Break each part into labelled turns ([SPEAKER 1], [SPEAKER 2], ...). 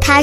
[SPEAKER 1] 他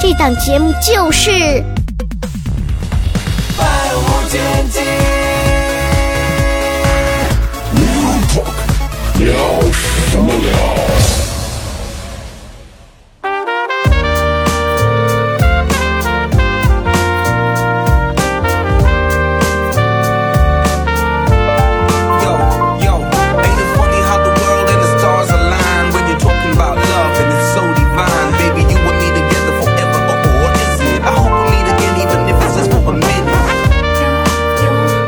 [SPEAKER 1] 这档节目就是《
[SPEAKER 2] 百无禁忌。Yo, yo, ain't it funny how the world and the stars align when you're talking about love and it's so divine? Baby, you and me together forever, oh, or is it? I hope we meet again, even if it's just for a minute.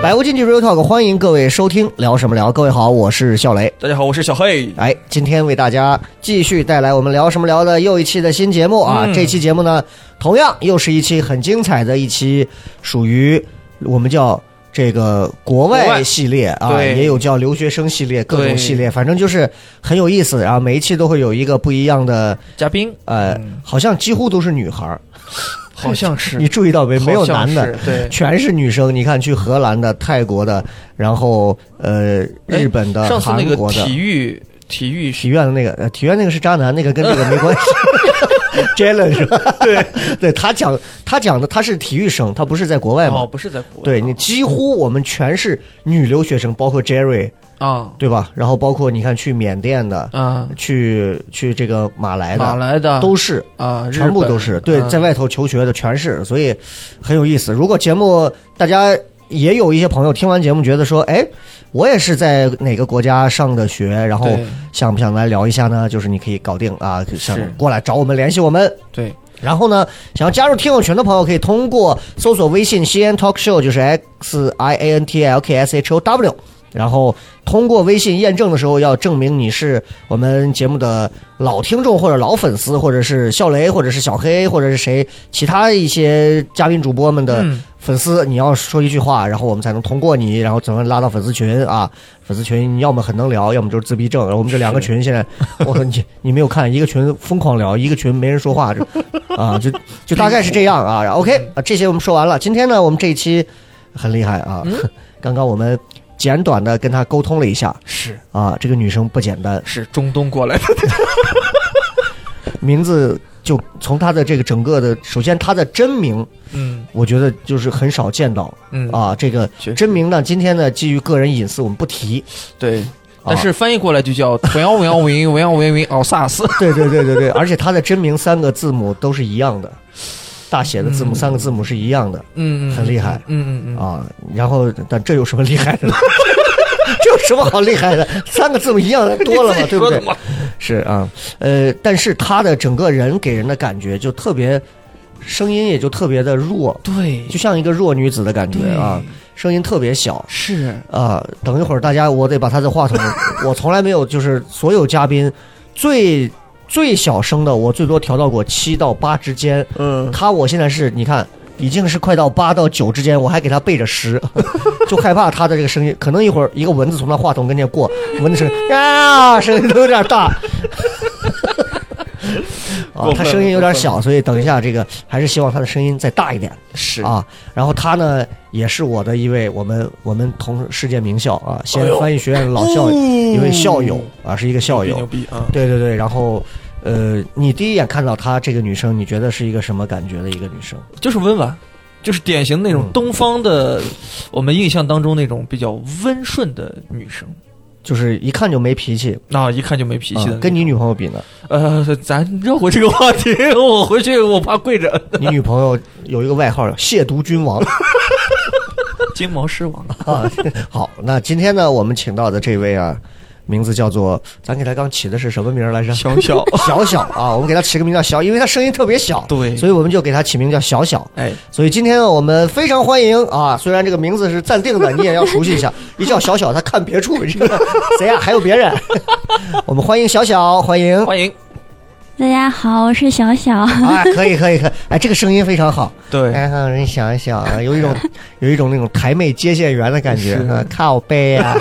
[SPEAKER 3] 百无禁忌 Real Talk，欢迎各位收听，聊什么聊？各位好，我是笑雷。
[SPEAKER 4] 大家好，我是小黑。
[SPEAKER 3] 哎，今天为大家继续带来我们聊什么聊的又一期的新节目啊！
[SPEAKER 4] 嗯
[SPEAKER 3] 这期节目呢，同样又是一期很精彩的一期，属于我们叫这个国
[SPEAKER 4] 国
[SPEAKER 3] 外
[SPEAKER 4] 外
[SPEAKER 3] 系列啊，
[SPEAKER 4] 对嗯
[SPEAKER 3] 也有叫留学生系列，各种
[SPEAKER 4] 对
[SPEAKER 3] 系列，反正就是很有意思。然后每一期都会有一个不一样的，
[SPEAKER 4] 嘉宾
[SPEAKER 3] 呃，好像几乎都是女孩儿，
[SPEAKER 4] 好像嗯是
[SPEAKER 3] 你注意到没？没有
[SPEAKER 4] 好像
[SPEAKER 3] 男的，
[SPEAKER 4] 是对。
[SPEAKER 3] 全是女生。你看，去荷兰的、泰国的，然后呃，
[SPEAKER 4] 哎
[SPEAKER 3] 日本的、
[SPEAKER 4] 上次
[SPEAKER 3] 韩
[SPEAKER 4] 那个
[SPEAKER 3] 国的，
[SPEAKER 4] 体育体育
[SPEAKER 3] 体院的那个，呃体院那个是渣男，那个跟这个没关 系。Jalen 是吧？对， 对他讲，他讲的他是体育生，他不是在国外嘛？
[SPEAKER 4] 哦，不是在国外，
[SPEAKER 3] 对你几乎我们全是女留学生，包括 Jerry
[SPEAKER 4] 啊
[SPEAKER 3] 对吧？然后包括你看去缅甸的，
[SPEAKER 4] 啊，
[SPEAKER 3] 去去这个马来的，
[SPEAKER 4] 马来的
[SPEAKER 3] 都是
[SPEAKER 4] 啊，
[SPEAKER 3] 全部都是对，在
[SPEAKER 4] 外
[SPEAKER 3] 外头求学的全是，所以很有意思。如果节目大家也有一些朋友听完节目觉得说，哎，我也是在哪个国家上的学，然后
[SPEAKER 4] 对
[SPEAKER 3] 想不想来聊一下呢？就是你可以搞定啊，想
[SPEAKER 4] 是
[SPEAKER 3] 过来找我们联系我们。
[SPEAKER 4] 对
[SPEAKER 3] 然后呢，想要加入听友群的朋友，可以通过搜索微信西安 Talk Show，就是 X I A N T L K S H O W，然后通过微信验证的时候，要证明你是我们节目的老听众或者老粉丝，或者是笑雷，或者是小黑，或者是谁其他一些嘉宾主播们的
[SPEAKER 4] 嗯
[SPEAKER 3] 粉丝，你要说一句话，然后我们才能通过你，然后才能拉到粉丝群啊。粉丝群要么很能聊，要么就是自闭症。然后我们这两个群现在，我说你你没有看，一个群疯狂聊，一个群没人说话，这啊，就就大概是这样啊。然后 OK 啊，这些我们说完了。今天呢，我们这一期很厉害啊， 刚刚我们简短的跟他沟通了一下
[SPEAKER 4] 是
[SPEAKER 3] 啊，这个女生不简单，
[SPEAKER 4] 是中东过来的，
[SPEAKER 3] 名字就从她的这个整个的，首先她的真名，
[SPEAKER 4] 嗯
[SPEAKER 3] 我觉得就是很少见到
[SPEAKER 4] 嗯，
[SPEAKER 3] 啊。这个
[SPEAKER 4] 确实
[SPEAKER 3] 真名呢，今天呢基于个人隐私，我们不提。
[SPEAKER 4] 对，
[SPEAKER 3] 啊
[SPEAKER 4] 但 是翻译过来就叫文耀文耀文文耀文文奥萨斯，
[SPEAKER 3] 对对对对对，而且她的真名三个字母都是一样的，大写的字母、三个字母是一样的。
[SPEAKER 4] 嗯，嗯
[SPEAKER 3] 很厉害，
[SPEAKER 4] 嗯嗯嗯嗯，
[SPEAKER 3] 啊，然后但这有什么厉害的呢？ 这有什么好厉害的？三个字母一 样多了嘛，对不
[SPEAKER 4] 说
[SPEAKER 3] 对
[SPEAKER 4] 的？嘛
[SPEAKER 3] 是啊，呃，但是他的整个人给人的感觉就特别，声音也就特别的弱，
[SPEAKER 4] 对，
[SPEAKER 3] 就像一个弱女子的感觉啊，声音特别小。
[SPEAKER 4] 是
[SPEAKER 3] 啊，等一会儿大家，我得把他的话筒， 我从来没有就是所有嘉宾最最小声的，我最多调到过七到八之间。
[SPEAKER 4] 嗯，
[SPEAKER 3] 他我现在是你看，已经是快到八到九之间，我还给他备着十， 就害怕他的这个声音，可能一会儿一个蚊子从他话筒跟前过，蚊子声音啊，声音都有点大。啊
[SPEAKER 4] 过，分
[SPEAKER 3] 他
[SPEAKER 4] 了
[SPEAKER 3] 声音有点小，所以等一下这个还是希望他的声音再大一点
[SPEAKER 4] 是
[SPEAKER 3] 啊。然后他呢，也是我的一位我们我们同世界名校啊，西安翻译学院老校一位校友啊，是一个校友，
[SPEAKER 4] 哎哦牛逼啊，
[SPEAKER 3] 对对对，然后，呃，你第一眼看到她这个女生，你觉得是一个什么感觉的一个女生？
[SPEAKER 4] 就是温婉，就是典型那种
[SPEAKER 3] 嗯
[SPEAKER 4] 东方的，我们印象当中那种比较温顺的女生。
[SPEAKER 3] 就是一看就没脾气，
[SPEAKER 4] 那、一看就没脾气的、
[SPEAKER 3] 啊跟你女朋友比呢，
[SPEAKER 4] 呃，咱绕过这个话题， 我回去我怕跪着。
[SPEAKER 3] 你女朋友有一个外号叫“亵渎君王
[SPEAKER 4] 金毛狮王，”
[SPEAKER 3] 啊。好，那今天呢，我们请到的这位啊，名字叫做，咱给她刚起的是什么名儿来着？
[SPEAKER 4] 小小，
[SPEAKER 3] 小小啊，我们给她起个名叫小，因为她声音特别小，
[SPEAKER 4] 对
[SPEAKER 3] 所以我们就给她起名叫小小。
[SPEAKER 4] 哎，
[SPEAKER 3] 所以今天呢，我们非常欢迎啊！虽然这个名字是暂定的，你也要熟悉一 下。一叫小小，他看别 处，你知道吗谁呀、还有别人。我们欢迎小小，欢迎
[SPEAKER 4] 欢迎
[SPEAKER 5] 大家好，我是 小小。
[SPEAKER 3] 啊，可以可以可以，哎，这个声音非常好，
[SPEAKER 4] 对，
[SPEAKER 3] 哎，让人想一想啊，有 一种有一种那种台妹接线员的感觉，
[SPEAKER 4] 是
[SPEAKER 3] 啊靠背啊。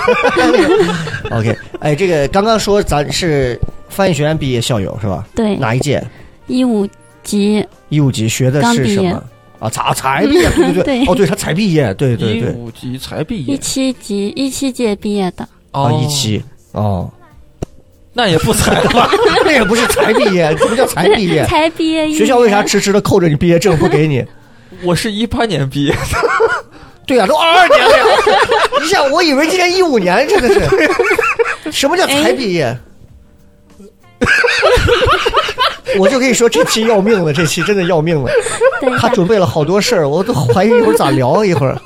[SPEAKER 3] OK，哎，这个刚刚说咱是翻译学院毕业校友是吧？
[SPEAKER 5] 对，
[SPEAKER 3] 哪一届？
[SPEAKER 5] 一五级，
[SPEAKER 3] 一五级学的
[SPEAKER 5] 刚
[SPEAKER 3] 是
[SPEAKER 5] 毕
[SPEAKER 3] 什
[SPEAKER 5] 业嗯
[SPEAKER 3] 么？啊，才才毕业，对对对，
[SPEAKER 5] 对
[SPEAKER 3] 哦，对他才毕业，对对
[SPEAKER 4] 一
[SPEAKER 3] 对，
[SPEAKER 4] 五级才毕
[SPEAKER 5] 一
[SPEAKER 4] 业，
[SPEAKER 5] 七级，一七届毕业的。？
[SPEAKER 3] 啊，
[SPEAKER 4] 哦
[SPEAKER 3] 一，期哦，
[SPEAKER 4] 那也不才 吧？
[SPEAKER 3] 那也不是才毕业，什么叫才毕业
[SPEAKER 5] 才毕业一年
[SPEAKER 3] 学校为啥迟迟的扣着你毕业证不给 你？
[SPEAKER 4] 我是一八年毕业，
[SPEAKER 3] 对呀、都二二年了呀！你想，我以为今年一五年，真的是，什么叫才毕业？ 我就跟你说，这期要命了，这期真的要命了。
[SPEAKER 5] 等一
[SPEAKER 3] 他
[SPEAKER 5] 下，
[SPEAKER 3] 准备了好多事儿，我都怀疑一会儿咋聊一会儿。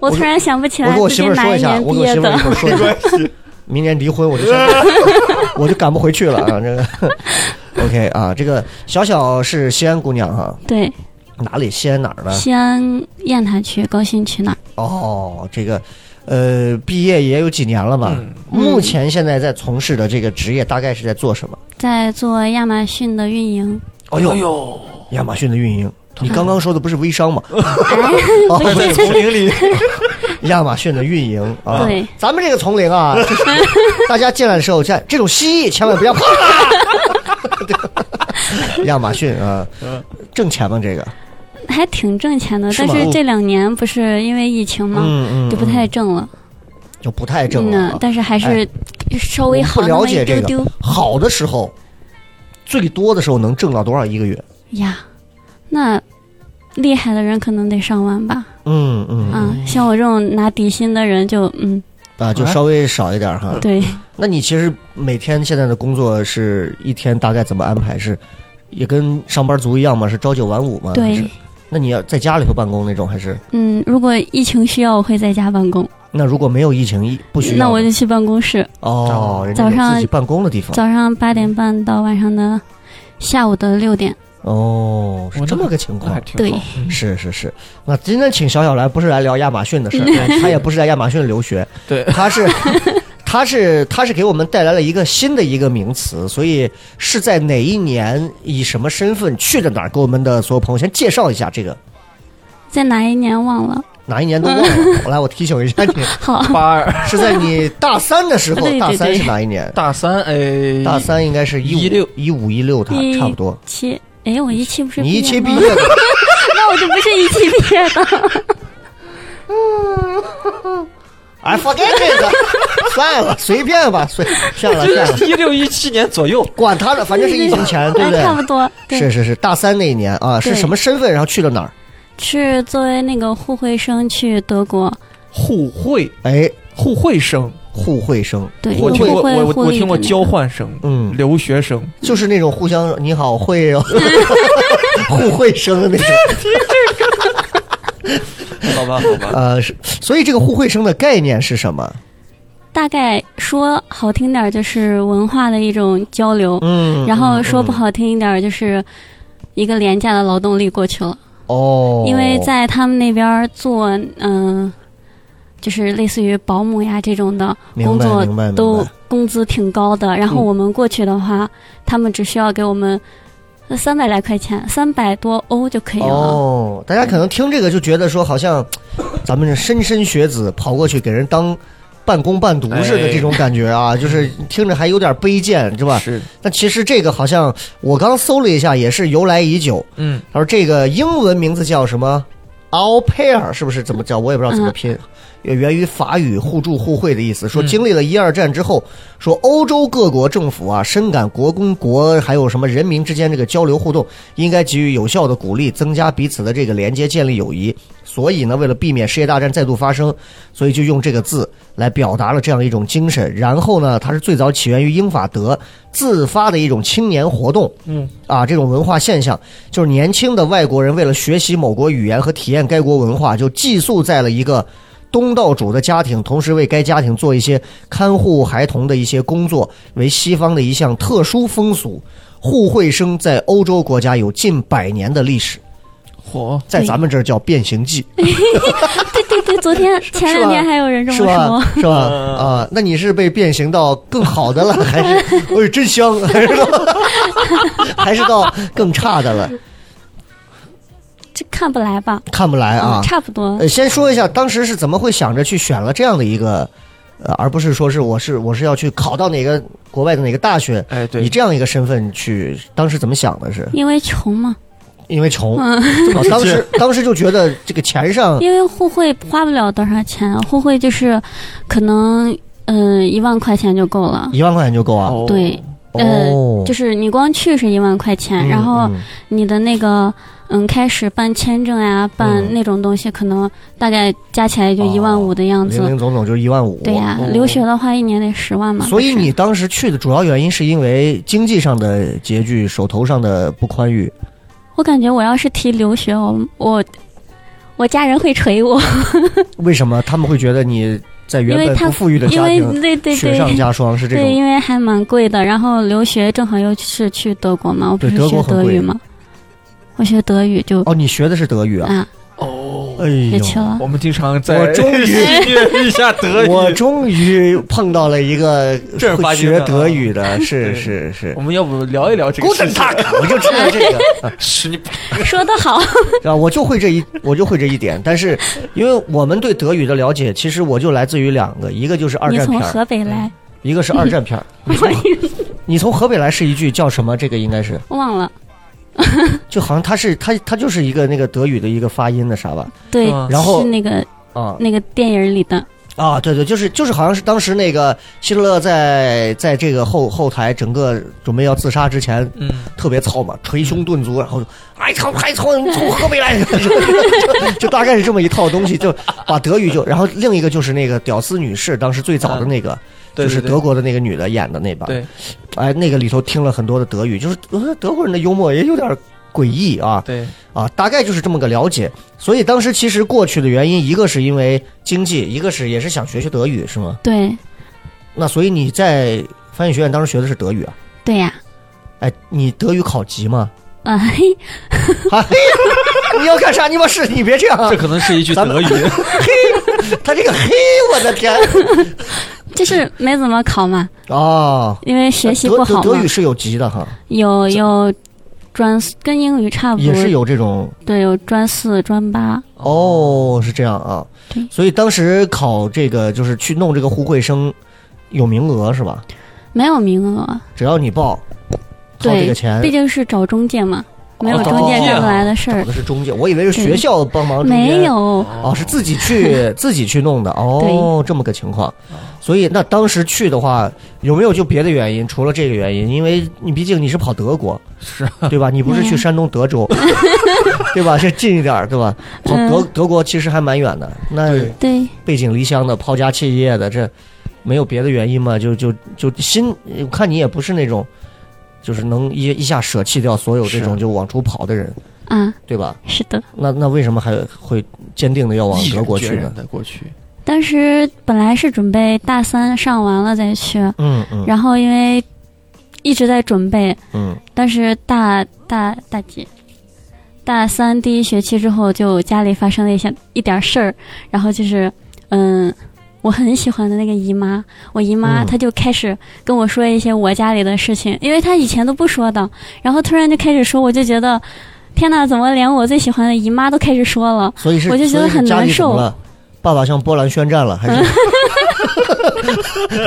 [SPEAKER 5] 我突然想不起
[SPEAKER 3] 我
[SPEAKER 5] 来
[SPEAKER 3] 跟我
[SPEAKER 5] 自
[SPEAKER 3] 媳
[SPEAKER 5] 己
[SPEAKER 3] 妇儿
[SPEAKER 5] 哪
[SPEAKER 3] 说一
[SPEAKER 5] 一
[SPEAKER 3] 下，
[SPEAKER 5] 年
[SPEAKER 3] 我
[SPEAKER 5] 毕
[SPEAKER 3] 跟我
[SPEAKER 5] 业
[SPEAKER 3] 媳妇儿一
[SPEAKER 5] 的。
[SPEAKER 3] 会儿说 一下。明年离婚我就想 我就赶不回去了啊！这个 OK 啊，这个小小是西安姑娘哈、
[SPEAKER 5] 对，
[SPEAKER 3] 哪里西安哪儿呢？
[SPEAKER 5] 西安雁塔区高新区那儿。
[SPEAKER 3] 哦，这个，呃，毕业也有几年了吧？
[SPEAKER 4] 嗯
[SPEAKER 3] 目前现在在从事的这个职业大概是在做什么？
[SPEAKER 5] 在做亚马逊的运营，
[SPEAKER 3] 哎
[SPEAKER 4] 哎
[SPEAKER 3] 呦，
[SPEAKER 4] 呦，
[SPEAKER 3] 亚马逊的运营，你刚刚说的不是微商
[SPEAKER 5] 哎
[SPEAKER 3] 吗？哦，
[SPEAKER 4] 快在丛林里，
[SPEAKER 3] 亚马逊的运营啊，
[SPEAKER 5] 对
[SPEAKER 3] 咱们这个丛林 啊，就是大家进来的时候，像这种蜥蜴千万不要碰啊。对亚马逊啊，挣钱吗？这个，
[SPEAKER 5] 还挺挣钱的。
[SPEAKER 3] 是
[SPEAKER 5] 但
[SPEAKER 3] 吗哦
[SPEAKER 5] 是这两年不是因为疫情嘛，
[SPEAKER 3] 嗯嗯，
[SPEAKER 5] 就不太挣了。
[SPEAKER 3] 就不太挣
[SPEAKER 5] 嗯
[SPEAKER 3] 了
[SPEAKER 5] 呐
[SPEAKER 3] 啊。，哎
[SPEAKER 5] 但是还是稍微好
[SPEAKER 3] 我
[SPEAKER 5] 那
[SPEAKER 3] 不了
[SPEAKER 5] 么
[SPEAKER 3] 解
[SPEAKER 5] 一
[SPEAKER 3] 这
[SPEAKER 5] 丢
[SPEAKER 3] 个
[SPEAKER 5] 丢
[SPEAKER 3] 好的时候，最多的时候能挣到多少一个月？
[SPEAKER 5] 呀。那厉害的人可能得上万吧。
[SPEAKER 3] 嗯嗯
[SPEAKER 5] 啊，像我这种拿底薪的人就嗯，
[SPEAKER 3] 啊，就稍微少一点儿哈。
[SPEAKER 5] 对，
[SPEAKER 3] 那你其实每天现在的工作是一天大概怎么安排？是也跟上班族一样吗？是朝九晚五吗？还
[SPEAKER 5] 对
[SPEAKER 3] 是，那你要在家里头办公那种，还是
[SPEAKER 5] 嗯，如果疫情需要，我会在家办公，
[SPEAKER 3] 那如果没有疫情，一不需要
[SPEAKER 5] 那我就去办公室，
[SPEAKER 3] 哦，人家
[SPEAKER 5] 早
[SPEAKER 3] 有
[SPEAKER 5] 上
[SPEAKER 3] 自己办公的地方
[SPEAKER 5] 早上八点半到晚上的下午的六点。
[SPEAKER 3] 哦，是这么个情
[SPEAKER 4] 那还
[SPEAKER 3] 况。
[SPEAKER 4] 挺好。
[SPEAKER 3] 是是是，那今天请小小来，不是来聊亚马逊的事儿，他也不是在亚马逊留学，
[SPEAKER 4] 对
[SPEAKER 3] 他是他是他是给我们带来了一个新的一个名词，所以是在哪一年以什么身份去的哪儿？给我们的所有朋友先介绍一下这个，
[SPEAKER 5] 在哪一年忘了？
[SPEAKER 3] 哪一年都忘了。我来，我提醒一下你，
[SPEAKER 5] 好，
[SPEAKER 4] 八二
[SPEAKER 3] 是在你大三的时候，
[SPEAKER 5] 对对对
[SPEAKER 3] 大三是哪一年？
[SPEAKER 4] 大三，哎，
[SPEAKER 3] 大三应该是一
[SPEAKER 4] 16
[SPEAKER 3] 一五一六，他
[SPEAKER 5] 一
[SPEAKER 3] 差不多。
[SPEAKER 5] 七，哎，我一期不是
[SPEAKER 3] 你一期
[SPEAKER 5] 吗
[SPEAKER 3] 毕业，的，
[SPEAKER 5] 那我就不是一期毕业的。
[SPEAKER 3] 哎，forget 这 个，算了，随便吧，随算了算了，
[SPEAKER 4] 一六一七年左右，
[SPEAKER 3] 管他了，反正是疫情前， 对不
[SPEAKER 5] 哎差不
[SPEAKER 3] 对？
[SPEAKER 5] 多，对，
[SPEAKER 3] 是是是，大三那一年啊，是
[SPEAKER 5] 对
[SPEAKER 3] 什么身份？然后去了哪儿？
[SPEAKER 5] 是作为那个互惠生去德国，
[SPEAKER 4] 互惠
[SPEAKER 3] 哎，
[SPEAKER 4] 互惠生，
[SPEAKER 3] 互惠生，
[SPEAKER 5] 对，
[SPEAKER 4] 我
[SPEAKER 5] 互
[SPEAKER 4] 听
[SPEAKER 5] 惠
[SPEAKER 4] 过
[SPEAKER 5] 互利
[SPEAKER 4] 我
[SPEAKER 5] 的
[SPEAKER 4] 我听过
[SPEAKER 5] 那
[SPEAKER 4] 交
[SPEAKER 5] 个
[SPEAKER 4] 换生，
[SPEAKER 3] 嗯，
[SPEAKER 4] 留学生，
[SPEAKER 3] 就是那种互相你好会哦， 互惠生的那种。
[SPEAKER 4] 好吧好吧，
[SPEAKER 3] 呃，是，所以这个互惠生的概念是什么？
[SPEAKER 5] 大概说好听点儿就是文化的一种交流，
[SPEAKER 3] 嗯
[SPEAKER 5] 然后说不好听一点儿就是一个廉价的劳动力过去了，
[SPEAKER 3] 哦，
[SPEAKER 5] 因为在他们那边儿做嗯、就是类似于保姆呀这种的
[SPEAKER 3] 明
[SPEAKER 5] 工
[SPEAKER 3] 白明
[SPEAKER 5] 作
[SPEAKER 3] 白明白
[SPEAKER 5] 都工资挺高的，然后我们过去的话，他们只需要给我们三百来块钱，三百多欧就可以了。
[SPEAKER 3] 哦，大家可能听这个就觉得说，好像咱们这莘莘学子跑过去给人当半工半读似的
[SPEAKER 4] 哎
[SPEAKER 3] 这种感觉啊，就是听着还有点卑贱， 是吧？
[SPEAKER 4] 是，
[SPEAKER 3] 但其实这个好像我刚搜了一下，也是由来已久。
[SPEAKER 4] 嗯，
[SPEAKER 3] 他说这个英文名字叫什么 o l pair 是不是怎么叫？我也不知道怎么拼，也源于法语“互助互惠”的意思。说
[SPEAKER 4] 嗯
[SPEAKER 3] 经历了一二战之后，说欧洲各国政府啊，深感国跟国还有什么人民之间这个交流互动，应该给予有效的鼓励，增加彼此的这个连接，建立友谊。所以呢，为了避免世界大战再度发生，所以就用这个字来表达了这样一种精神。然后呢，它是最早起源于英法德自发的一种青年活动，
[SPEAKER 4] 嗯
[SPEAKER 3] 啊，这种文化现象，就是年轻的外国人为了学习某国语言和体验该国文化，就寄宿在了一个东道主的家庭，同时为该家庭做一些看护孩童的一些工作，为西方的一项特殊风俗。互惠生在欧洲国家有近百年的历史，
[SPEAKER 4] 嚯，
[SPEAKER 5] 哎
[SPEAKER 3] 在咱们这儿叫变形计，
[SPEAKER 5] 对对对，昨 天前两天还有人这
[SPEAKER 3] 是
[SPEAKER 5] 么
[SPEAKER 3] 吧
[SPEAKER 5] 说，？
[SPEAKER 3] 是吧？
[SPEAKER 4] 嗯
[SPEAKER 3] 啊，那你是被变形到更好的了，还是 哎真香，还是到还是到更差的了？
[SPEAKER 5] 这看不来吧？
[SPEAKER 3] 看不来啊
[SPEAKER 5] 嗯，。差不多。
[SPEAKER 3] 呃，先说一下当时是怎么会想着去选了这样的一个，呃，而不是说是我是我是要去考到哪个国外的哪个大学，
[SPEAKER 4] 哎，
[SPEAKER 3] 以
[SPEAKER 4] 对，
[SPEAKER 3] 这样一个身份去，当时怎么想的是？
[SPEAKER 5] 因为穷嘛，
[SPEAKER 3] 因为穷，
[SPEAKER 5] 嗯，
[SPEAKER 3] 哦当时当时就觉得这个钱上
[SPEAKER 5] 因为互惠花不了多少钱，互惠就是可能嗯、呃一万块钱就够了，
[SPEAKER 3] 一万块钱就够啊。
[SPEAKER 4] 哦
[SPEAKER 5] 对，
[SPEAKER 3] 哦
[SPEAKER 5] 呃，就是你光去是一万块钱，
[SPEAKER 3] 嗯
[SPEAKER 5] 然后
[SPEAKER 3] 嗯
[SPEAKER 5] 你的那个嗯开始办签证呀、办
[SPEAKER 3] 嗯
[SPEAKER 5] 那种东西，可能大概加起来就
[SPEAKER 3] 哦
[SPEAKER 5] 一万五的样子。
[SPEAKER 3] 零零总总就一万五。
[SPEAKER 5] 对呀、
[SPEAKER 4] 哦
[SPEAKER 5] 留学的话一年得十万嘛。
[SPEAKER 3] 所以
[SPEAKER 5] 不是
[SPEAKER 3] 你当时去的主要原因是因为经济上的拮据，手头上的不宽裕。
[SPEAKER 5] 我感觉我要是提留学，我我我家人会锤我，
[SPEAKER 3] 为什么他们会觉得你在原
[SPEAKER 5] 因
[SPEAKER 3] 本
[SPEAKER 5] 为他
[SPEAKER 3] 不富裕的
[SPEAKER 5] 因
[SPEAKER 3] 家
[SPEAKER 5] 为
[SPEAKER 3] 庭
[SPEAKER 5] 对对
[SPEAKER 3] 雪上
[SPEAKER 5] 对。
[SPEAKER 3] 加霜是这
[SPEAKER 5] 对，
[SPEAKER 3] 种？
[SPEAKER 5] 因为还蛮贵的。然后留学正好又是去德国嘛，我不
[SPEAKER 3] 对
[SPEAKER 5] 是
[SPEAKER 3] 德国
[SPEAKER 5] 学
[SPEAKER 3] 很
[SPEAKER 5] 德
[SPEAKER 3] 贵
[SPEAKER 5] 语嘛，我学德语就
[SPEAKER 3] 哦，你学的是德语啊？
[SPEAKER 5] 啊，
[SPEAKER 4] 哦，
[SPEAKER 3] 哎
[SPEAKER 5] 别
[SPEAKER 3] 呦，
[SPEAKER 5] 去了。
[SPEAKER 4] 我们经常在
[SPEAKER 3] 我终 于
[SPEAKER 4] 学一下德语，
[SPEAKER 3] 我终于碰到了一个
[SPEAKER 4] 正儿八
[SPEAKER 3] 会
[SPEAKER 4] 经
[SPEAKER 3] 学
[SPEAKER 4] 的
[SPEAKER 3] 德语 的，
[SPEAKER 4] 对
[SPEAKER 3] 是是是
[SPEAKER 4] 我。们要不聊一聊这个事
[SPEAKER 3] Guten
[SPEAKER 4] 情？
[SPEAKER 3] Tag，我就知道这个。
[SPEAKER 4] 是你
[SPEAKER 5] 说得好，
[SPEAKER 3] 啊，我就会这一，我就会这一点。但是，因为我们对德语的了解，其实我就来自于两个，一个就是二
[SPEAKER 5] 你
[SPEAKER 3] 战
[SPEAKER 5] 从
[SPEAKER 3] 片儿，嗯
[SPEAKER 5] 河北来，
[SPEAKER 3] 一个是二战片儿。你从河北来是一句叫什么？这个应该是，
[SPEAKER 5] 忘了。
[SPEAKER 3] 就好像它是它它就是一个那个德语的一个发音的啥吧？
[SPEAKER 5] 对，
[SPEAKER 4] 是吗
[SPEAKER 3] 然后
[SPEAKER 5] 是那个
[SPEAKER 3] 啊
[SPEAKER 5] 那个电影里的，
[SPEAKER 3] 啊，对对，就是就是好像是当时那个希特勒在在这个后后台整个准备要自杀之前，
[SPEAKER 4] 嗯，
[SPEAKER 3] 特别糙嘛，捶胸顿足，然后就哎操还操，你从河北来， 就就就大概是这么一套东西，就把德语就，然后另一个就是那个屌丝女士，当时最早的那个，
[SPEAKER 4] 啊对
[SPEAKER 3] 就是
[SPEAKER 4] 对对
[SPEAKER 3] 德国的那个女的演的那版，
[SPEAKER 4] 对
[SPEAKER 3] 哎，那个里头听了很多的德语，就是我说德国人的幽默也有点诡异啊
[SPEAKER 4] 对，
[SPEAKER 3] 啊，大概就是这么个了解。所以当时其实过去的原因，一个是因为经济，一个是也是想学学德语，是吗？
[SPEAKER 5] 对
[SPEAKER 3] 那所以你在翻译学院当时学的是德语啊？
[SPEAKER 5] 对呀、
[SPEAKER 3] 哎，你德语考级吗？
[SPEAKER 5] 啊，嘿，
[SPEAKER 3] 啊，嘿，你要干啥？你把是你别这样啊
[SPEAKER 4] 这！可能是一句
[SPEAKER 3] 咱们
[SPEAKER 4] 德语。
[SPEAKER 3] 他这个嘿，我的天！
[SPEAKER 5] 就是没怎么考嘛，
[SPEAKER 3] 哦，
[SPEAKER 5] 因为学习不
[SPEAKER 3] 德
[SPEAKER 5] 好
[SPEAKER 3] 德
[SPEAKER 5] 嘛
[SPEAKER 3] 德，语是有级的哈，
[SPEAKER 5] 有有专跟英语差不
[SPEAKER 3] 也
[SPEAKER 5] 多，
[SPEAKER 3] 是有这种
[SPEAKER 5] 对，有专四、专八，
[SPEAKER 3] 哦，是这样啊
[SPEAKER 5] 对。
[SPEAKER 3] 所以当时考这个就是去弄这个互惠生，有名额是吧？
[SPEAKER 5] 没有名额，
[SPEAKER 3] 只要你报，掏这
[SPEAKER 5] 对
[SPEAKER 3] 个钱，
[SPEAKER 5] 毕竟是找中介嘛，没有
[SPEAKER 3] 哦
[SPEAKER 5] 中介干不来的事
[SPEAKER 3] 找
[SPEAKER 5] 儿，
[SPEAKER 3] 的是中介，我以为是学
[SPEAKER 5] 对
[SPEAKER 3] 校帮忙中间
[SPEAKER 5] 没有，
[SPEAKER 3] 哦，是自己 去自己去弄的哦，
[SPEAKER 5] 对
[SPEAKER 3] 这么个情况。
[SPEAKER 4] 哦
[SPEAKER 3] 所以那当时去的话，有没有就别的原因？除了这个原因，因为你毕竟你是跑德 国，
[SPEAKER 4] 是
[SPEAKER 3] 对吧？你不是去山东德 州，对吧？是近一点儿，对吧？跑
[SPEAKER 5] 嗯
[SPEAKER 3] 德、德国其实还蛮远的，那
[SPEAKER 4] 对
[SPEAKER 5] 对，
[SPEAKER 3] 背井离乡的，抛家弃业的，这没有别的原因吗？就就就心，我看你也不是那种，就是能一一下舍弃掉所有这种
[SPEAKER 4] 是
[SPEAKER 3] 就往出跑的人，
[SPEAKER 5] 啊，
[SPEAKER 3] 对吧？
[SPEAKER 5] 是的，
[SPEAKER 3] 那那为什么还会坚定的要往
[SPEAKER 4] 毅
[SPEAKER 3] 德
[SPEAKER 4] 然
[SPEAKER 3] 国
[SPEAKER 4] 决
[SPEAKER 3] 去
[SPEAKER 4] 然
[SPEAKER 3] 呢？
[SPEAKER 4] 的过去，
[SPEAKER 5] 当时本来是准备大三上完了再去，
[SPEAKER 3] 嗯嗯
[SPEAKER 5] 然后因为一直在准备，
[SPEAKER 3] 嗯，
[SPEAKER 5] 但是大大大几，大三第一学期之后，就家里发生了一些一点事儿，然后就是，嗯，我很喜欢的那个姨妈，我姨妈
[SPEAKER 3] 嗯
[SPEAKER 5] 她就开始跟我说一些我家里的事情，因为她以前都不说的，然后突然就开始说，我就觉得，天呐，怎么连我最喜欢的姨妈都开始说了？
[SPEAKER 3] 所以是
[SPEAKER 5] 我就觉
[SPEAKER 3] 所
[SPEAKER 5] 得
[SPEAKER 3] 以是
[SPEAKER 5] 很
[SPEAKER 3] 家里
[SPEAKER 5] 难受
[SPEAKER 3] 怎么了爸爸向波兰宣战了，还是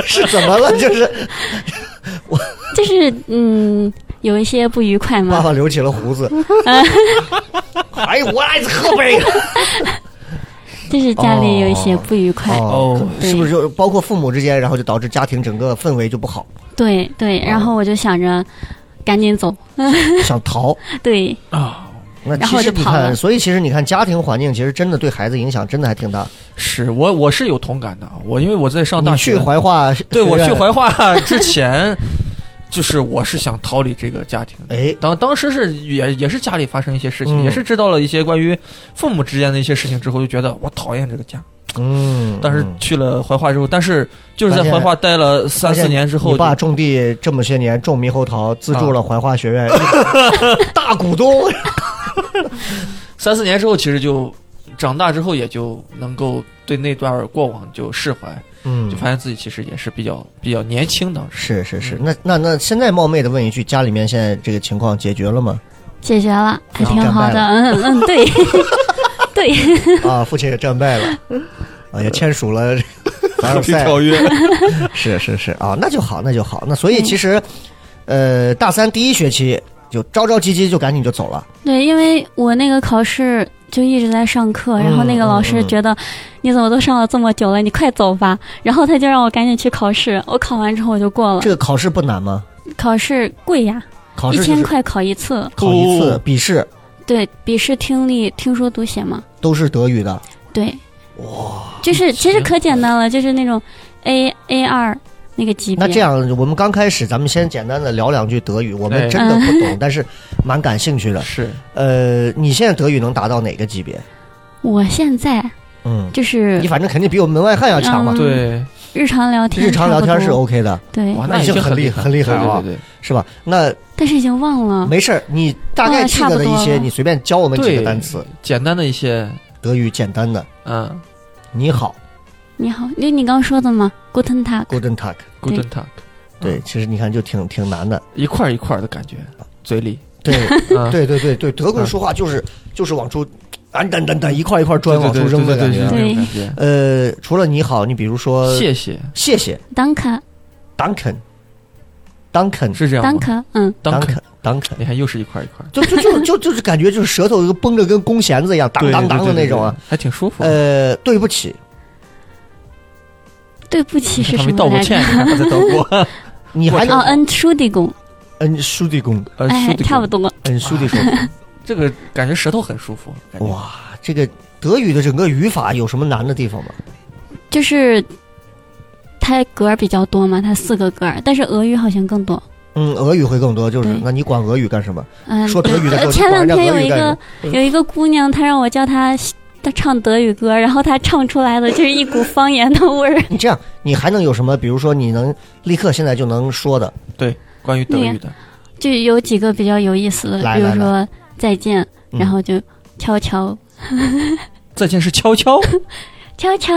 [SPEAKER 3] 是怎么 了？就是
[SPEAKER 5] 就是嗯，有一些不愉快
[SPEAKER 3] 爸
[SPEAKER 5] 嘛。
[SPEAKER 3] 爸留起了胡 子。哎，我来自河北。
[SPEAKER 5] 就是家里有一些不愉快，
[SPEAKER 3] 哦
[SPEAKER 4] 哦，
[SPEAKER 3] 是不是就包括父母之间，然后就导致家庭整个氛围就不好，
[SPEAKER 5] 对对，然后我就想着赶紧走，
[SPEAKER 3] 想逃。
[SPEAKER 5] 对，
[SPEAKER 4] 啊，
[SPEAKER 3] 那
[SPEAKER 5] 然
[SPEAKER 3] 其
[SPEAKER 5] 后
[SPEAKER 3] 实
[SPEAKER 5] 就
[SPEAKER 3] 你
[SPEAKER 5] 跑
[SPEAKER 3] 看，
[SPEAKER 5] 了
[SPEAKER 3] 所以其实你看，家庭环境其实真的对孩子影响真的还挺大。
[SPEAKER 4] 是我我是有同感的，啊我因为我在上大
[SPEAKER 3] 你
[SPEAKER 4] 学
[SPEAKER 3] 去怀化，
[SPEAKER 4] 对我去，怀化之前，就是我是想逃离这个家庭的。
[SPEAKER 3] 哎，
[SPEAKER 4] 当当时是也也是家里发生一些事情，
[SPEAKER 3] 嗯
[SPEAKER 4] 也是知道了一些关于父母之间的一些事情之后，就觉得我讨厌这个家。
[SPEAKER 3] 嗯，
[SPEAKER 4] 但是
[SPEAKER 3] 嗯
[SPEAKER 4] 去了怀化之后，但是就是在
[SPEAKER 3] 发现
[SPEAKER 4] 怀化待了三四年之后，
[SPEAKER 3] 你爸
[SPEAKER 4] 就啊
[SPEAKER 3] 种地这么些年，种猕 猴桃，资助了怀化学院，大股东。
[SPEAKER 4] 三四年之后，其实就长大之后也就能够对那段过往就释怀，
[SPEAKER 3] 嗯
[SPEAKER 4] 就，发现自己其实也是比较比较年轻当时。
[SPEAKER 3] 是是是，那那那现在冒昧的问一句，家里面现在这个情况解决了 吗？
[SPEAKER 5] 解决了，还挺
[SPEAKER 3] 战
[SPEAKER 5] 好
[SPEAKER 3] 败
[SPEAKER 5] 的。
[SPEAKER 3] 了
[SPEAKER 5] 嗯 嗯，对 对，
[SPEAKER 3] 啊，父亲也战败了，啊，也签署 了这个凡尔赛
[SPEAKER 2] 约，
[SPEAKER 3] 是是是啊，那就好，那就好。那所以
[SPEAKER 4] 嗯
[SPEAKER 3] 其实，呃，大三第一学期就着着急急就赶紧就走了。
[SPEAKER 5] 对，因为我那个考试就一直在上课，然后
[SPEAKER 3] 嗯
[SPEAKER 5] 那个老师觉得、你怎么都上了这么久了，你快走吧。然后他就让我赶紧去考试，我考完之后我就过了
[SPEAKER 3] 这。个考试不难吗？
[SPEAKER 5] 考试贵呀，
[SPEAKER 3] 考
[SPEAKER 5] 一
[SPEAKER 3] 试就
[SPEAKER 5] 千
[SPEAKER 3] 是
[SPEAKER 5] 块考一次。
[SPEAKER 3] 考一次
[SPEAKER 4] 哦，
[SPEAKER 3] 笔试
[SPEAKER 5] 对，笔试听力、听说读写嘛。
[SPEAKER 3] 都是德语的。
[SPEAKER 5] 对，哇，就是其实可简单了，就是那种 A A 二那个级别。
[SPEAKER 3] 那这样，我们刚开始咱们先简单的聊两句德语，我们
[SPEAKER 4] 哎
[SPEAKER 3] 真的不懂，但是蛮感兴趣的。
[SPEAKER 4] 是
[SPEAKER 3] 呃，你现在德语能达到哪个级别？
[SPEAKER 5] 我现在
[SPEAKER 3] 嗯，
[SPEAKER 5] 就是
[SPEAKER 3] 你反正肯定比我们门外汉要强嘛
[SPEAKER 5] 嗯。
[SPEAKER 4] 对，
[SPEAKER 5] 日常聊
[SPEAKER 4] 嗯
[SPEAKER 5] 天，
[SPEAKER 3] 日常聊天是哦 OK 的，
[SPEAKER 5] 对，
[SPEAKER 4] 哇，
[SPEAKER 3] 那
[SPEAKER 4] 已
[SPEAKER 3] 已经
[SPEAKER 4] 经
[SPEAKER 3] 很厉
[SPEAKER 4] 害，
[SPEAKER 3] 很厉害啊
[SPEAKER 4] 对对
[SPEAKER 3] 是吧？那
[SPEAKER 4] 嗯
[SPEAKER 5] 但是已经忘了。
[SPEAKER 3] 没事儿，你大概
[SPEAKER 5] 嗯
[SPEAKER 3] 记
[SPEAKER 5] 差
[SPEAKER 3] 得
[SPEAKER 5] 不
[SPEAKER 3] 的
[SPEAKER 5] 多
[SPEAKER 4] 啊
[SPEAKER 3] 一些，
[SPEAKER 5] 了
[SPEAKER 3] 你随便教我们
[SPEAKER 4] 对
[SPEAKER 3] 几个
[SPEAKER 4] 对
[SPEAKER 3] 单词。
[SPEAKER 4] 简单的一些，
[SPEAKER 3] 德语简单的，
[SPEAKER 4] 嗯
[SPEAKER 3] 你好
[SPEAKER 5] 你好，就你刚说的嘛，Guten Tag，
[SPEAKER 3] ，Guten Tag。
[SPEAKER 4] ，Guten Tag，
[SPEAKER 3] 对，其实你看就挺挺难的。
[SPEAKER 4] 一块儿一块儿的感觉，嘴里，
[SPEAKER 3] 对，
[SPEAKER 4] 嗯，
[SPEAKER 3] 对对对对，德国人说话就是就是往出，啊，等等等一块一块砖往
[SPEAKER 4] 对
[SPEAKER 3] 出
[SPEAKER 4] 对对
[SPEAKER 3] 扔的感
[SPEAKER 4] 对对
[SPEAKER 3] 觉。
[SPEAKER 4] 对，
[SPEAKER 5] 对
[SPEAKER 4] 那种感
[SPEAKER 3] 呃，除了你好，你比如说
[SPEAKER 4] 觉，谢谢，
[SPEAKER 3] 谢谢
[SPEAKER 5] Danke
[SPEAKER 3] Duncan，Duncan，Duncan，
[SPEAKER 4] 是这样吗
[SPEAKER 5] Danke，嗯，
[SPEAKER 4] Duncan，
[SPEAKER 3] Duncan，
[SPEAKER 4] 你看又是一块儿一块儿，
[SPEAKER 3] 就就就就就是感觉就是舌头绷着跟弓弦子一样，当
[SPEAKER 4] 对
[SPEAKER 3] 当当的那种，啊
[SPEAKER 4] 对对。对对还挺舒服。
[SPEAKER 3] 呃，对不起，
[SPEAKER 5] 对不起是
[SPEAKER 4] 他
[SPEAKER 5] 什
[SPEAKER 4] 没
[SPEAKER 5] 么
[SPEAKER 4] 道过
[SPEAKER 5] 来着
[SPEAKER 4] 歉？，你看他在德国，
[SPEAKER 3] 你还能
[SPEAKER 5] 哦，Entschuldigung，
[SPEAKER 3] 嗯，叔弟公，
[SPEAKER 4] 呃
[SPEAKER 5] 哎，差不。
[SPEAKER 4] 舒迪
[SPEAKER 5] 多。
[SPEAKER 3] 嗯，叔弟公，
[SPEAKER 4] 这个感觉舌头很舒服，感觉
[SPEAKER 3] 哇，这个德语的整个语法有什么难的地方吗？
[SPEAKER 5] 就是它格儿比较多嘛，它四个格儿，但是俄语好像更多。
[SPEAKER 3] 嗯，俄语会更多，就是
[SPEAKER 5] 对
[SPEAKER 3] 那你管俄语干什么？
[SPEAKER 5] 嗯，
[SPEAKER 3] 说德语的时
[SPEAKER 5] 呃
[SPEAKER 3] 候，
[SPEAKER 5] 前两天有
[SPEAKER 3] 管人
[SPEAKER 5] 一
[SPEAKER 3] 家俄语干什
[SPEAKER 5] 个
[SPEAKER 3] 么。
[SPEAKER 5] 有一个姑娘，她让我教她。她唱德语歌，然后她唱出来的就是一股方言的味儿
[SPEAKER 3] 你这样，你还能有什么？比如说，你能立刻现在就能说的，
[SPEAKER 4] 关于德语的，
[SPEAKER 5] 就有几个比较有意思的，
[SPEAKER 3] 来
[SPEAKER 5] 比如
[SPEAKER 3] 来
[SPEAKER 5] 说再见，
[SPEAKER 3] 嗯
[SPEAKER 5] 然后就悄悄
[SPEAKER 4] 再见是 悄悄，
[SPEAKER 5] 悄悄，，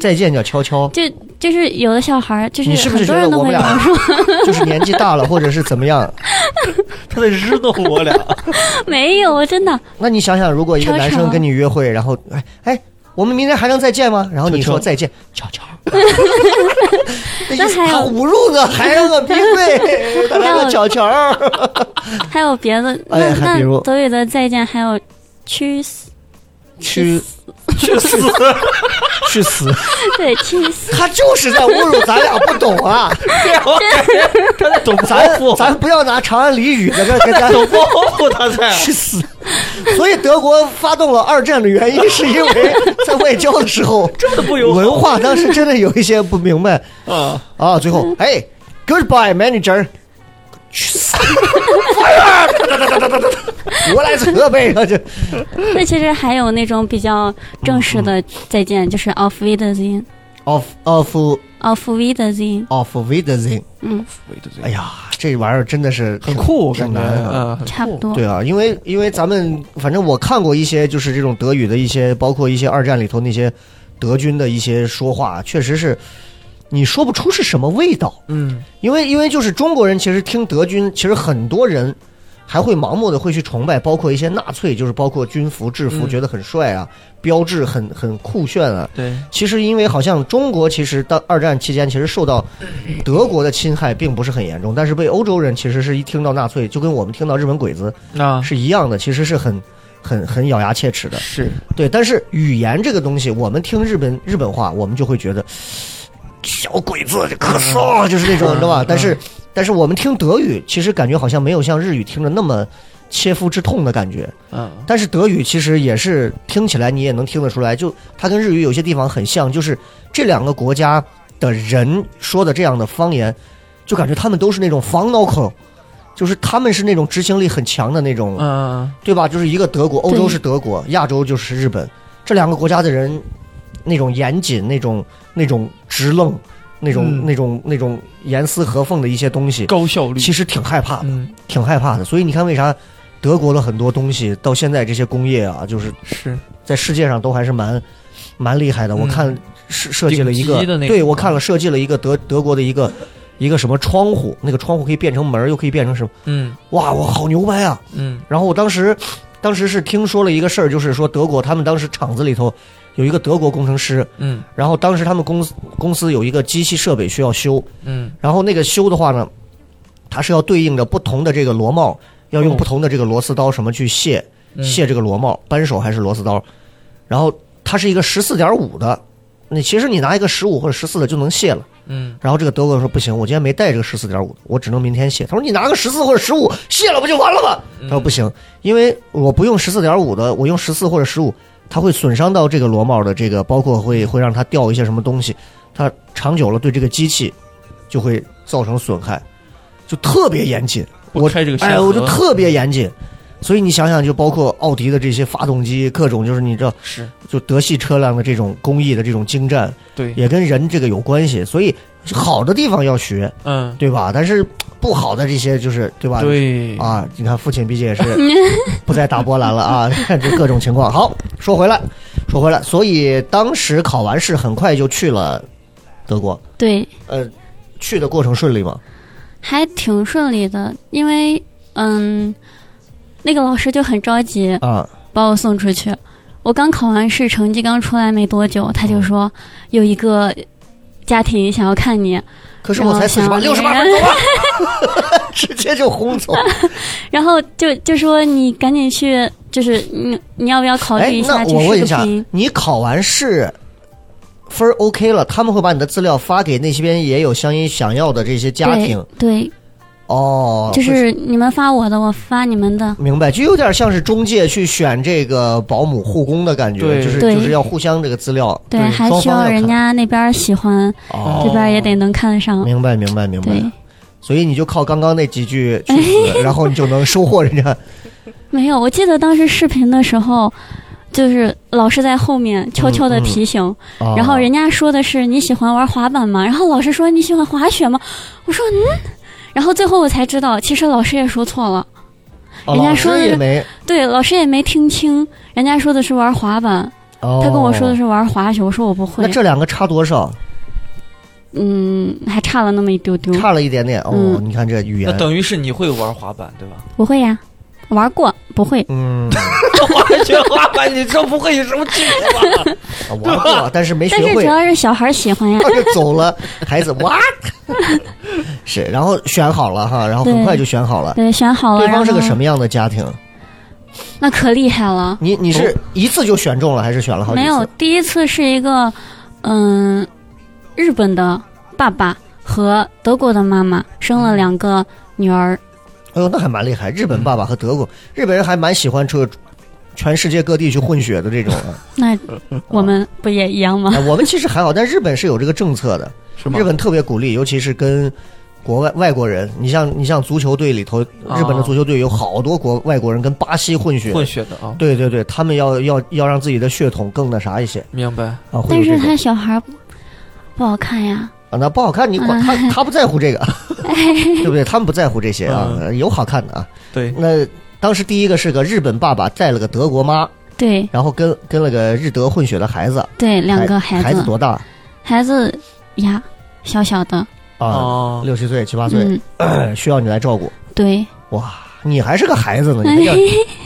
[SPEAKER 3] 再见叫悄悄
[SPEAKER 5] 就就是有的小孩儿，就
[SPEAKER 3] 你是不是
[SPEAKER 5] 很
[SPEAKER 3] 觉
[SPEAKER 5] 多
[SPEAKER 3] 得
[SPEAKER 5] 人都
[SPEAKER 3] 我们
[SPEAKER 5] 会
[SPEAKER 3] 俩
[SPEAKER 5] 描述，
[SPEAKER 3] 就是年纪大了或者是怎么样？
[SPEAKER 4] 他在日 弄我俩。
[SPEAKER 5] 没有，真的
[SPEAKER 3] 那你想想，如果一个
[SPEAKER 5] 悄悄
[SPEAKER 3] 男生跟你约会，然后哎哎，我们明天还能再见吗？然后你
[SPEAKER 4] 悄
[SPEAKER 3] 说
[SPEAKER 4] 悄
[SPEAKER 3] 再见，悄 悄。
[SPEAKER 5] 那还有
[SPEAKER 3] 他侮辱我，还让我闭 嘴，他来个悄悄。
[SPEAKER 5] 还有别的，那、
[SPEAKER 3] 哎还
[SPEAKER 5] 那
[SPEAKER 3] 比如
[SPEAKER 5] 德语的再见还有去死，
[SPEAKER 3] 去
[SPEAKER 4] 去死！
[SPEAKER 3] 去死！
[SPEAKER 5] 对去死，
[SPEAKER 3] 他就是在侮辱咱俩不懂啊！
[SPEAKER 4] 他在懂包
[SPEAKER 3] 咱
[SPEAKER 4] 袱，
[SPEAKER 3] 咱不要拿长安俚语在这跟咱
[SPEAKER 4] 懂包袱，他在
[SPEAKER 3] 去死！所以德国发动了二战的原因，是因为在外交的时候，
[SPEAKER 4] 这不友
[SPEAKER 3] 文化当时真的有一些不明白
[SPEAKER 4] 啊！
[SPEAKER 3] 啊。最后，哎，Goodbye manager，去死！我来自河北，这
[SPEAKER 5] 那其实还有那种比较正式
[SPEAKER 3] 嗯
[SPEAKER 5] 的再见，就是 auf Wiedersehen。
[SPEAKER 3] of of
[SPEAKER 5] Auf Wiedersehen，
[SPEAKER 3] of Wiedersehen。哎呀，这玩意儿真的是
[SPEAKER 4] 很酷，我
[SPEAKER 3] 挺
[SPEAKER 4] 感觉
[SPEAKER 3] 难的。
[SPEAKER 4] 啊，
[SPEAKER 5] 差不多。
[SPEAKER 3] 对啊，因为因为咱们反正我看过一些就是这种德语的一些，包括一些二战里头那些德军的一些说话，确实是你说不出是什么味道。
[SPEAKER 4] 嗯，
[SPEAKER 3] 因为因为就是中国人其实听德军，其实很多人还会盲目的会去崇拜，包括一些纳粹，就是包括军服制服，
[SPEAKER 4] 嗯
[SPEAKER 3] 觉得很帅啊，标志很很酷炫啊。
[SPEAKER 4] 对，
[SPEAKER 3] 其实因为好像中国其实到二战期间，其实受到德国的侵害并不是很严重，但是被欧洲人其实是一听到纳粹，就跟我们听到日本鬼子
[SPEAKER 4] 那
[SPEAKER 3] 是一样的，其实是很。很很咬牙切齿的，
[SPEAKER 4] 是
[SPEAKER 3] 对。但是语言这个东西，我们听日本日本话，我们就会觉得小鬼子这可骚，就是那种，你知道吧
[SPEAKER 4] 嗯？
[SPEAKER 3] 但是但是我们听德语，其实感觉好像没有像日语听着那么切肤之痛的感觉。
[SPEAKER 4] 嗯，
[SPEAKER 3] 但是德语其实也是听起来你也能听得出来，就它跟日语有些地方很像，就是这两个国家的人说的这样的方言，就感觉他们都是那种防脑口。就是他们是那种执行力很强的那种，
[SPEAKER 4] 嗯，
[SPEAKER 3] 对吧？就是一个德国，欧洲
[SPEAKER 5] 对
[SPEAKER 3] 是德国，亚洲就是日本，这两个国家的人，那种严谨、那种那种直愣、那种、
[SPEAKER 4] 嗯
[SPEAKER 3] 那种那种严丝合缝的一些东西，
[SPEAKER 4] 高效率，
[SPEAKER 3] 其实挺害怕的，
[SPEAKER 4] 嗯，
[SPEAKER 3] 挺害怕的。所以你看，为啥德国的很多东西到现在这些工业啊，就是
[SPEAKER 4] 是
[SPEAKER 3] 在世界上都还是蛮蛮厉害的。我
[SPEAKER 4] 嗯
[SPEAKER 3] 看设设计了一
[SPEAKER 4] 顶
[SPEAKER 3] 个，
[SPEAKER 4] 级的那
[SPEAKER 3] 对
[SPEAKER 4] 种
[SPEAKER 3] 我看了设计了一个德德国的一个一个什么窗户，那个窗户可以变成门儿，又可以变成什么？
[SPEAKER 4] 嗯
[SPEAKER 3] 哇，我好牛掰啊！
[SPEAKER 4] 嗯
[SPEAKER 3] 然后我当时当时是听说了一个事儿，就是说德国他们当时厂子里头有一个德国工程师，
[SPEAKER 4] 嗯
[SPEAKER 3] 然后当时他们公司公司有一个机器设备需要修，
[SPEAKER 4] 嗯
[SPEAKER 3] 然后那个修的话呢，它是要对应着不同的这个螺帽，要用
[SPEAKER 4] 哦
[SPEAKER 3] 不同的这个螺丝刀什么去卸
[SPEAKER 4] 嗯，
[SPEAKER 3] 卸这个螺帽，扳手还是螺丝刀，然后它是一个十四点五的。你其实你拿一个十五或者十四的就能卸了，
[SPEAKER 4] 嗯
[SPEAKER 3] 然后这个德国人说不行，我今天没带这个十四点五的，我只能明天卸。他说你拿个十四或者十五卸了不就完了吗？
[SPEAKER 4] 嗯
[SPEAKER 3] 他说不行，因为我不用十四点五的，我用十四或者十五，它会损伤到这个螺帽的这个，包括
[SPEAKER 4] 嗯
[SPEAKER 3] 会会让它掉一些什么东西，它长久了对这个机器就会造成损害，就特别严谨。
[SPEAKER 4] 不
[SPEAKER 3] 我
[SPEAKER 4] 开这个
[SPEAKER 3] 哎，
[SPEAKER 4] 先
[SPEAKER 3] 我就
[SPEAKER 4] 河
[SPEAKER 3] 特别严谨。所以你想想，就包括奥迪的这些发动机，各种就是你这
[SPEAKER 4] 是
[SPEAKER 3] 就德系车辆的这种工艺的这种精湛，
[SPEAKER 4] 对
[SPEAKER 3] 也跟人这个有关系。所以好的地方要学，
[SPEAKER 4] 嗯
[SPEAKER 3] 对吧？但是不好的这些就是对吧？
[SPEAKER 4] 对
[SPEAKER 3] 啊，你看父亲毕竟也是不再打波兰了啊， 就各种情况。好，说回来，说回来，所以当时考完试很快就去了德国，
[SPEAKER 5] 对，
[SPEAKER 3] 呃，去的过程顺利吗？
[SPEAKER 5] 还挺顺利的，因为嗯，那个老师就很着急
[SPEAKER 3] 啊，
[SPEAKER 5] 把我送出去。我刚考完试，成绩刚出来没多久，他就说有一个家庭想要看你，
[SPEAKER 3] 可是我才四十八，
[SPEAKER 5] 然后
[SPEAKER 3] 六十
[SPEAKER 5] 想
[SPEAKER 3] 八
[SPEAKER 5] 连
[SPEAKER 3] 分走了， 直接就轰走。
[SPEAKER 5] 然后就就说你赶紧去，就是你你要不要考虑
[SPEAKER 3] 哎
[SPEAKER 5] 一，
[SPEAKER 3] 那
[SPEAKER 5] 下去
[SPEAKER 3] 我问
[SPEAKER 5] 试
[SPEAKER 3] 一
[SPEAKER 5] 个
[SPEAKER 3] 下
[SPEAKER 5] 拼？，
[SPEAKER 3] 你考完试分儿 OK 了，他们会把你的资料发给那些边也有相应想要的这些家庭
[SPEAKER 5] 对，
[SPEAKER 3] 哦，
[SPEAKER 5] 就
[SPEAKER 3] 会
[SPEAKER 5] 是你们发我的，我发你们的。
[SPEAKER 3] 明白，就有点像是中介去选这个保姆、护工的感觉，
[SPEAKER 4] 对
[SPEAKER 3] 就是
[SPEAKER 5] 对
[SPEAKER 3] 就是要互相这个资料，
[SPEAKER 5] 对，
[SPEAKER 4] 对
[SPEAKER 5] 还
[SPEAKER 3] 双
[SPEAKER 5] 需
[SPEAKER 3] 方要
[SPEAKER 5] 人
[SPEAKER 3] 看
[SPEAKER 5] 家那边儿喜欢，
[SPEAKER 3] 哦，
[SPEAKER 5] 这边儿也得能看得上。
[SPEAKER 3] 明白，明白，哦明白
[SPEAKER 5] 对。，
[SPEAKER 3] 所以你就靠刚刚那几句去死， 然后你就能收获人家。
[SPEAKER 5] 没有，我记得当时视频的时候，就是老师在后面悄悄的
[SPEAKER 3] 嗯
[SPEAKER 5] 提醒，
[SPEAKER 3] 哦
[SPEAKER 5] 然后人家说的是你喜欢玩滑板吗？然后老师说你喜欢滑雪吗？我说嗯，然后最后我才知道，其实老师也说错了，
[SPEAKER 3] 哦
[SPEAKER 5] 人家
[SPEAKER 3] 老师
[SPEAKER 5] 说的
[SPEAKER 3] 也
[SPEAKER 5] 是
[SPEAKER 3] 没，
[SPEAKER 5] 对，老师也没听清，人家说的是玩滑板，
[SPEAKER 3] 哦
[SPEAKER 5] 他跟我说的是玩滑雪，我说我不会
[SPEAKER 3] 那，这两个差多少？
[SPEAKER 5] 嗯，还差了那么一丢丢。
[SPEAKER 3] 差了一点点哦。
[SPEAKER 5] 嗯
[SPEAKER 3] 你看这语
[SPEAKER 4] 那
[SPEAKER 3] 言，
[SPEAKER 4] 等于是你会玩滑板对吧？
[SPEAKER 5] 不会呀，玩过不会，
[SPEAKER 3] 嗯，
[SPEAKER 4] 玩学滑板，你这不会有什么区别吧？
[SPEAKER 3] 啊玩过，但是没学
[SPEAKER 5] 但是主
[SPEAKER 3] 会，
[SPEAKER 5] 要是小孩儿喜欢呀。
[SPEAKER 3] 就 走了。孩子 what？是，然后选好了哈，然后很
[SPEAKER 5] 对
[SPEAKER 3] 快就选好了。
[SPEAKER 5] 对，选好了。
[SPEAKER 3] 对方是个
[SPEAKER 5] 然后
[SPEAKER 3] 什么样的家庭？
[SPEAKER 5] 那可厉害了，
[SPEAKER 3] 你你
[SPEAKER 4] 哦
[SPEAKER 3] 是一次就选中了，还是选了好几
[SPEAKER 5] 没
[SPEAKER 3] 次？
[SPEAKER 5] 有，第一次是一个，嗯，日本的爸爸和德国的妈妈生了两个女儿，
[SPEAKER 3] 哎呦，那还蛮厉害！日本爸爸和德国，日本人还蛮喜欢这个全世界各地去混血的这种啊。
[SPEAKER 5] 那我们不也一样吗？
[SPEAKER 3] 哎我们其实还好，但日本是有这个政策的，
[SPEAKER 4] 是吗
[SPEAKER 3] 日？本特别鼓励，尤其是跟国外外国人。你像你像足球队里头，
[SPEAKER 4] 啊
[SPEAKER 3] 日本的足球队有好多国外国人跟巴西混血。
[SPEAKER 4] 混血的啊，
[SPEAKER 3] 对对对，他们要要要让自己的血统更那啥一些
[SPEAKER 4] 明白。
[SPEAKER 3] 啊，会有
[SPEAKER 5] 但
[SPEAKER 3] 这
[SPEAKER 5] 是
[SPEAKER 3] 种
[SPEAKER 5] 他小孩儿不好看呀，
[SPEAKER 3] 啊，那不好看你管 他，他不在乎这个，对不对？他们不在乎这些啊，
[SPEAKER 4] 嗯
[SPEAKER 3] 呃有好看的啊。
[SPEAKER 4] 对，
[SPEAKER 3] 那当时第一个是个日本爸爸带了个德国妈，
[SPEAKER 5] 对
[SPEAKER 3] 然后跟跟了个日德混血的孩子，
[SPEAKER 5] 对，两个
[SPEAKER 3] 孩
[SPEAKER 5] 孩
[SPEAKER 3] 子多大
[SPEAKER 5] 孩子呀，小小的，
[SPEAKER 3] 啊？
[SPEAKER 4] 哦，
[SPEAKER 3] 六七岁、七八岁，
[SPEAKER 5] 嗯，
[SPEAKER 3] 需要你来照顾。
[SPEAKER 5] 对，
[SPEAKER 3] 哇，你还是个孩子 呢，你这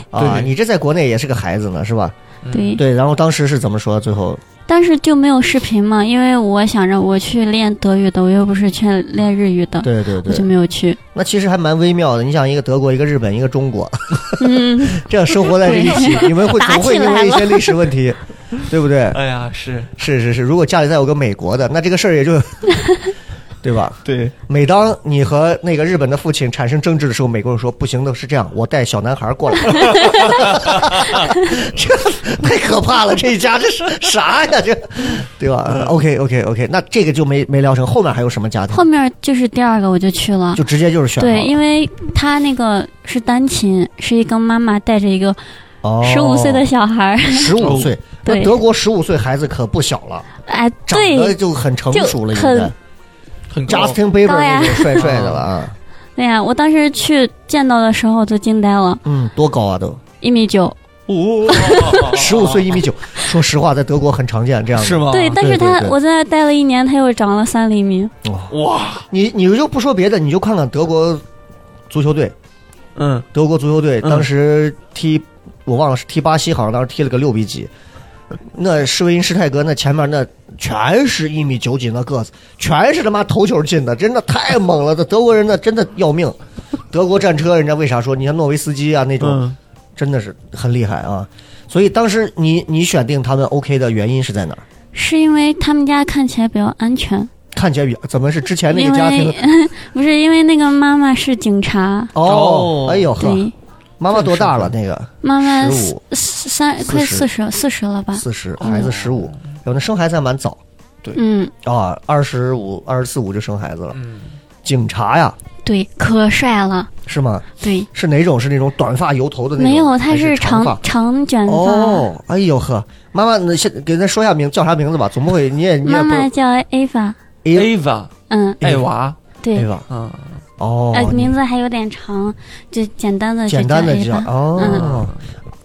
[SPEAKER 3] 啊，
[SPEAKER 4] 对
[SPEAKER 3] 你这在国内也是个孩子呢，是吧？
[SPEAKER 4] 嗯
[SPEAKER 5] 对
[SPEAKER 3] 对，然后当时是怎么说？最后
[SPEAKER 5] 但是就没有视频嘛，因为我想着我去练德语的，我又不是去练日语的，
[SPEAKER 3] 对对
[SPEAKER 5] 我就
[SPEAKER 3] 对，
[SPEAKER 5] 没有去。
[SPEAKER 3] 那其实还蛮微妙的。你想，一个德国，一个日本，一个中国，
[SPEAKER 5] 嗯，
[SPEAKER 3] 这样生活在这一 起，你们会
[SPEAKER 5] 打
[SPEAKER 3] 总会
[SPEAKER 5] 起
[SPEAKER 3] 因
[SPEAKER 5] 来
[SPEAKER 3] 为一
[SPEAKER 5] 了
[SPEAKER 3] 些历史问题，对不对？
[SPEAKER 4] 哎呀，是
[SPEAKER 3] 是是是，如果家里再有个美国的，那这个事儿也就， 对吧？
[SPEAKER 4] 对，
[SPEAKER 3] 每当你和那个日本的父亲产生争执的时候，美国人说不行的，是这样，我带小男孩过来， 这太可怕了，这一家这是啥呀？这对吧？OK OK OK，那这个就没没聊成，后面还有什么家庭
[SPEAKER 5] 后？面就是第二个我就去了，
[SPEAKER 3] 就直接就是选
[SPEAKER 5] 对，因为他那个是单亲，是一个妈妈带着一个
[SPEAKER 3] 哦
[SPEAKER 5] 十五岁的小 孩儿，
[SPEAKER 3] 十五岁，那
[SPEAKER 5] 对
[SPEAKER 3] 德国十五岁孩子可不小了，
[SPEAKER 5] 哎，
[SPEAKER 3] 长得
[SPEAKER 5] 对，
[SPEAKER 3] 就很成熟了，
[SPEAKER 5] 就
[SPEAKER 3] 应该
[SPEAKER 5] 很
[SPEAKER 4] 很高
[SPEAKER 3] Justin Bieber
[SPEAKER 5] 高呀
[SPEAKER 3] 那种帅帅的了啊。
[SPEAKER 5] 对呀、我当时去见到的时候都惊呆了，
[SPEAKER 3] 嗯，多高啊都，
[SPEAKER 5] 一米九。
[SPEAKER 3] 哦
[SPEAKER 4] 五
[SPEAKER 5] 啊
[SPEAKER 3] 十五岁一米九，说实话，在德国很常见这样的。
[SPEAKER 4] 哦是吗？
[SPEAKER 5] 对，但是
[SPEAKER 3] 啊对对
[SPEAKER 5] 他
[SPEAKER 3] 对
[SPEAKER 5] 我在那待了一年，他又长了三厘米。
[SPEAKER 4] 哇，
[SPEAKER 3] 你你就不说别的，你就看看德国足球队，
[SPEAKER 4] 嗯，
[SPEAKER 3] 德国足球队
[SPEAKER 4] 嗯
[SPEAKER 3] 当时踢，我忘了是踢巴西，好像当时踢了个六比几。那施维因施泰格那前面那全是一米九几那个子，全是他妈头球进的，真的太猛了！这德国人那真的要命。德国战车，人家为啥说你像诺维斯基啊那种，
[SPEAKER 4] 嗯，
[SPEAKER 3] 真的是很厉害啊。所以当时你你选定他们 OK 的原因是在哪儿？
[SPEAKER 5] 是因为他们家看起来比较安全，
[SPEAKER 3] 看起来比怎么是之前那
[SPEAKER 5] 因
[SPEAKER 3] 个家庭
[SPEAKER 5] 为不是因为那个妈妈是警察，
[SPEAKER 3] 哦
[SPEAKER 4] 哦？
[SPEAKER 3] 哎呦呵，
[SPEAKER 5] 对，
[SPEAKER 3] 妈妈多大了？那个
[SPEAKER 5] 妈妈
[SPEAKER 3] 十五
[SPEAKER 5] 四哦三快
[SPEAKER 3] 四
[SPEAKER 5] 四十四十了吧？
[SPEAKER 3] 四十，孩子十五，有那生孩子还蛮早
[SPEAKER 5] 嗯，
[SPEAKER 3] 啊，二十五、二十四五就生孩子了。
[SPEAKER 4] 嗯，
[SPEAKER 3] 警察呀，
[SPEAKER 5] 对，可帅了，
[SPEAKER 3] 是吗？
[SPEAKER 5] 对，
[SPEAKER 3] 是哪种？是那种短发油头的那种？
[SPEAKER 5] 没有，
[SPEAKER 3] 还
[SPEAKER 5] 他
[SPEAKER 3] 是
[SPEAKER 5] 长
[SPEAKER 3] 发。
[SPEAKER 5] 长卷发，
[SPEAKER 3] 哦，哎呦呵，妈妈，那先给咱说一下名，叫啥名字吧？总不会你也你也
[SPEAKER 5] 妈
[SPEAKER 3] 不哎
[SPEAKER 5] 妈叫 Ava，
[SPEAKER 4] Ava
[SPEAKER 5] 嗯，
[SPEAKER 4] 艾娃，
[SPEAKER 5] 对
[SPEAKER 3] 对，吧？
[SPEAKER 4] 嗯，
[SPEAKER 3] 哎哦，
[SPEAKER 5] 呃，
[SPEAKER 3] 你
[SPEAKER 5] 名字还有点长，就简单的就
[SPEAKER 3] 简单的
[SPEAKER 5] 叫嗯
[SPEAKER 3] 叫
[SPEAKER 5] Ava，
[SPEAKER 3] 哦，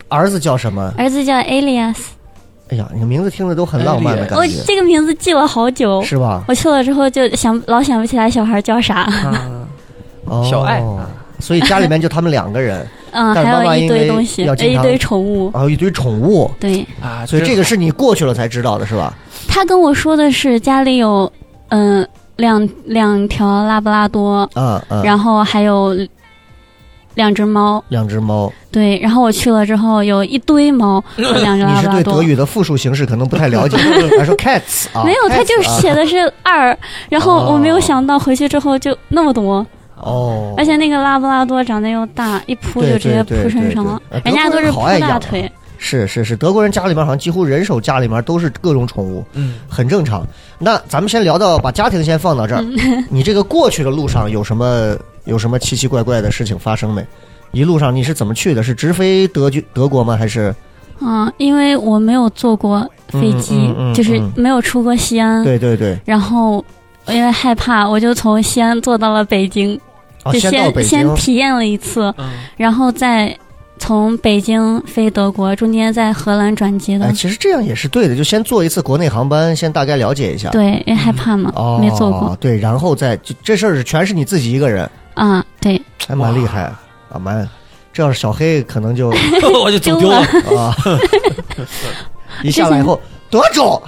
[SPEAKER 3] 儿子叫什么？
[SPEAKER 5] 儿子叫 Alias，
[SPEAKER 3] 哎呀，你的名字听着都很浪漫的
[SPEAKER 4] 哎
[SPEAKER 3] 感
[SPEAKER 5] 我
[SPEAKER 3] 觉，
[SPEAKER 5] 这个名字记了好久，
[SPEAKER 3] 是吧？
[SPEAKER 5] 我去了之后就想老想不起来小孩叫啥，
[SPEAKER 4] 嗯
[SPEAKER 3] 哦，
[SPEAKER 4] 小爱
[SPEAKER 3] 所以家里面就他们两个人，
[SPEAKER 5] 嗯，
[SPEAKER 3] 但是
[SPEAKER 5] 还
[SPEAKER 3] 妈妈
[SPEAKER 5] 有一
[SPEAKER 3] 因为
[SPEAKER 5] 堆东西，
[SPEAKER 3] 要
[SPEAKER 5] 呃
[SPEAKER 3] 经
[SPEAKER 5] 一
[SPEAKER 3] 常
[SPEAKER 5] 堆宠物，
[SPEAKER 3] 然后一堆宠物，
[SPEAKER 5] 对
[SPEAKER 4] 啊，
[SPEAKER 3] 所以
[SPEAKER 4] 真
[SPEAKER 3] 这个是你过去了才知道的，是吧？
[SPEAKER 5] 他跟我说的是家里有，嗯、两两条拉布拉多，
[SPEAKER 3] 嗯嗯，
[SPEAKER 5] 然后还有两只猫，
[SPEAKER 3] 两只猫，
[SPEAKER 5] 对，然后我去了之后有一堆猫 和两只
[SPEAKER 3] 你
[SPEAKER 5] 拉
[SPEAKER 3] 是
[SPEAKER 5] 布拉
[SPEAKER 3] 对
[SPEAKER 5] 多
[SPEAKER 3] 德。语的复数形式可能不太 了解，还说 cats 啊？
[SPEAKER 5] 没有，他
[SPEAKER 3] cats
[SPEAKER 5] 就
[SPEAKER 3] 啊
[SPEAKER 5] 写的是二，然后
[SPEAKER 3] 哦
[SPEAKER 5] 我没有想到回去之后就那么多，
[SPEAKER 3] 哦，
[SPEAKER 5] 而且那个拉布拉多长得又大，一扑
[SPEAKER 3] 对
[SPEAKER 5] 就直接
[SPEAKER 3] 对对
[SPEAKER 5] 扑身上了，
[SPEAKER 3] 对对
[SPEAKER 5] 人家都是扑
[SPEAKER 3] 德国人好爱养
[SPEAKER 5] 大
[SPEAKER 3] 啊
[SPEAKER 5] 腿，
[SPEAKER 3] 是是是，德国人家里面好像几乎人手家里面都是各种宠物，
[SPEAKER 4] 嗯，
[SPEAKER 3] 很正常。那咱们先聊到把家庭先放到这儿，
[SPEAKER 5] 嗯
[SPEAKER 3] 你这个过去的路上有什么有什么奇奇怪怪的事情发生没？一路上你是怎么去的？是直飞德军德国吗？还是
[SPEAKER 5] 嗯，因为我没有坐过飞机，
[SPEAKER 3] 嗯嗯嗯
[SPEAKER 5] 就是
[SPEAKER 3] 嗯
[SPEAKER 5] 没有出过西安，
[SPEAKER 3] 对对对
[SPEAKER 5] 然后因为害怕，我就从西安坐到了北京，
[SPEAKER 3] 啊？
[SPEAKER 5] 就
[SPEAKER 3] 到北
[SPEAKER 5] 先
[SPEAKER 3] 京
[SPEAKER 5] 先体验了一次，
[SPEAKER 4] 嗯
[SPEAKER 5] 然后再从北京飞德国，中间在荷兰转机的。
[SPEAKER 3] 哎，其实这样也是对的，就先坐一次国内航班，先大概了解一下。
[SPEAKER 5] 对，因为害怕嘛，
[SPEAKER 3] 哦，
[SPEAKER 5] 没坐过。
[SPEAKER 3] 对，然后再就这事儿是全是你自己一个人，
[SPEAKER 5] 啊。对，
[SPEAKER 3] 还蛮厉害啊，蛮。这要是小黑，可能就
[SPEAKER 4] 嗯 我就走丢了，
[SPEAKER 3] 啊，一下来以后德州，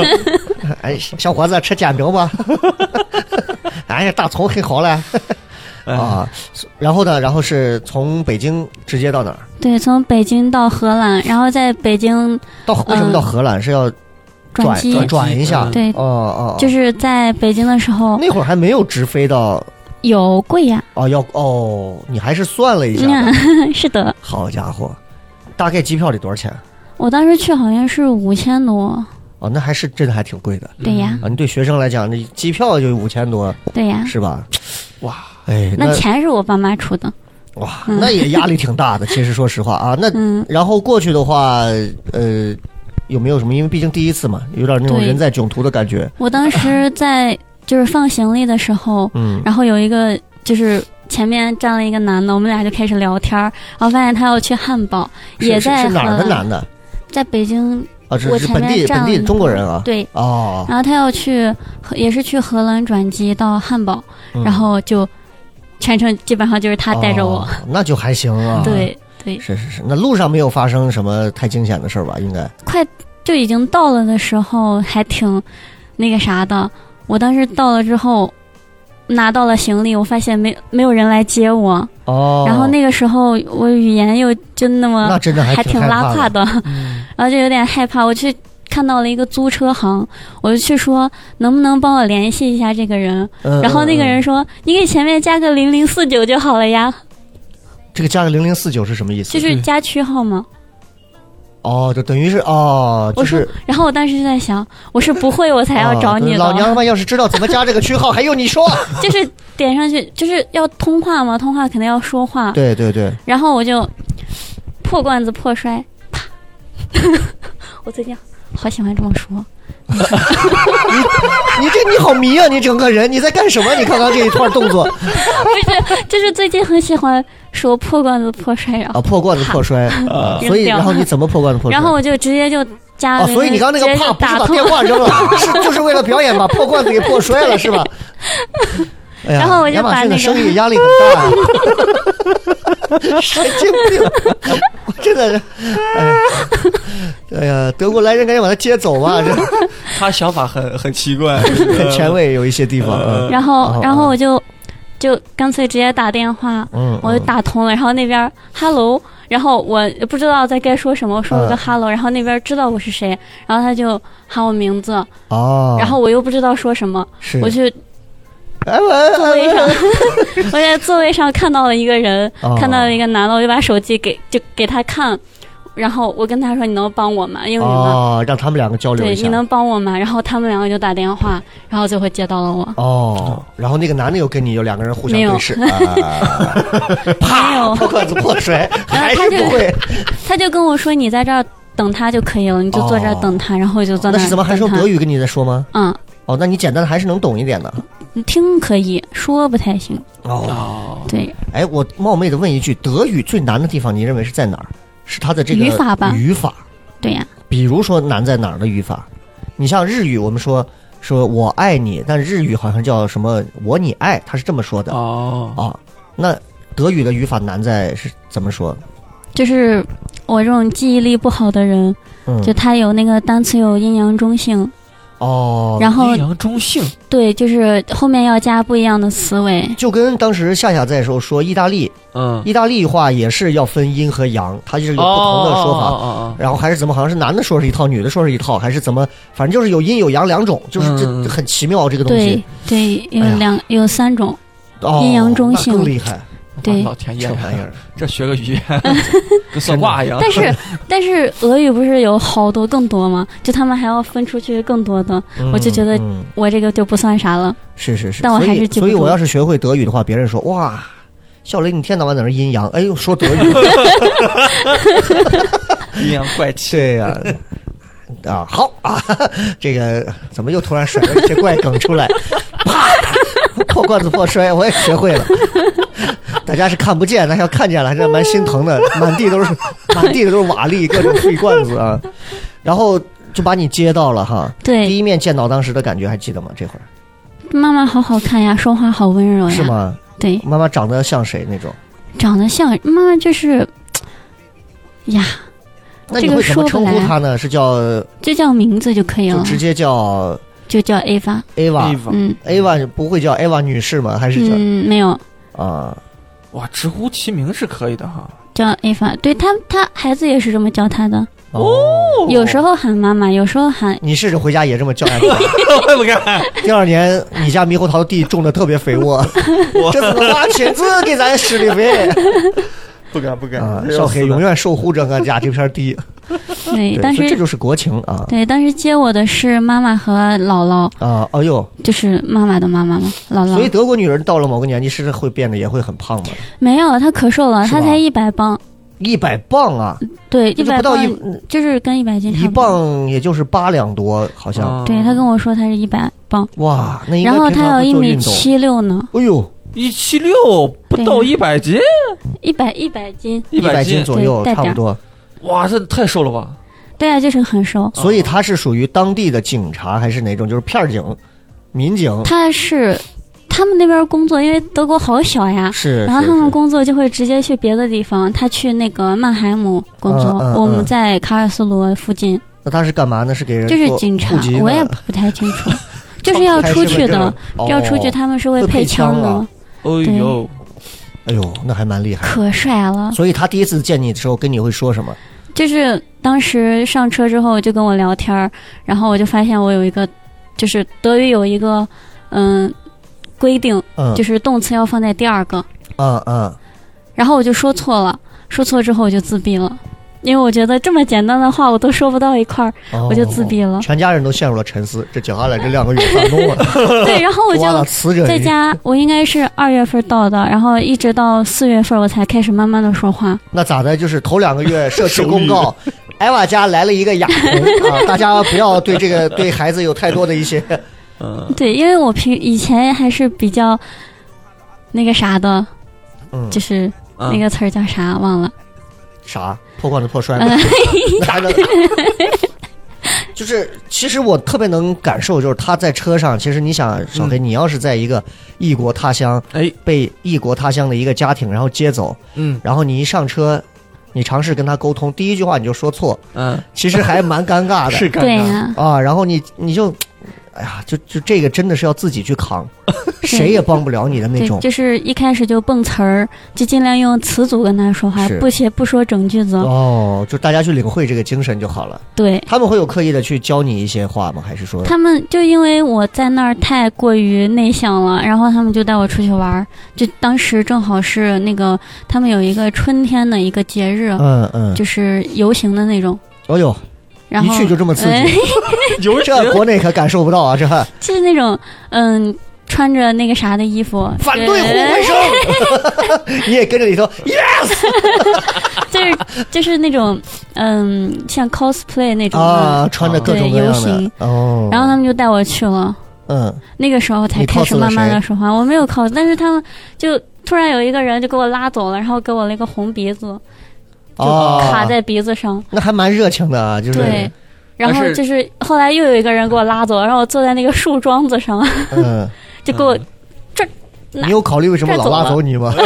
[SPEAKER 3] 哎，小伙子吃煎饼吧？ 哎呀，大葱很好嘞啊。然后呢，然后是从北京直接到哪儿？
[SPEAKER 5] 对，从北京到荷兰，然后在北京
[SPEAKER 3] 到为什么
[SPEAKER 5] 嗯
[SPEAKER 3] 到荷兰是要
[SPEAKER 5] 转机，
[SPEAKER 3] 转转一下？
[SPEAKER 4] 嗯
[SPEAKER 5] 对
[SPEAKER 3] 哦哦，哦
[SPEAKER 5] 就是在北京的时候
[SPEAKER 3] 那会儿还没有直飞到
[SPEAKER 5] 有贵呀，
[SPEAKER 3] 哦，要哦，你还是算了一下的，
[SPEAKER 5] 嗯， 是的，
[SPEAKER 3] 好家伙，大概机票得多少钱？
[SPEAKER 5] 我当时去好像是五千多，
[SPEAKER 3] 哦，那还是真的还挺贵的
[SPEAKER 5] 对呀，
[SPEAKER 3] 啊！你对学生来讲，那机票就五千多，
[SPEAKER 5] 对呀，
[SPEAKER 3] 是吧？
[SPEAKER 4] 嗯哇，
[SPEAKER 3] 哎，
[SPEAKER 5] 那
[SPEAKER 3] 嗯那
[SPEAKER 5] 钱嗯是我爸妈出的，
[SPEAKER 3] 哇，那也压力挺 大的。其实说实话啊，那
[SPEAKER 5] 嗯，
[SPEAKER 3] 然后过去的话，呃，有没有什么？因为毕竟第一次嘛，有点那种
[SPEAKER 5] 对
[SPEAKER 3] 人在囧途的感觉。
[SPEAKER 5] 我当时在就是放行李的时候，
[SPEAKER 3] 嗯，
[SPEAKER 5] 然后有一个就是前面站了一个男的，我们俩就开始聊天儿，然后发现他要去汉堡，
[SPEAKER 3] 是
[SPEAKER 5] 也
[SPEAKER 3] 是
[SPEAKER 5] 在
[SPEAKER 3] 是哪儿
[SPEAKER 5] 荷
[SPEAKER 3] 的
[SPEAKER 5] 兰
[SPEAKER 3] 男的
[SPEAKER 5] 在北京，
[SPEAKER 3] 啊？这
[SPEAKER 5] 我
[SPEAKER 3] 是
[SPEAKER 5] 前
[SPEAKER 3] 本地
[SPEAKER 5] 面站
[SPEAKER 3] 本
[SPEAKER 5] 了
[SPEAKER 3] 地
[SPEAKER 5] 一个
[SPEAKER 3] 中国人啊？
[SPEAKER 5] 对，嗯
[SPEAKER 3] 哦，
[SPEAKER 5] 然后他要去荷也是去荷兰转机到汉堡，
[SPEAKER 3] 嗯
[SPEAKER 5] 然后就全程基本上就是他带着我，
[SPEAKER 3] 哦，那就还行啊。，
[SPEAKER 5] 对对，
[SPEAKER 3] 是是是。那路上没有发生什么太惊险的事儿吧？应该。
[SPEAKER 5] 快就已经到了的时候还挺那个啥的，我当时到了之后。拿到了行李，我发现没没有人来接我，
[SPEAKER 3] 哦，
[SPEAKER 5] 然后那个时候我语言又就那么
[SPEAKER 3] 那真的还
[SPEAKER 5] 还
[SPEAKER 3] 挺
[SPEAKER 5] 挺
[SPEAKER 3] 害
[SPEAKER 5] 拉
[SPEAKER 3] 怕
[SPEAKER 5] 胯的，
[SPEAKER 4] 嗯
[SPEAKER 5] 然后就有点害怕。我去看到了一个租车行，我就去说能不能帮我联系一下这个人。
[SPEAKER 3] 嗯
[SPEAKER 5] 然后那个人
[SPEAKER 3] 嗯嗯
[SPEAKER 5] 说：“你给前面加个零零四九就好了呀，
[SPEAKER 3] 这个加个零零四九是什么意思？
[SPEAKER 5] 就是加区号 嘛。
[SPEAKER 3] 哦，就等于是哦，就
[SPEAKER 5] 我说
[SPEAKER 3] 是”
[SPEAKER 5] 然后我当时就在想，我是不会我才要
[SPEAKER 3] 哦
[SPEAKER 5] 找你
[SPEAKER 3] 老娘他
[SPEAKER 5] 的，
[SPEAKER 3] 妈要是知道怎么加这个区号，还用你说？
[SPEAKER 5] 就是点上去就是要通话嘛，通话肯定要说话。
[SPEAKER 3] 对对对，
[SPEAKER 5] 然后我就 破罐子破摔，啪！我最近好喜欢这么说，
[SPEAKER 3] 你这你好迷啊！你整个人你在干什么？你刚刚这一串动作
[SPEAKER 5] 不是，就是最近很喜欢说破罐子破摔，然
[SPEAKER 3] 啊，
[SPEAKER 5] 后
[SPEAKER 3] 破罐子破 摔，
[SPEAKER 5] 啊
[SPEAKER 3] 所以
[SPEAKER 5] 扔掉
[SPEAKER 3] 然后你怎么破罐子破摔？
[SPEAKER 5] 然后我就直接就加
[SPEAKER 3] 啊，
[SPEAKER 5] 了一个、
[SPEAKER 3] 所以你刚刚那个
[SPEAKER 5] 直接
[SPEAKER 3] 怕
[SPEAKER 5] 就
[SPEAKER 3] 不是
[SPEAKER 5] 打
[SPEAKER 3] 把
[SPEAKER 5] 通
[SPEAKER 3] 电话扔 了，是就是为了表演把破罐子给破摔了是吧？哎呀，
[SPEAKER 5] 然后我就
[SPEAKER 3] 亚马
[SPEAKER 5] 把
[SPEAKER 3] 逊的
[SPEAKER 5] 那个
[SPEAKER 3] 生意压力很大啊， 神经病，我真的是，哎呀，哎呀，德国来人赶紧把他接走吧，这
[SPEAKER 4] 他想法很很奇怪，
[SPEAKER 3] 很前卫有一些地方，嗯
[SPEAKER 5] 然
[SPEAKER 3] 哦
[SPEAKER 5] 后
[SPEAKER 3] 哦
[SPEAKER 5] 然后我就就干脆直接打电话，
[SPEAKER 3] 嗯，
[SPEAKER 5] 我就打通了，然后那边 hello，然后我不知道在该说什么，我说了个
[SPEAKER 3] 嗯
[SPEAKER 5] hello，、然后那边知道我是谁，然后他就喊我名字，
[SPEAKER 3] 哦，
[SPEAKER 5] 然后我又不知道说什么，
[SPEAKER 3] 是
[SPEAKER 5] 我去
[SPEAKER 3] 哎我
[SPEAKER 5] 座位 上，我在座位上看到了一个人，
[SPEAKER 3] 哦
[SPEAKER 5] 看到了一个男的，我就把手机给就给他看，然后我跟他说你能帮我吗？英语吗？
[SPEAKER 3] 哦，让他们两个交流
[SPEAKER 5] 对，
[SPEAKER 3] 一
[SPEAKER 5] 你
[SPEAKER 3] 下。
[SPEAKER 5] 能帮我吗？然后他们两个就打电 话，然后最后接到了我。
[SPEAKER 3] 哦，然后那个男的又跟你有两个人互相
[SPEAKER 5] 没有
[SPEAKER 3] 对视， 啊
[SPEAKER 5] 没有
[SPEAKER 3] 破罐子破 摔，还是
[SPEAKER 5] 他就
[SPEAKER 3] 不会。
[SPEAKER 5] 哎他就跟我说你在这儿等他就可以了，你就坐这儿等他，然后我就坐那
[SPEAKER 3] 那
[SPEAKER 5] 儿。
[SPEAKER 3] 是怎么还是用德？语跟你在说吗？
[SPEAKER 5] 嗯，
[SPEAKER 3] 哦，那你简单的还是能懂一点的。
[SPEAKER 5] 你听可以说不太行。
[SPEAKER 4] Oh.
[SPEAKER 3] 哦，
[SPEAKER 4] 哦，
[SPEAKER 5] 对，
[SPEAKER 3] 哎，我冒昧的问一句，德语最难的地方你认为是在哪儿？是它的这个
[SPEAKER 5] 语法吧
[SPEAKER 3] 语法，
[SPEAKER 5] 对呀、
[SPEAKER 3] 比如说难在哪儿的语法？你像日语，我们说说我爱你，但日语好像叫什么我你爱，它是这么说的啊、
[SPEAKER 4] 哦，
[SPEAKER 3] 那德语的语法难在是怎么说？
[SPEAKER 5] 就是我这种记忆力不好的人，
[SPEAKER 3] 嗯，
[SPEAKER 5] 就他有那个单词有阴阳中性，
[SPEAKER 3] 哦，
[SPEAKER 5] 然后
[SPEAKER 4] 阴阳中性，
[SPEAKER 5] 对，就是后面要加不一样的词尾。
[SPEAKER 3] 就跟当时夏夏在时候说意大利，
[SPEAKER 4] 嗯，
[SPEAKER 3] 意大利话也是要分阴和阳，它就是有不同的说法。
[SPEAKER 4] 哦哦哦哦
[SPEAKER 3] 然后还是怎么？好像是男的说是一套，女的说是一套，还是怎么？反正就是有阴有阳两种，就是这、
[SPEAKER 4] 嗯
[SPEAKER 3] 很奇妙这个东
[SPEAKER 5] 对
[SPEAKER 3] 西。
[SPEAKER 5] 对，有
[SPEAKER 3] 哎呀
[SPEAKER 5] 两、有 三种，
[SPEAKER 3] 哦，
[SPEAKER 5] 阴阳中性
[SPEAKER 3] 那更厉害，
[SPEAKER 4] 哦
[SPEAKER 5] 对
[SPEAKER 4] 老天爷
[SPEAKER 3] 这，玩意儿
[SPEAKER 4] 这学个语言跟算卦一样。
[SPEAKER 5] 但是但是俄语不是有好多更多吗？就他们还要分出去更多的，我就觉得
[SPEAKER 3] 嗯嗯
[SPEAKER 5] 我这个就不算啥了。
[SPEAKER 3] 是是是。
[SPEAKER 5] 但我还是
[SPEAKER 3] 所以
[SPEAKER 5] 记不
[SPEAKER 3] 所以
[SPEAKER 5] 住
[SPEAKER 3] 我要是学会德语的话，别人说哇，笑雷你天到晚在那阴阳，哎呦说德语，
[SPEAKER 4] 阴阳怪气，
[SPEAKER 3] 对呀、啊，好啊，这个怎么又突然甩了一些怪梗出来？啪，破罐子破摔，我也学会了。大家是看不见，但是要看见了，还是蛮心疼的，满地都是满地都是瓦砾，各种碎罐子啊。然后就把你接到了哈，第
[SPEAKER 5] 对，
[SPEAKER 3] 一面见到当时的感觉还记得吗？这会儿
[SPEAKER 5] 妈妈好好看呀，说话好温柔
[SPEAKER 3] 是
[SPEAKER 5] 哦呀。
[SPEAKER 3] 吗？
[SPEAKER 5] 对，
[SPEAKER 3] 妈妈长得像谁那种？
[SPEAKER 5] 长得像妈妈就是，呀，
[SPEAKER 3] 那你会怎么称呼她呢？是叫
[SPEAKER 5] 就叫名字就可以
[SPEAKER 3] 就
[SPEAKER 5] 了，
[SPEAKER 3] 直接叫
[SPEAKER 5] 就叫 Ava。
[SPEAKER 4] 地
[SPEAKER 3] Ava？Ava
[SPEAKER 4] 方
[SPEAKER 5] 嗯
[SPEAKER 3] Ava 不会叫 Ava 女士吗？还是叫
[SPEAKER 5] 嗯，没有
[SPEAKER 3] 啊？
[SPEAKER 4] 哇，直呼其名是可以的哈。
[SPEAKER 5] 叫 Ava。对他，他孩子也是这么叫他的，
[SPEAKER 3] 哦，
[SPEAKER 5] 有时候喊妈妈，有时候喊
[SPEAKER 3] 你试着回家也这么叫孩 子吧。
[SPEAKER 4] 哦 我不敢，
[SPEAKER 3] 第二年，你家猕猴桃地种的特别肥 沃，这怎么花亲自给咱施的肥
[SPEAKER 4] 不敢，不敢
[SPEAKER 3] 啊！少黑永远守护着俺家这片地，
[SPEAKER 5] 对，
[SPEAKER 3] 对
[SPEAKER 5] 但
[SPEAKER 3] 所以这
[SPEAKER 5] 是
[SPEAKER 3] 就是国情啊
[SPEAKER 5] 对，当时接我的是妈妈和姥姥，
[SPEAKER 3] 啊！哎呦，
[SPEAKER 5] 就是妈妈的妈妈嘛，姥
[SPEAKER 3] 所以
[SPEAKER 5] 姥。
[SPEAKER 3] 德国女人到了某个年纪，是会变得也会很胖吗？
[SPEAKER 5] 没有，她可瘦了，
[SPEAKER 3] 是吧
[SPEAKER 5] 她才一百磅，
[SPEAKER 3] 一百磅啊，
[SPEAKER 5] 对，
[SPEAKER 3] 这
[SPEAKER 5] 一
[SPEAKER 3] 就
[SPEAKER 5] 百
[SPEAKER 3] 不到
[SPEAKER 5] 磅
[SPEAKER 3] 一
[SPEAKER 5] 就是跟一百斤
[SPEAKER 3] 一
[SPEAKER 5] 差不多。
[SPEAKER 3] 磅，也就是八两多，好像
[SPEAKER 4] 哦
[SPEAKER 5] 对她跟我说她是一百磅，
[SPEAKER 3] 哇，那应该
[SPEAKER 5] 嗯然后
[SPEAKER 3] 平常
[SPEAKER 5] 她有
[SPEAKER 3] 会
[SPEAKER 5] 一
[SPEAKER 3] 做
[SPEAKER 5] 米
[SPEAKER 3] 运动。
[SPEAKER 5] 七六呢，
[SPEAKER 3] 哎呦，
[SPEAKER 4] 一七六不到
[SPEAKER 5] 对
[SPEAKER 4] 一百斤，
[SPEAKER 5] 一百一百斤。
[SPEAKER 4] 一
[SPEAKER 3] 百斤
[SPEAKER 4] 斤，
[SPEAKER 3] 左右，
[SPEAKER 5] 对带
[SPEAKER 3] 差
[SPEAKER 5] 点
[SPEAKER 3] 不
[SPEAKER 5] 儿
[SPEAKER 3] 多。
[SPEAKER 4] 哇，这太瘦了吧？
[SPEAKER 5] 对啊，就是很瘦。
[SPEAKER 3] 所以她是属于当地的警察，还是哪种？就是片儿警、民警？
[SPEAKER 5] 她是他们那边工作，因为德国好小呀，
[SPEAKER 3] 是。
[SPEAKER 5] 然后
[SPEAKER 3] 是
[SPEAKER 5] 他
[SPEAKER 3] 是
[SPEAKER 5] 们工作就会直接去别的地方，他去那个曼海姆工作，
[SPEAKER 3] 嗯嗯
[SPEAKER 5] 我们
[SPEAKER 3] 嗯
[SPEAKER 5] 在卡尔斯罗附近，
[SPEAKER 3] 那他是干嘛呢？是给人
[SPEAKER 5] 就是
[SPEAKER 3] 做
[SPEAKER 5] 警察
[SPEAKER 3] 户籍，呢
[SPEAKER 5] 我也不太清 楚，就是要
[SPEAKER 3] 开身
[SPEAKER 5] 出
[SPEAKER 3] 份
[SPEAKER 5] 去
[SPEAKER 3] 证
[SPEAKER 5] 的，
[SPEAKER 3] 哦
[SPEAKER 5] 要出去他们是会
[SPEAKER 3] 会配
[SPEAKER 5] 配
[SPEAKER 3] 枪
[SPEAKER 5] 的，
[SPEAKER 3] 啊
[SPEAKER 4] 哎呦，
[SPEAKER 3] 哎呦，那还蛮厉害。
[SPEAKER 5] 可帅了。
[SPEAKER 3] 所以他第一次见你的时候，跟你会说什么？
[SPEAKER 5] 就是当时上车之后就跟我聊天儿，然后我就发现我有一个，就是德语有一个嗯规定，
[SPEAKER 3] 嗯，
[SPEAKER 5] 就是动词要放在第二个，
[SPEAKER 3] 嗯嗯，
[SPEAKER 5] 然后我就说错了，说错之后我就自闭了。因为我觉得这么简单的话我都说不到一块儿，
[SPEAKER 3] 哦
[SPEAKER 5] 我就自 闭了
[SPEAKER 3] 全家人都陷入了沉思。这接下来这两 个月反弄啊，
[SPEAKER 5] 对，然后我
[SPEAKER 3] 抓了
[SPEAKER 5] 就
[SPEAKER 3] 词者
[SPEAKER 5] 在家，我应该是二月份到的，然后一直到四月份我才开始慢慢的说话。
[SPEAKER 3] 那咋的？就是头两个月社区公告，艾娃家来了一个哑童啊，大家不要对这个对孩子有太多的一些
[SPEAKER 4] 嗯，
[SPEAKER 5] 对，因为我平以前还是比较那个啥的，
[SPEAKER 3] 嗯
[SPEAKER 5] 就是那个词儿叫啥忘了，
[SPEAKER 3] 啥破罐子破摔
[SPEAKER 5] 嗯
[SPEAKER 3] 的， 拿着。就是，其实我特别能感受，就是他在车上。其实你想，小黑，你要是在一个异国他乡，
[SPEAKER 4] 哎，
[SPEAKER 3] 被异国他乡的一个家庭然后接走，
[SPEAKER 4] 嗯
[SPEAKER 3] 然后你一上车，你尝试跟他沟通，第一句话你就说错，
[SPEAKER 4] 嗯，
[SPEAKER 3] 其实还蛮尴尬的。
[SPEAKER 4] 是尴
[SPEAKER 5] 对
[SPEAKER 4] 尬，
[SPEAKER 5] 呀、
[SPEAKER 3] 啊，然后你你就，哎呀，就就这个真的是要自己去扛，谁也帮不了你的那
[SPEAKER 5] 对，
[SPEAKER 3] 种。
[SPEAKER 5] 就是一开始就蹦词儿，就尽量用词组跟他说话
[SPEAKER 3] 是，
[SPEAKER 5] 不写不说整句子。
[SPEAKER 3] 哦，就大家去领会这个精神就好了。
[SPEAKER 5] 对
[SPEAKER 3] 他们会有刻意的去教你一些话吗？还是说，
[SPEAKER 5] 他们，就因为我在那儿太过于内向了，然后他们就带我出去玩儿。就当时正好是那个他们有一个春天的一个节日，
[SPEAKER 3] 嗯嗯，
[SPEAKER 5] 啊就是游行的那种。
[SPEAKER 3] 哦呦，
[SPEAKER 5] 然
[SPEAKER 3] 一
[SPEAKER 5] 后
[SPEAKER 3] 去就这么刺
[SPEAKER 5] 哎
[SPEAKER 3] 激，
[SPEAKER 4] 有
[SPEAKER 3] 这国内可感受不到 啊！这还
[SPEAKER 5] 就是那种嗯，穿着那个啥的衣服，
[SPEAKER 3] 反对互
[SPEAKER 5] 呃
[SPEAKER 3] 惠生， 你也跟着里头，yes
[SPEAKER 5] 就是就是那种嗯，像 cosplay 那种的。
[SPEAKER 3] 啊，穿着各种各
[SPEAKER 5] 嗯对游
[SPEAKER 3] 样的
[SPEAKER 5] 行
[SPEAKER 3] 哦。
[SPEAKER 5] 然后他们就带我去了，
[SPEAKER 3] 嗯，
[SPEAKER 5] 那个时候才
[SPEAKER 3] 你
[SPEAKER 5] 开始
[SPEAKER 3] cos 了
[SPEAKER 5] 慢慢的
[SPEAKER 3] 谁
[SPEAKER 5] 说话。我没有 cos，但是他们就突然有一个人就给我拉走了，然后给我了一个红鼻子，就
[SPEAKER 3] 哦，
[SPEAKER 5] 卡在鼻子上。
[SPEAKER 3] 那还蛮热情的啊，就是
[SPEAKER 5] 对，然后
[SPEAKER 4] 而是
[SPEAKER 5] 就是后来又有一个人给我拉走，然后我坐在那个树桩子上，
[SPEAKER 3] 嗯，
[SPEAKER 5] 就给我、
[SPEAKER 3] 你有考虑为什么老拉走 你吗？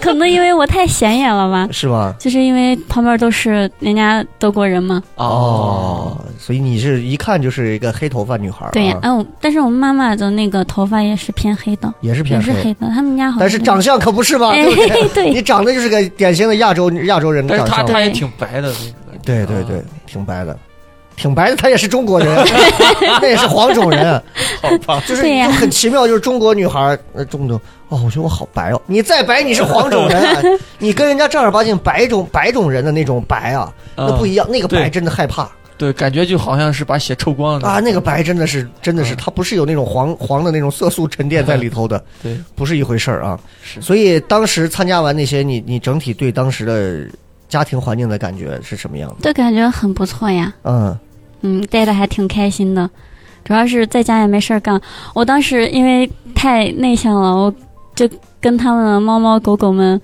[SPEAKER 5] 可能因为我太显眼了吧，
[SPEAKER 3] 是吧？
[SPEAKER 5] 就是因为旁边都是人家德国人嘛。
[SPEAKER 3] 哦，所以你是一看就是一个黑头发女孩儿、啊，
[SPEAKER 5] 对呀、哎，我但是我妈妈的那个头发也是偏黑的，
[SPEAKER 3] 也是
[SPEAKER 5] 也
[SPEAKER 3] 偏
[SPEAKER 5] 是黑的，他们家好像
[SPEAKER 3] 但是长相可不是嘛，
[SPEAKER 5] 哎
[SPEAKER 3] 对不对？
[SPEAKER 5] 对
[SPEAKER 3] 你长得就是个典型的亚洲亚洲人的
[SPEAKER 4] 但是
[SPEAKER 3] 长
[SPEAKER 4] 他
[SPEAKER 3] 相，
[SPEAKER 4] 他也
[SPEAKER 5] 对
[SPEAKER 4] 挺白的那种感觉，
[SPEAKER 3] 对对对
[SPEAKER 4] 啊，，
[SPEAKER 3] 挺白的，挺白的，他也是中 国人，那也是黄种人，
[SPEAKER 4] 好吧，
[SPEAKER 3] 就是
[SPEAKER 5] 对呀
[SPEAKER 3] 就很奇妙，就是中国女孩儿，呃，中国哦，我觉得我好白哦，你再白你是黄种人、 啊，你跟人家正儿八经白种白种人的那种白啊， 那不一
[SPEAKER 4] 样，
[SPEAKER 3] 样，那个白
[SPEAKER 4] 对
[SPEAKER 3] 真的害怕。
[SPEAKER 4] 嗯对，感觉就好像是把血抽光了
[SPEAKER 3] 啊，那个白真的是，真的是，
[SPEAKER 4] 嗯
[SPEAKER 3] 它不是有那种黄黄的那种色素沉淀在里头的，
[SPEAKER 4] 对，
[SPEAKER 3] 不是一回事儿啊。
[SPEAKER 4] 是
[SPEAKER 3] 所以当时参加完那些，你你整体对当时的家庭环境的感觉是什么样的？
[SPEAKER 5] 就感觉很不错呀。
[SPEAKER 3] 嗯，
[SPEAKER 5] 嗯，待的还挺开心的，主要是在家也没事儿干。我当时因为太内向了，我就跟他们的猫猫狗狗们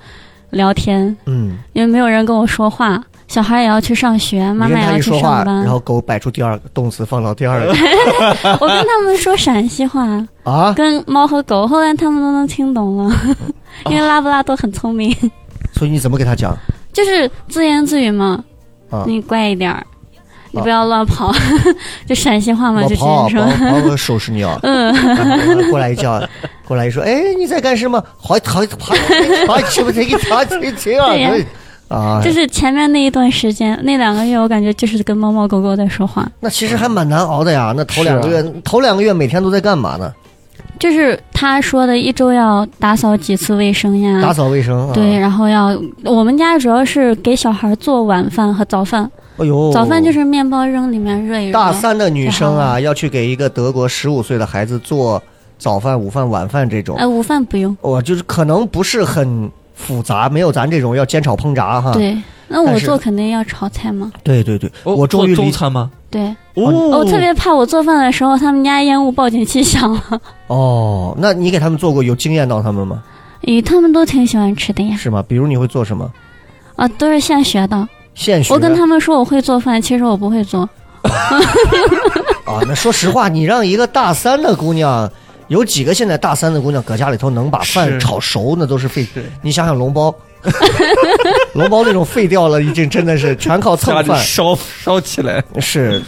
[SPEAKER 5] 聊天，
[SPEAKER 3] 嗯，
[SPEAKER 5] 因为没有人跟我说话。小孩也要去上学，妈
[SPEAKER 3] 你跟
[SPEAKER 5] 妈也
[SPEAKER 3] 他
[SPEAKER 5] 要
[SPEAKER 3] 一
[SPEAKER 5] 去
[SPEAKER 3] 说话，
[SPEAKER 5] 上班
[SPEAKER 3] 然。后狗摆出第二个动词，放到第二 个
[SPEAKER 5] 我跟他们说陕西 话，
[SPEAKER 3] 啊，
[SPEAKER 5] 跟猫和狗，后来他们都能听懂了，
[SPEAKER 3] 哦
[SPEAKER 5] 因为拉布拉多很聪明，
[SPEAKER 3] 所以你怎么给他讲
[SPEAKER 5] 就是自言自语嘛。
[SPEAKER 3] 啊？
[SPEAKER 5] 你乖一点儿，你不要乱跑， 就陕西话
[SPEAKER 3] 我
[SPEAKER 5] 嘛，就这
[SPEAKER 3] 哦跑
[SPEAKER 5] 样
[SPEAKER 3] 啊，
[SPEAKER 5] 说。
[SPEAKER 3] 跑跑，我收拾 你啊！嗯，过来一叫，过来一说，哎，你在干什么？好，好，好，好，吃不这个，好，这个，这
[SPEAKER 5] 对呀
[SPEAKER 3] 个，啊，
[SPEAKER 5] 就是前面那一段时间，那两个月，我感觉就是跟猫猫狗狗在说话，
[SPEAKER 3] 那其实还蛮难熬的呀。那头
[SPEAKER 4] 是啊
[SPEAKER 3] 两个月，头两个月每天都在干嘛呢？
[SPEAKER 5] 就是他说的一周要打扫几次卫生
[SPEAKER 3] 打
[SPEAKER 5] 呀，
[SPEAKER 3] 扫卫生。啊、
[SPEAKER 5] 嗯对，，然后要我们家主要是给小孩做晚饭和早饭，
[SPEAKER 3] 哎呦，
[SPEAKER 5] 早饭就是面包扔里面热一热，
[SPEAKER 3] 大三的女生
[SPEAKER 5] 太好
[SPEAKER 3] 啊，要去给一个德国十五岁的孩子做早饭、午饭、晚饭这种，
[SPEAKER 5] 哎，午饭不用，
[SPEAKER 3] 我、就是可能不是很复杂，没有咱这种要煎炒烹炸哈。
[SPEAKER 5] 对，那
[SPEAKER 3] 啊但
[SPEAKER 5] 我
[SPEAKER 3] 是
[SPEAKER 5] 做肯定要炒菜嘛，
[SPEAKER 3] 对对对，
[SPEAKER 4] 哦
[SPEAKER 3] 我终于
[SPEAKER 4] 做
[SPEAKER 3] 理
[SPEAKER 4] 中餐吗？
[SPEAKER 5] 对，
[SPEAKER 4] 哦
[SPEAKER 5] 我特别怕我做饭的时候他们家烟雾报警器响了，
[SPEAKER 3] 哦，那你给他们做过有惊艳到他们吗？
[SPEAKER 5] 咦，他们都挺喜欢吃的呀，
[SPEAKER 3] 是吗？比如你会做什么？
[SPEAKER 5] 啊，都是现学的，
[SPEAKER 3] 现学
[SPEAKER 5] 我跟他们说我会做饭，其实我不会做，
[SPEAKER 3] 啊，那说实话，你让一个大三的姑娘，有几个现在大三的姑娘搁家里头能把饭
[SPEAKER 4] 是
[SPEAKER 3] 炒熟，那都是费
[SPEAKER 4] 是。
[SPEAKER 3] 你想想笼包， 笼包那种废掉了，已经真的是全靠蹭
[SPEAKER 4] 家里
[SPEAKER 3] 饭。
[SPEAKER 4] 烧烧起来，
[SPEAKER 3] 是，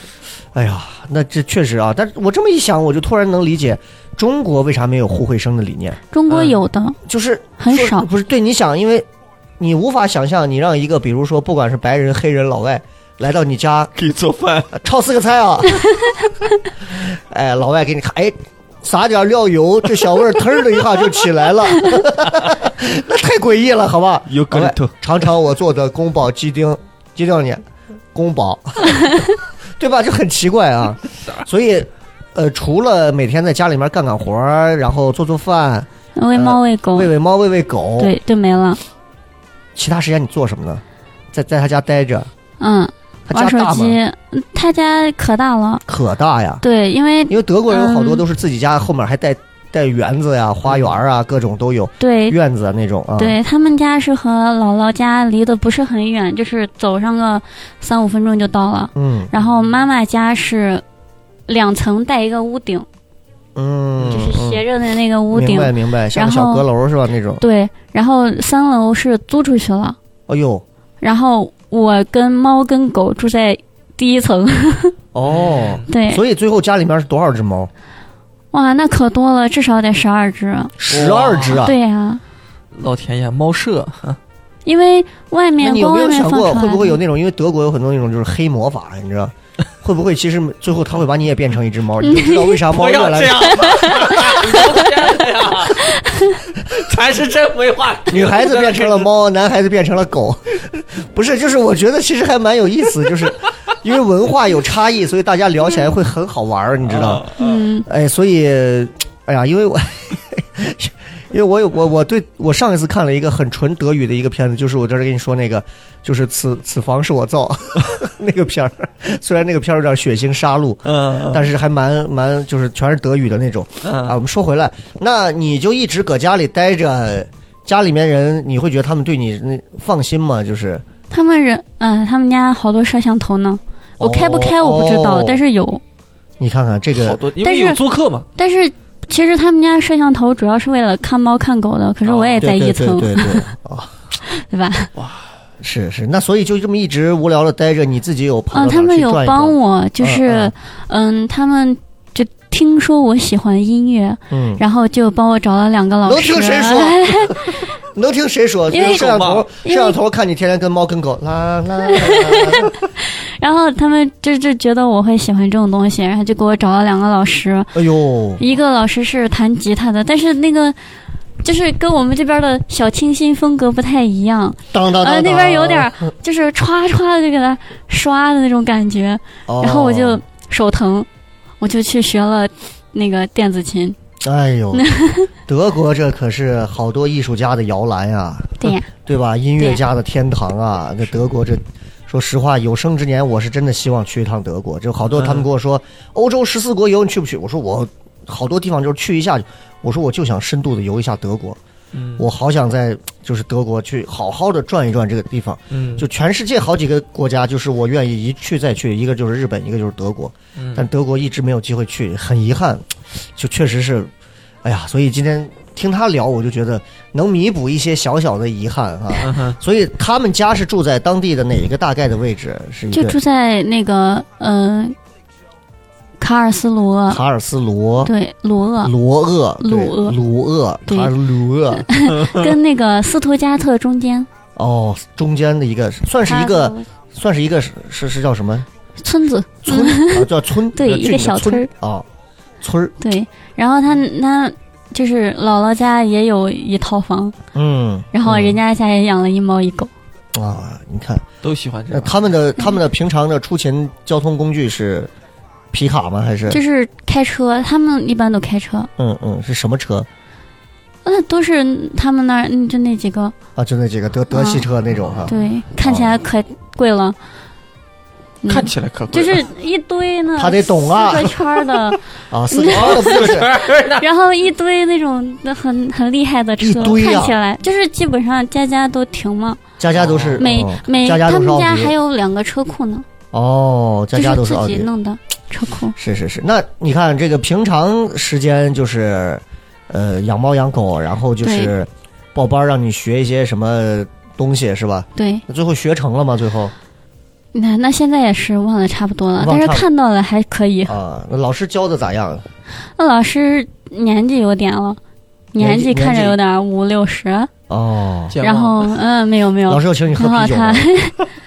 [SPEAKER 3] 哎呀，那这确实啊，但是我这么一想，我就突然能理解中国为啥没有互惠生的理念，
[SPEAKER 5] 中国
[SPEAKER 4] 嗯
[SPEAKER 5] 有的。
[SPEAKER 3] 就是
[SPEAKER 5] 很
[SPEAKER 3] 说
[SPEAKER 5] 少
[SPEAKER 3] 不是对你想，因为你无法想象，你让一个比如说不管是白人、黑人、老外来到你家
[SPEAKER 4] 给做饭，
[SPEAKER 3] 炒四个菜 啊！哎，老外给你看，哎，撒点料油，这小味儿腾的一下就起来了， 那太诡异了，好吧？
[SPEAKER 4] 有
[SPEAKER 3] 老
[SPEAKER 4] 梗
[SPEAKER 3] 外
[SPEAKER 4] 头，
[SPEAKER 3] 尝尝我做的宫保鸡丁，鸡丁你，宫 保，对吧？就很奇怪啊。所以，呃，除了每天在家里面干干活儿，然后做做饭，
[SPEAKER 5] 喂猫喂狗，
[SPEAKER 3] 呃喂喂猫，喂喂狗，
[SPEAKER 5] 对，就没了。
[SPEAKER 3] 其他时间你做什么呢？在在他家待着，
[SPEAKER 5] 嗯，
[SPEAKER 3] 他
[SPEAKER 5] 玩
[SPEAKER 3] 家
[SPEAKER 5] 手
[SPEAKER 3] 大吗？
[SPEAKER 5] 机，嗯他家可大了。
[SPEAKER 3] 可大呀，
[SPEAKER 5] 对，因为
[SPEAKER 3] 因为德国人有好多
[SPEAKER 5] 嗯
[SPEAKER 3] 都是自己家后面还带带园子呀、花园啊，各种都有
[SPEAKER 5] 对
[SPEAKER 3] 院子啊那种啊。，
[SPEAKER 5] 嗯哎对他们家是和姥姥家离得不是很远，就是走上个三五分钟就到了。
[SPEAKER 3] 嗯
[SPEAKER 5] 然后妈妈家是两层带一个屋顶，
[SPEAKER 3] 嗯，
[SPEAKER 5] 就是斜
[SPEAKER 3] 嗯
[SPEAKER 5] 着的那个屋
[SPEAKER 3] 明
[SPEAKER 5] 顶。
[SPEAKER 3] 白明白，像个
[SPEAKER 5] 然
[SPEAKER 3] 小
[SPEAKER 5] 后
[SPEAKER 3] 阁楼是吧？那种。
[SPEAKER 5] 对，然后三楼是租出去了，
[SPEAKER 3] 哎呦，
[SPEAKER 5] 然后我跟猫跟狗住在第一层。
[SPEAKER 4] 哎
[SPEAKER 3] 哦，
[SPEAKER 5] 对，
[SPEAKER 3] 所以最后家里面是多少只猫？
[SPEAKER 5] 哇，那可多了，至少得十二只。
[SPEAKER 3] 十二只啊！
[SPEAKER 5] 对呀、
[SPEAKER 4] 老天爷，猫舍，
[SPEAKER 5] 因为外
[SPEAKER 3] 那
[SPEAKER 5] 面
[SPEAKER 3] 你有
[SPEAKER 5] 光
[SPEAKER 3] 没
[SPEAKER 5] 外
[SPEAKER 3] 有
[SPEAKER 5] 面
[SPEAKER 3] 想
[SPEAKER 5] 放
[SPEAKER 3] 过
[SPEAKER 5] 出来
[SPEAKER 3] 会不会有
[SPEAKER 5] 的
[SPEAKER 3] 那种？因为德国有很多那种就是黑魔法，你知道，会不会其实最后他会把你也变成一只猫？你就知道为啥猫
[SPEAKER 4] 不
[SPEAKER 3] 越
[SPEAKER 4] 要
[SPEAKER 3] 来
[SPEAKER 4] 这
[SPEAKER 3] 越
[SPEAKER 4] 样， 我天呀，咱是真没话 说。
[SPEAKER 3] 女孩子变成了猫，男孩子变成了狗，不是？就是我觉得其实还蛮有意思，就是因为文化有差异，所以大家聊起来会很好玩儿，你知
[SPEAKER 4] 啊
[SPEAKER 3] 道？
[SPEAKER 5] 嗯
[SPEAKER 3] 哎，所以，哎呀，因为我，因为我有我我对我上一次看了一个很纯德语的一个片子，就是我这儿跟你说那个，就是此此房是我造 那个片儿，虽然那个片儿有点血腥杀戮，
[SPEAKER 4] 嗯，
[SPEAKER 3] 但是还蛮蛮就是全是德语的那种。
[SPEAKER 4] 嗯
[SPEAKER 3] 啊，我们说回来，那你就一直搁家里待着，家里面人你会觉得他们对你那放心吗？就是
[SPEAKER 5] 他们人，呃，他们家好多摄像头呢，我开不开我不知道，
[SPEAKER 3] 哦
[SPEAKER 5] 但是有，
[SPEAKER 3] 你看看这
[SPEAKER 4] 好
[SPEAKER 3] 个，
[SPEAKER 4] 多，因
[SPEAKER 5] 但
[SPEAKER 4] 为
[SPEAKER 5] 是
[SPEAKER 4] 有租客嘛，
[SPEAKER 5] 但是其实他们家摄像头主要是为了看猫看狗的，可是我也
[SPEAKER 3] 哦对
[SPEAKER 5] 在一
[SPEAKER 3] 对
[SPEAKER 5] 层，
[SPEAKER 3] 对对对，
[SPEAKER 5] 对吧？
[SPEAKER 3] 是是，那所以就这么一直无聊的待着，你自己有朋
[SPEAKER 5] 嗯，
[SPEAKER 3] 友
[SPEAKER 5] 他们有帮
[SPEAKER 3] 我，
[SPEAKER 5] 我，就是
[SPEAKER 3] 嗯
[SPEAKER 5] 嗯，他们就听说我喜欢音乐，
[SPEAKER 3] 嗯，
[SPEAKER 5] 然后就帮我找了两个老
[SPEAKER 3] 能
[SPEAKER 5] 师。
[SPEAKER 3] 听谁说能听谁说？
[SPEAKER 5] 因为
[SPEAKER 3] 摄像头，
[SPEAKER 5] 因
[SPEAKER 3] 摄
[SPEAKER 5] 为
[SPEAKER 3] 像头看你天天跟猫跟狗，啦啦啦啦啦，
[SPEAKER 5] 然后他们就就觉得我会喜欢这种东西，然后就给我找了两个老师，
[SPEAKER 3] 哎呦，
[SPEAKER 5] 一个老师是弹吉他的，但是那个就是跟我们这边的小清新风格不太一样，
[SPEAKER 3] 当当当
[SPEAKER 5] 呃，
[SPEAKER 3] 当，
[SPEAKER 5] 那边有点儿就是歘歘的就给它刷的那种感觉，
[SPEAKER 3] 哦，
[SPEAKER 5] 然后我就手疼，我就去学了那个电子琴。
[SPEAKER 3] 哎 呦，德国这可是好多艺术家的摇篮啊，
[SPEAKER 5] 对呀、
[SPEAKER 3] 对吧？音乐家的天堂啊，那德国这，说实话，有生之年我是真的希望去一趟德国。就好多他们
[SPEAKER 4] 嗯
[SPEAKER 3] 跟我说，欧洲十四国游你去不去？我说我好多地方就是去一下，我说我就想深度的游一下德国，
[SPEAKER 4] 嗯
[SPEAKER 3] 我好想在就是德国去好好的转一转这个地方。
[SPEAKER 4] 嗯
[SPEAKER 3] 就全世界好几个国家，就是我愿意一去再去，一个就是日本，一个就是德国，
[SPEAKER 4] 嗯
[SPEAKER 3] 但德国一直没有机会去，很遗憾，就确实是，哎呀，所以今天听他聊，我就觉得能弥补一些小小的遗憾啊。
[SPEAKER 4] 嗯
[SPEAKER 3] 所以他们家是住在当地的哪一个大概的位置？是一
[SPEAKER 5] 就
[SPEAKER 3] 个
[SPEAKER 5] 住在那个呃卡尔斯鲁厄，
[SPEAKER 3] 卡尔斯罗。
[SPEAKER 5] 对鲁厄，
[SPEAKER 3] 罗厄，对
[SPEAKER 5] 鲁厄
[SPEAKER 3] 鲁厄，
[SPEAKER 5] 对
[SPEAKER 3] 卡尔鲁厄，
[SPEAKER 5] 跟那个斯图加特中间，
[SPEAKER 3] 哦，中间的一个，算是一
[SPEAKER 5] 卡
[SPEAKER 3] 个，
[SPEAKER 5] 尔斯
[SPEAKER 3] 算是一个，是是是叫什 么
[SPEAKER 5] 鲁村子，嗯
[SPEAKER 3] 村啊？叫村，
[SPEAKER 5] 对
[SPEAKER 3] 叫
[SPEAKER 5] 一
[SPEAKER 3] 具
[SPEAKER 5] 个
[SPEAKER 3] 体的
[SPEAKER 5] 小
[SPEAKER 3] 村啊，村儿，
[SPEAKER 5] 对，然后他
[SPEAKER 3] 嗯
[SPEAKER 5] 他就是姥姥家也有一套房，
[SPEAKER 3] 嗯，
[SPEAKER 5] 然后
[SPEAKER 3] 嗯
[SPEAKER 5] 人家家也养了一猫一狗，
[SPEAKER 3] 啊，你看，
[SPEAKER 4] 都喜欢这
[SPEAKER 3] 那
[SPEAKER 4] 样。
[SPEAKER 3] 呃他们的他们的平常的出勤交通工具是皮卡吗？还是
[SPEAKER 5] 就是开车，他们一般都开车，
[SPEAKER 3] 嗯嗯是什么车
[SPEAKER 5] 那都是他们那儿嗯就那几个，
[SPEAKER 3] 啊？就那几个德德系车那种哈、
[SPEAKER 5] 嗯对，看起
[SPEAKER 3] 哦
[SPEAKER 5] 来可贵了，嗯
[SPEAKER 4] 看起来可贵
[SPEAKER 5] 就
[SPEAKER 4] 了
[SPEAKER 5] 是一堆呢，
[SPEAKER 3] 他得懂啊
[SPEAKER 5] 四个圈儿 的，
[SPEAKER 3] 啊，四个车的不就是
[SPEAKER 5] 然后一堆那种那很很厉害的车，
[SPEAKER 3] 一堆啊
[SPEAKER 5] 看起来就是基本上家家都停嘛，
[SPEAKER 3] 家家都是
[SPEAKER 5] 每、
[SPEAKER 3] 哦
[SPEAKER 5] 每
[SPEAKER 3] 家家
[SPEAKER 5] 他
[SPEAKER 3] 都是
[SPEAKER 5] 们
[SPEAKER 3] 奥
[SPEAKER 5] 家
[SPEAKER 3] 迪
[SPEAKER 5] 还有两个车库呢，
[SPEAKER 3] 哦，家家都
[SPEAKER 5] 就是
[SPEAKER 3] 奥
[SPEAKER 5] 自己
[SPEAKER 3] 迪，
[SPEAKER 5] 弄的车库。
[SPEAKER 3] 是是是。那你看这个平常时间就是呃养猫养狗，然后就是报班让你学一些什么东西是吧？
[SPEAKER 5] 对，
[SPEAKER 3] 那最后学成了吗？最后
[SPEAKER 5] 那那现在也是忘的差不多了，
[SPEAKER 3] 忘
[SPEAKER 5] 但是
[SPEAKER 3] 差不多
[SPEAKER 5] 看到了还可以。
[SPEAKER 3] 啊，那老师教的咋样？
[SPEAKER 5] 那老师年纪有点了，
[SPEAKER 3] 年
[SPEAKER 5] 年
[SPEAKER 3] 纪
[SPEAKER 5] 纪看着
[SPEAKER 3] 年纪
[SPEAKER 5] 有点五六十，
[SPEAKER 3] 哦，
[SPEAKER 4] 健忘
[SPEAKER 5] 然后嗯，没有没有，
[SPEAKER 3] 老师要请你喝
[SPEAKER 5] 很好
[SPEAKER 3] 啤酒吗
[SPEAKER 5] 看。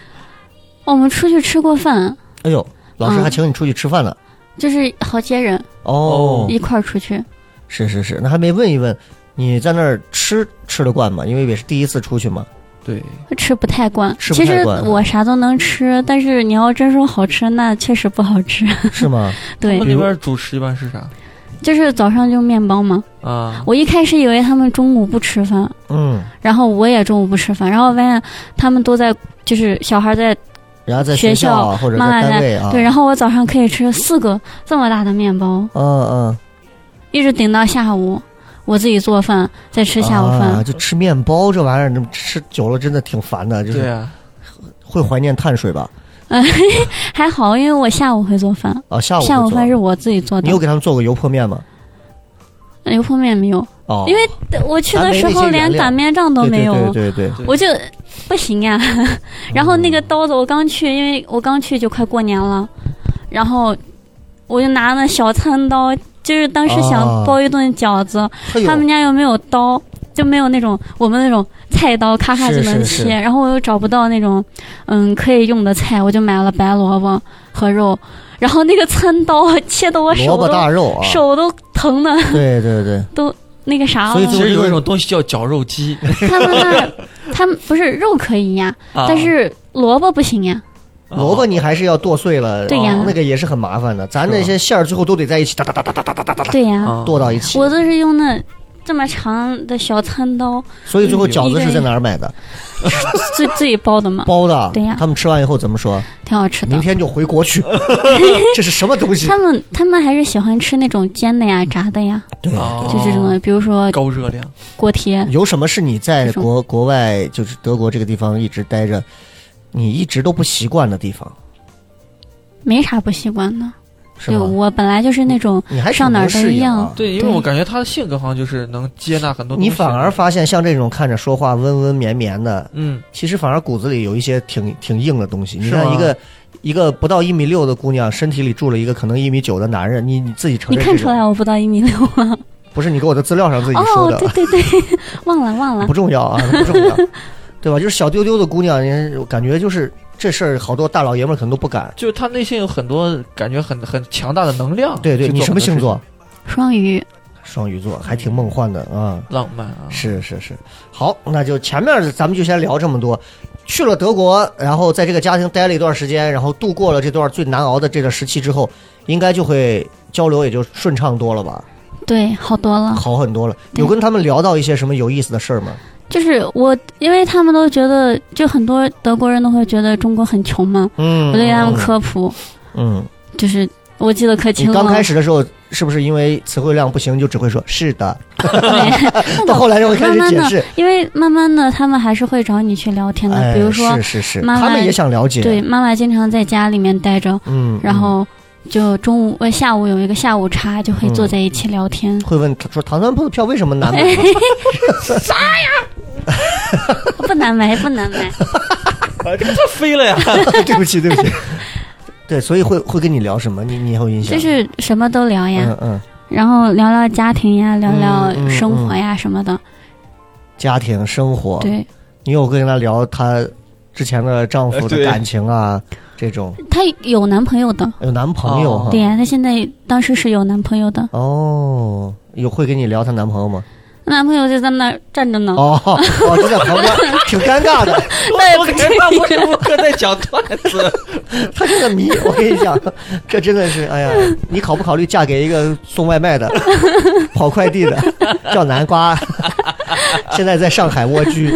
[SPEAKER 5] 我们出去吃过饭，
[SPEAKER 3] 哎呦，老师
[SPEAKER 5] 嗯
[SPEAKER 3] 还请你出去吃饭呢。
[SPEAKER 5] 就是好些人
[SPEAKER 3] 哦
[SPEAKER 4] 哦，
[SPEAKER 5] 一块儿出去。
[SPEAKER 3] 是是是，那还没问一问，你在那儿吃吃得惯吗？因为也是第一次出 去嘛。
[SPEAKER 4] 对，
[SPEAKER 5] 吃不太惯，
[SPEAKER 3] 吃不
[SPEAKER 5] 其
[SPEAKER 3] 太
[SPEAKER 5] 实
[SPEAKER 3] 惯
[SPEAKER 5] 我啥都能吃，但是你要真说好吃，那确实不好吃。
[SPEAKER 3] 是吗？
[SPEAKER 5] 对
[SPEAKER 4] 他们，那边主食一般是啥
[SPEAKER 5] 就是早上就面包嘛。
[SPEAKER 4] 啊？
[SPEAKER 5] 我一开始以为他们中午不吃饭，
[SPEAKER 3] 嗯，
[SPEAKER 5] 然后我也中午不吃饭，然后发现他们都在就是小孩在
[SPEAKER 3] 然后在
[SPEAKER 5] 学
[SPEAKER 3] 校啊或者在
[SPEAKER 5] 妈妈
[SPEAKER 3] 单
[SPEAKER 5] 在
[SPEAKER 3] 位啊，
[SPEAKER 5] 对，然后我早上可以吃四个这么大的面包，
[SPEAKER 3] 嗯嗯，
[SPEAKER 5] 一直顶到下午，我自己做饭，再吃下午饭。
[SPEAKER 3] 啊，就吃面包这玩意儿，那么吃久了真的挺烦的，就
[SPEAKER 4] 对
[SPEAKER 3] 是
[SPEAKER 4] 啊，
[SPEAKER 3] 会怀念碳水吧？
[SPEAKER 5] 还好，因为我下午会做饭，
[SPEAKER 3] 啊，下午
[SPEAKER 5] 下午
[SPEAKER 3] 会做
[SPEAKER 5] 饭是我自己做
[SPEAKER 3] 你
[SPEAKER 5] 的
[SPEAKER 3] 有。给他们做过油泼面吗？
[SPEAKER 5] 油泼面没有，
[SPEAKER 3] 哦，
[SPEAKER 5] 因为我去的时候连擀面杖都没有，
[SPEAKER 3] 对对对对对，
[SPEAKER 5] 我就不行呀。 然后那个刀子，我刚去，因为我刚去就快过年了，然后我就拿那小餐刀，就是当时
[SPEAKER 3] 哦
[SPEAKER 5] 想包一顿饺子，
[SPEAKER 3] 哎呦
[SPEAKER 5] 他们家又没有刀，就没有那种我们那种菜刀，咔咔
[SPEAKER 3] 是
[SPEAKER 5] 就能切。
[SPEAKER 3] 是是
[SPEAKER 5] 然后我又找不到那种嗯可以用的菜，我就买了白萝卜和肉，然后那个餐刀切的我手
[SPEAKER 3] 萝卜
[SPEAKER 5] 都、
[SPEAKER 3] 大肉啊，
[SPEAKER 5] 手都疼的
[SPEAKER 3] 对对对，
[SPEAKER 5] 那个啥
[SPEAKER 3] 所以
[SPEAKER 5] 了
[SPEAKER 4] 其
[SPEAKER 3] 就。
[SPEAKER 4] 实有一种东西叫绞肉机，
[SPEAKER 5] 他们那儿他们不是肉可 以呀，
[SPEAKER 4] 啊
[SPEAKER 5] 但是萝卜不行呀。
[SPEAKER 3] 萝卜你还是要剁碎了，
[SPEAKER 5] 哦
[SPEAKER 3] 哦
[SPEAKER 5] 对呀啊
[SPEAKER 3] 那个也是很麻烦的，咱那些馅儿最后都得在一起哒哒哒哒哒哒哒哒哒
[SPEAKER 5] 对呀，
[SPEAKER 4] 啊
[SPEAKER 3] 剁到一起，
[SPEAKER 5] 我都是用那这么长的小餐 刀
[SPEAKER 3] 所以最后饺子是在哪儿买的？
[SPEAKER 5] 自自己包的嘛，
[SPEAKER 3] 包的，啊
[SPEAKER 5] 对呀
[SPEAKER 3] 他们吃完以后怎么说？
[SPEAKER 5] 挺好吃
[SPEAKER 3] 明
[SPEAKER 5] 的。
[SPEAKER 3] 天就回国 去，这是什么东西
[SPEAKER 5] 他？们他们还是喜欢吃那种煎的呀、炸的呀，
[SPEAKER 3] 对
[SPEAKER 4] 哦
[SPEAKER 5] 就这种的，比如说
[SPEAKER 4] 高热量，
[SPEAKER 5] 锅贴，
[SPEAKER 3] 有什么是你在
[SPEAKER 5] 这种
[SPEAKER 3] 国国外，就是德国这个地方一直待着，你一直都不习惯的地方，
[SPEAKER 5] 没啥不习惯的。
[SPEAKER 3] 是
[SPEAKER 5] 就
[SPEAKER 3] 吗？
[SPEAKER 5] 我本来就是那种，
[SPEAKER 3] 你还挺
[SPEAKER 5] 上哪儿
[SPEAKER 3] 能适
[SPEAKER 5] 都一
[SPEAKER 3] 应啊
[SPEAKER 5] 样
[SPEAKER 4] 对，因为
[SPEAKER 5] 对
[SPEAKER 4] 我感觉他的性格好像就是能接纳很多东西，
[SPEAKER 3] 你反而发现像这种看着说话温温绵绵的，
[SPEAKER 4] 嗯，
[SPEAKER 3] 其实反而骨子里有一些挺挺硬的东西。你
[SPEAKER 4] 是吗
[SPEAKER 3] 看一个一个不到一米六的姑娘，身体里住了一个可能一米九的男人，你你自己承
[SPEAKER 5] 你
[SPEAKER 3] 认？
[SPEAKER 5] 看出来？我不到一米六吗？
[SPEAKER 3] 不是你给我的资料上自己说
[SPEAKER 5] 哦，
[SPEAKER 3] 的，
[SPEAKER 5] 对对对， 忘了忘了
[SPEAKER 3] 不，重要 啊，不重要，对吧？就是小丢丢的姑娘，人感觉就是这事儿，好多大老爷们儿可能都不敢。
[SPEAKER 4] 就是他内心有很多感觉很很强大的能量。
[SPEAKER 3] 对对，
[SPEAKER 4] 去
[SPEAKER 3] 你
[SPEAKER 4] 做
[SPEAKER 3] 什么星座
[SPEAKER 4] 很多事？
[SPEAKER 5] 双鱼
[SPEAKER 3] 双鱼座，还挺梦幻的啊。
[SPEAKER 4] 情？浪漫啊，
[SPEAKER 3] 是是是，好，那就前面咱们就先聊这么多。去了德国，然后在这个家庭待了一段时间，然后度过了这段最难熬的这段时期之后，应该就会交流也就顺畅多了吧，
[SPEAKER 5] 对，好多了。
[SPEAKER 3] 好很多了。
[SPEAKER 5] 对
[SPEAKER 3] 有跟他们聊到一些什么有意思的事儿吗？
[SPEAKER 5] 就是我，因为他们都觉得，就很多德国人都会觉得中国很穷嘛，
[SPEAKER 3] 嗯，
[SPEAKER 5] 我就给他们科普，
[SPEAKER 3] 嗯，
[SPEAKER 5] 就是我记得可
[SPEAKER 3] 你
[SPEAKER 5] 清了。
[SPEAKER 3] 刚开始的时候是不是因为词汇量不行，就只会说是的，
[SPEAKER 5] 对，
[SPEAKER 3] 到后来就会开
[SPEAKER 5] 慢
[SPEAKER 3] 始
[SPEAKER 5] 慢
[SPEAKER 3] 解
[SPEAKER 5] 的
[SPEAKER 3] 释。，
[SPEAKER 5] 因为慢慢的他们还是会找你去聊天的，
[SPEAKER 3] 哎，
[SPEAKER 5] 比如说，
[SPEAKER 3] 是是是，
[SPEAKER 5] 妈妈
[SPEAKER 3] 他们也想了解。
[SPEAKER 5] 对，妈妈经常在家里面待着，
[SPEAKER 3] 嗯，嗯，
[SPEAKER 5] 然后就中午呃下午有一个下午茶，就
[SPEAKER 3] 嗯
[SPEAKER 5] 会坐在一起聊天。
[SPEAKER 3] 会问他说糖蒜铺的票为什么 难买？
[SPEAKER 5] 不难买，不难买。
[SPEAKER 4] 他飞 了呀！
[SPEAKER 3] 对不起，对不起。 对，所以会会跟你聊什么？你你有印象？
[SPEAKER 5] 就是什么都聊呀，
[SPEAKER 3] 嗯嗯，
[SPEAKER 5] 然后聊聊家庭呀，聊
[SPEAKER 3] 嗯嗯
[SPEAKER 5] 聊生活呀、什么的。
[SPEAKER 3] 家庭生活，
[SPEAKER 5] 对
[SPEAKER 3] 你有跟他聊他之前的丈夫
[SPEAKER 4] 呃
[SPEAKER 3] 的
[SPEAKER 4] 对
[SPEAKER 3] 感情啊，这种
[SPEAKER 5] 她有男朋友的，
[SPEAKER 3] 有男朋友
[SPEAKER 4] 哦
[SPEAKER 3] 哈？
[SPEAKER 5] 对呀、她现在当时是有男朋友的，
[SPEAKER 3] 哦，有会跟你聊她男朋友吗？
[SPEAKER 5] 男朋友就在那儿站着呢。
[SPEAKER 3] 哦， 哦，就在旁边，挺尴尬的。
[SPEAKER 5] 那也
[SPEAKER 4] 我
[SPEAKER 5] 不
[SPEAKER 4] 感觉
[SPEAKER 5] 至于
[SPEAKER 4] 他无时无刻在讲段子。
[SPEAKER 3] 他真的 迷，我跟你讲，这真的是，哎呀，你考不考虑嫁给一个送外卖 的、跑快递的，叫南瓜， 现在在上海蜗 居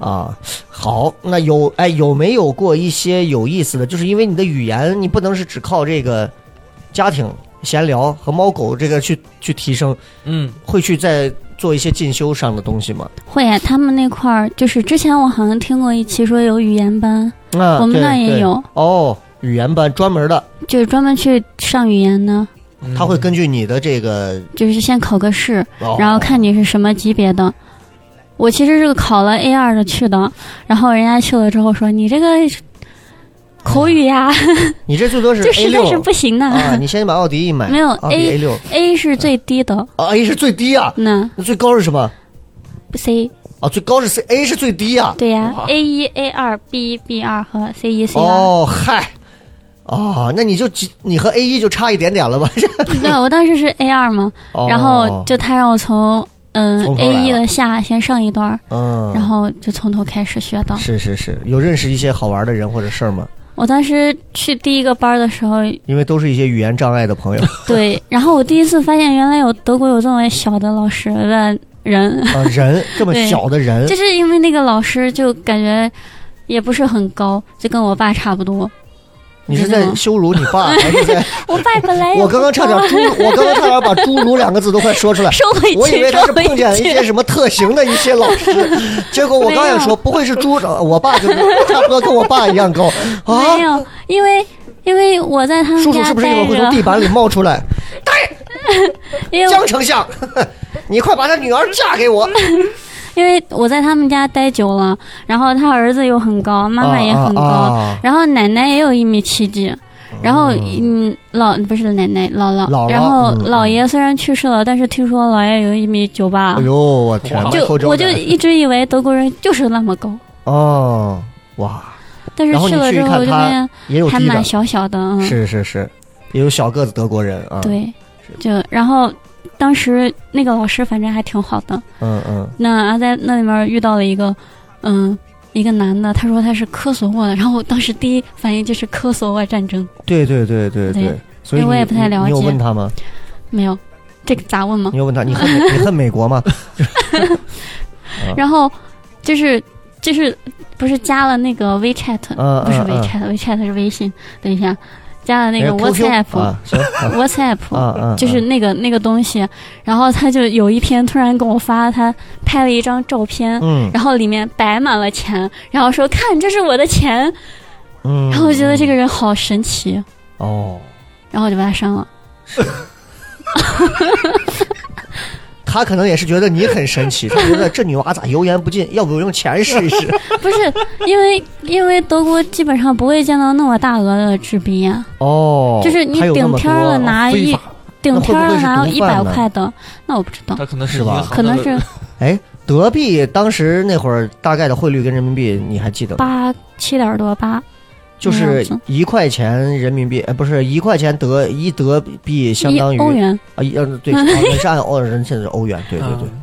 [SPEAKER 3] 啊？好，那有哎有没有过一些有意思的？就是因为你的语言，你不能是只靠这个家庭闲聊和猫狗这个去去提升，
[SPEAKER 4] 嗯，
[SPEAKER 3] 会去再做一些进修上的东西吗？
[SPEAKER 5] 会呀、他们那块儿就是之前我好像听过一期说有语言班，
[SPEAKER 3] 那
[SPEAKER 5] 我们
[SPEAKER 3] 啊对
[SPEAKER 5] 那也
[SPEAKER 3] 对
[SPEAKER 5] 有
[SPEAKER 3] 哦，语言班专门的，
[SPEAKER 5] 就是专门去上语言的，
[SPEAKER 4] 嗯
[SPEAKER 3] 他会根据你的这个，
[SPEAKER 5] 就是先考个试，
[SPEAKER 3] 哦
[SPEAKER 5] 然后看你是什么级别的。我其实是考了 A 二的去的，然后人家去了之后说你这个口语呀、
[SPEAKER 3] 你这最多是
[SPEAKER 5] 这
[SPEAKER 3] 啊 A
[SPEAKER 5] 实在
[SPEAKER 3] 六
[SPEAKER 5] 是不行呐、
[SPEAKER 3] 啊！你先把奥迪一买，
[SPEAKER 5] 没有
[SPEAKER 3] 奥迪
[SPEAKER 5] A
[SPEAKER 3] A 六
[SPEAKER 5] A 是最低的，
[SPEAKER 3] 啊，A 是最低啊，
[SPEAKER 5] 那
[SPEAKER 3] 那最高是什么
[SPEAKER 5] C
[SPEAKER 3] 啊？最高是 C A 是最低啊。
[SPEAKER 5] 对呀、
[SPEAKER 4] 哇
[SPEAKER 5] a 一、A 二、B 一、B 二和 C 一、C 二。
[SPEAKER 3] 哦嗨，哦，那你就几你和 A 一就差一点点了吧？
[SPEAKER 5] 对，我当时是 A 二嘛，
[SPEAKER 3] 哦
[SPEAKER 5] 然后就他让我从嗯
[SPEAKER 3] 从头
[SPEAKER 5] A
[SPEAKER 3] 来
[SPEAKER 5] 一
[SPEAKER 3] 了
[SPEAKER 5] 的下先上一段儿，
[SPEAKER 3] 嗯，
[SPEAKER 5] 然后就从头开始学的。
[SPEAKER 3] 是是是，有认识一些好玩的人或者事儿吗？
[SPEAKER 5] 我当时去第一个班儿的时候，
[SPEAKER 3] 因为都是一些语言障碍的朋 友
[SPEAKER 5] 对，然后我第一次发现原来有德国有这么小的老师的人，
[SPEAKER 3] 啊，人这么
[SPEAKER 5] 对
[SPEAKER 3] 小的人
[SPEAKER 5] 就，是因为那个老师就感觉也不是很高，就跟我爸差不多。
[SPEAKER 3] 你是
[SPEAKER 5] 真的
[SPEAKER 3] 在
[SPEAKER 5] 吗
[SPEAKER 3] 羞辱你爸，还 是在？
[SPEAKER 5] 我爸本 来
[SPEAKER 3] 我刚刚差点
[SPEAKER 5] 也不高
[SPEAKER 3] 猪，我刚刚差点把“侏儒”两个字都快说出来。
[SPEAKER 5] 收回去，
[SPEAKER 3] 我以为他是
[SPEAKER 5] 收回
[SPEAKER 3] 碰见一
[SPEAKER 5] 去
[SPEAKER 3] 些什么特型的一些老 师，结果我刚想
[SPEAKER 5] 没有
[SPEAKER 3] 说不会是猪，呃我爸就差不多跟我爸一样 高啊
[SPEAKER 5] 没。有，因为因为我在他们
[SPEAKER 3] 叔叔
[SPEAKER 5] 家
[SPEAKER 3] 是不是一会
[SPEAKER 5] 待
[SPEAKER 3] 儿会从
[SPEAKER 5] 着，
[SPEAKER 3] 地板里冒出 来？
[SPEAKER 5] 因为
[SPEAKER 3] 江丞相，你快把他女儿嫁给我！
[SPEAKER 5] 因为我在他们家待久了，然后他儿子又很高，妈妈也很高，
[SPEAKER 3] 啊啊
[SPEAKER 5] 然后奶奶也有一米七几。然后，嗯，老不是奶奶，姥姥。
[SPEAKER 3] 哦姥姥
[SPEAKER 5] 然后
[SPEAKER 3] 嗯
[SPEAKER 5] 姥爷虽然去世了，但是听说姥爷有一米九八、
[SPEAKER 3] 哎呦，我天，
[SPEAKER 4] 哇
[SPEAKER 5] 就
[SPEAKER 3] Michael Jordan
[SPEAKER 5] 我就一直以为德国人就是那么高，
[SPEAKER 3] 哦，哇，
[SPEAKER 5] 但是
[SPEAKER 3] 然后
[SPEAKER 5] 去
[SPEAKER 3] 你
[SPEAKER 5] 了
[SPEAKER 3] 去
[SPEAKER 5] 之后
[SPEAKER 3] 看
[SPEAKER 5] 就
[SPEAKER 3] 他
[SPEAKER 5] 发现
[SPEAKER 3] 也有
[SPEAKER 5] 还
[SPEAKER 3] 低的
[SPEAKER 5] 蛮，小小的，嗯，
[SPEAKER 3] 是是是，也有小个子德国人啊。，
[SPEAKER 5] 对，就然后当时那个老师反正还挺好的，
[SPEAKER 3] 嗯嗯，
[SPEAKER 5] 那啊，在那里面遇到了一个，嗯，一个男的，他说他是科索沃的，然后我当时第一反应就是科索沃战争，
[SPEAKER 3] 对对对对
[SPEAKER 5] 对
[SPEAKER 3] 对。所以
[SPEAKER 5] 因为我
[SPEAKER 3] 你
[SPEAKER 5] 也不太
[SPEAKER 3] 你
[SPEAKER 5] 了
[SPEAKER 3] 你有
[SPEAKER 5] 解
[SPEAKER 3] 问他吗？
[SPEAKER 5] 没有，这个咋问吗
[SPEAKER 3] 你？有问他，你 恨美你恨美国吗？啊
[SPEAKER 5] 然后就是就是不是加了那个 WeChat，、
[SPEAKER 3] 嗯
[SPEAKER 5] 不是
[SPEAKER 3] 嗯嗯
[SPEAKER 5] WeChat，WeChat、是微信，等一下，加了那个
[SPEAKER 3] 哎 QQ
[SPEAKER 5] WhatsApp，WhatsApp、
[SPEAKER 3] 啊，行啊
[SPEAKER 5] WhatsApp
[SPEAKER 3] 啊啊，
[SPEAKER 5] 就是那个那个东西，然后他就有一天突然给我发，他拍了一张照片，
[SPEAKER 3] 嗯
[SPEAKER 5] 然后里面摆满了钱，然后说看这是我的钱，
[SPEAKER 3] 嗯，
[SPEAKER 5] 然后我觉得这个人好神奇，
[SPEAKER 3] 哦，
[SPEAKER 5] 然后我就把他删了。
[SPEAKER 3] 他可能也是觉得你很神奇，他觉得这女娃咋油盐不进，要不我用钱试一试？
[SPEAKER 5] 不是因为因为德国基本上不会见到那么大额的制币啊，
[SPEAKER 3] 哦，
[SPEAKER 5] 就是你
[SPEAKER 3] 还有那
[SPEAKER 5] 顶
[SPEAKER 3] 么
[SPEAKER 5] 天儿
[SPEAKER 3] 多
[SPEAKER 5] 了拿
[SPEAKER 4] 非
[SPEAKER 5] 一
[SPEAKER 4] 法，
[SPEAKER 5] 顶天儿了拿
[SPEAKER 3] 那会
[SPEAKER 5] 一
[SPEAKER 3] 不会是
[SPEAKER 5] 百
[SPEAKER 3] 毒贩呢
[SPEAKER 5] 块的，那我不知道，
[SPEAKER 4] 他可能
[SPEAKER 3] 是吧
[SPEAKER 4] 银行的嗯
[SPEAKER 5] 可能是
[SPEAKER 3] 哎，德币当时那会儿大概的汇率跟人民币你还记得吗？
[SPEAKER 5] 八七点多八，
[SPEAKER 3] 就是
[SPEAKER 5] 样子
[SPEAKER 3] 一块钱人民币，呃，不是一块钱德一德币相
[SPEAKER 5] 一
[SPEAKER 3] 当于
[SPEAKER 5] 欧元，
[SPEAKER 3] 啊，一呃 对，好像是按欧人现在是欧元，对对对。
[SPEAKER 4] 嗯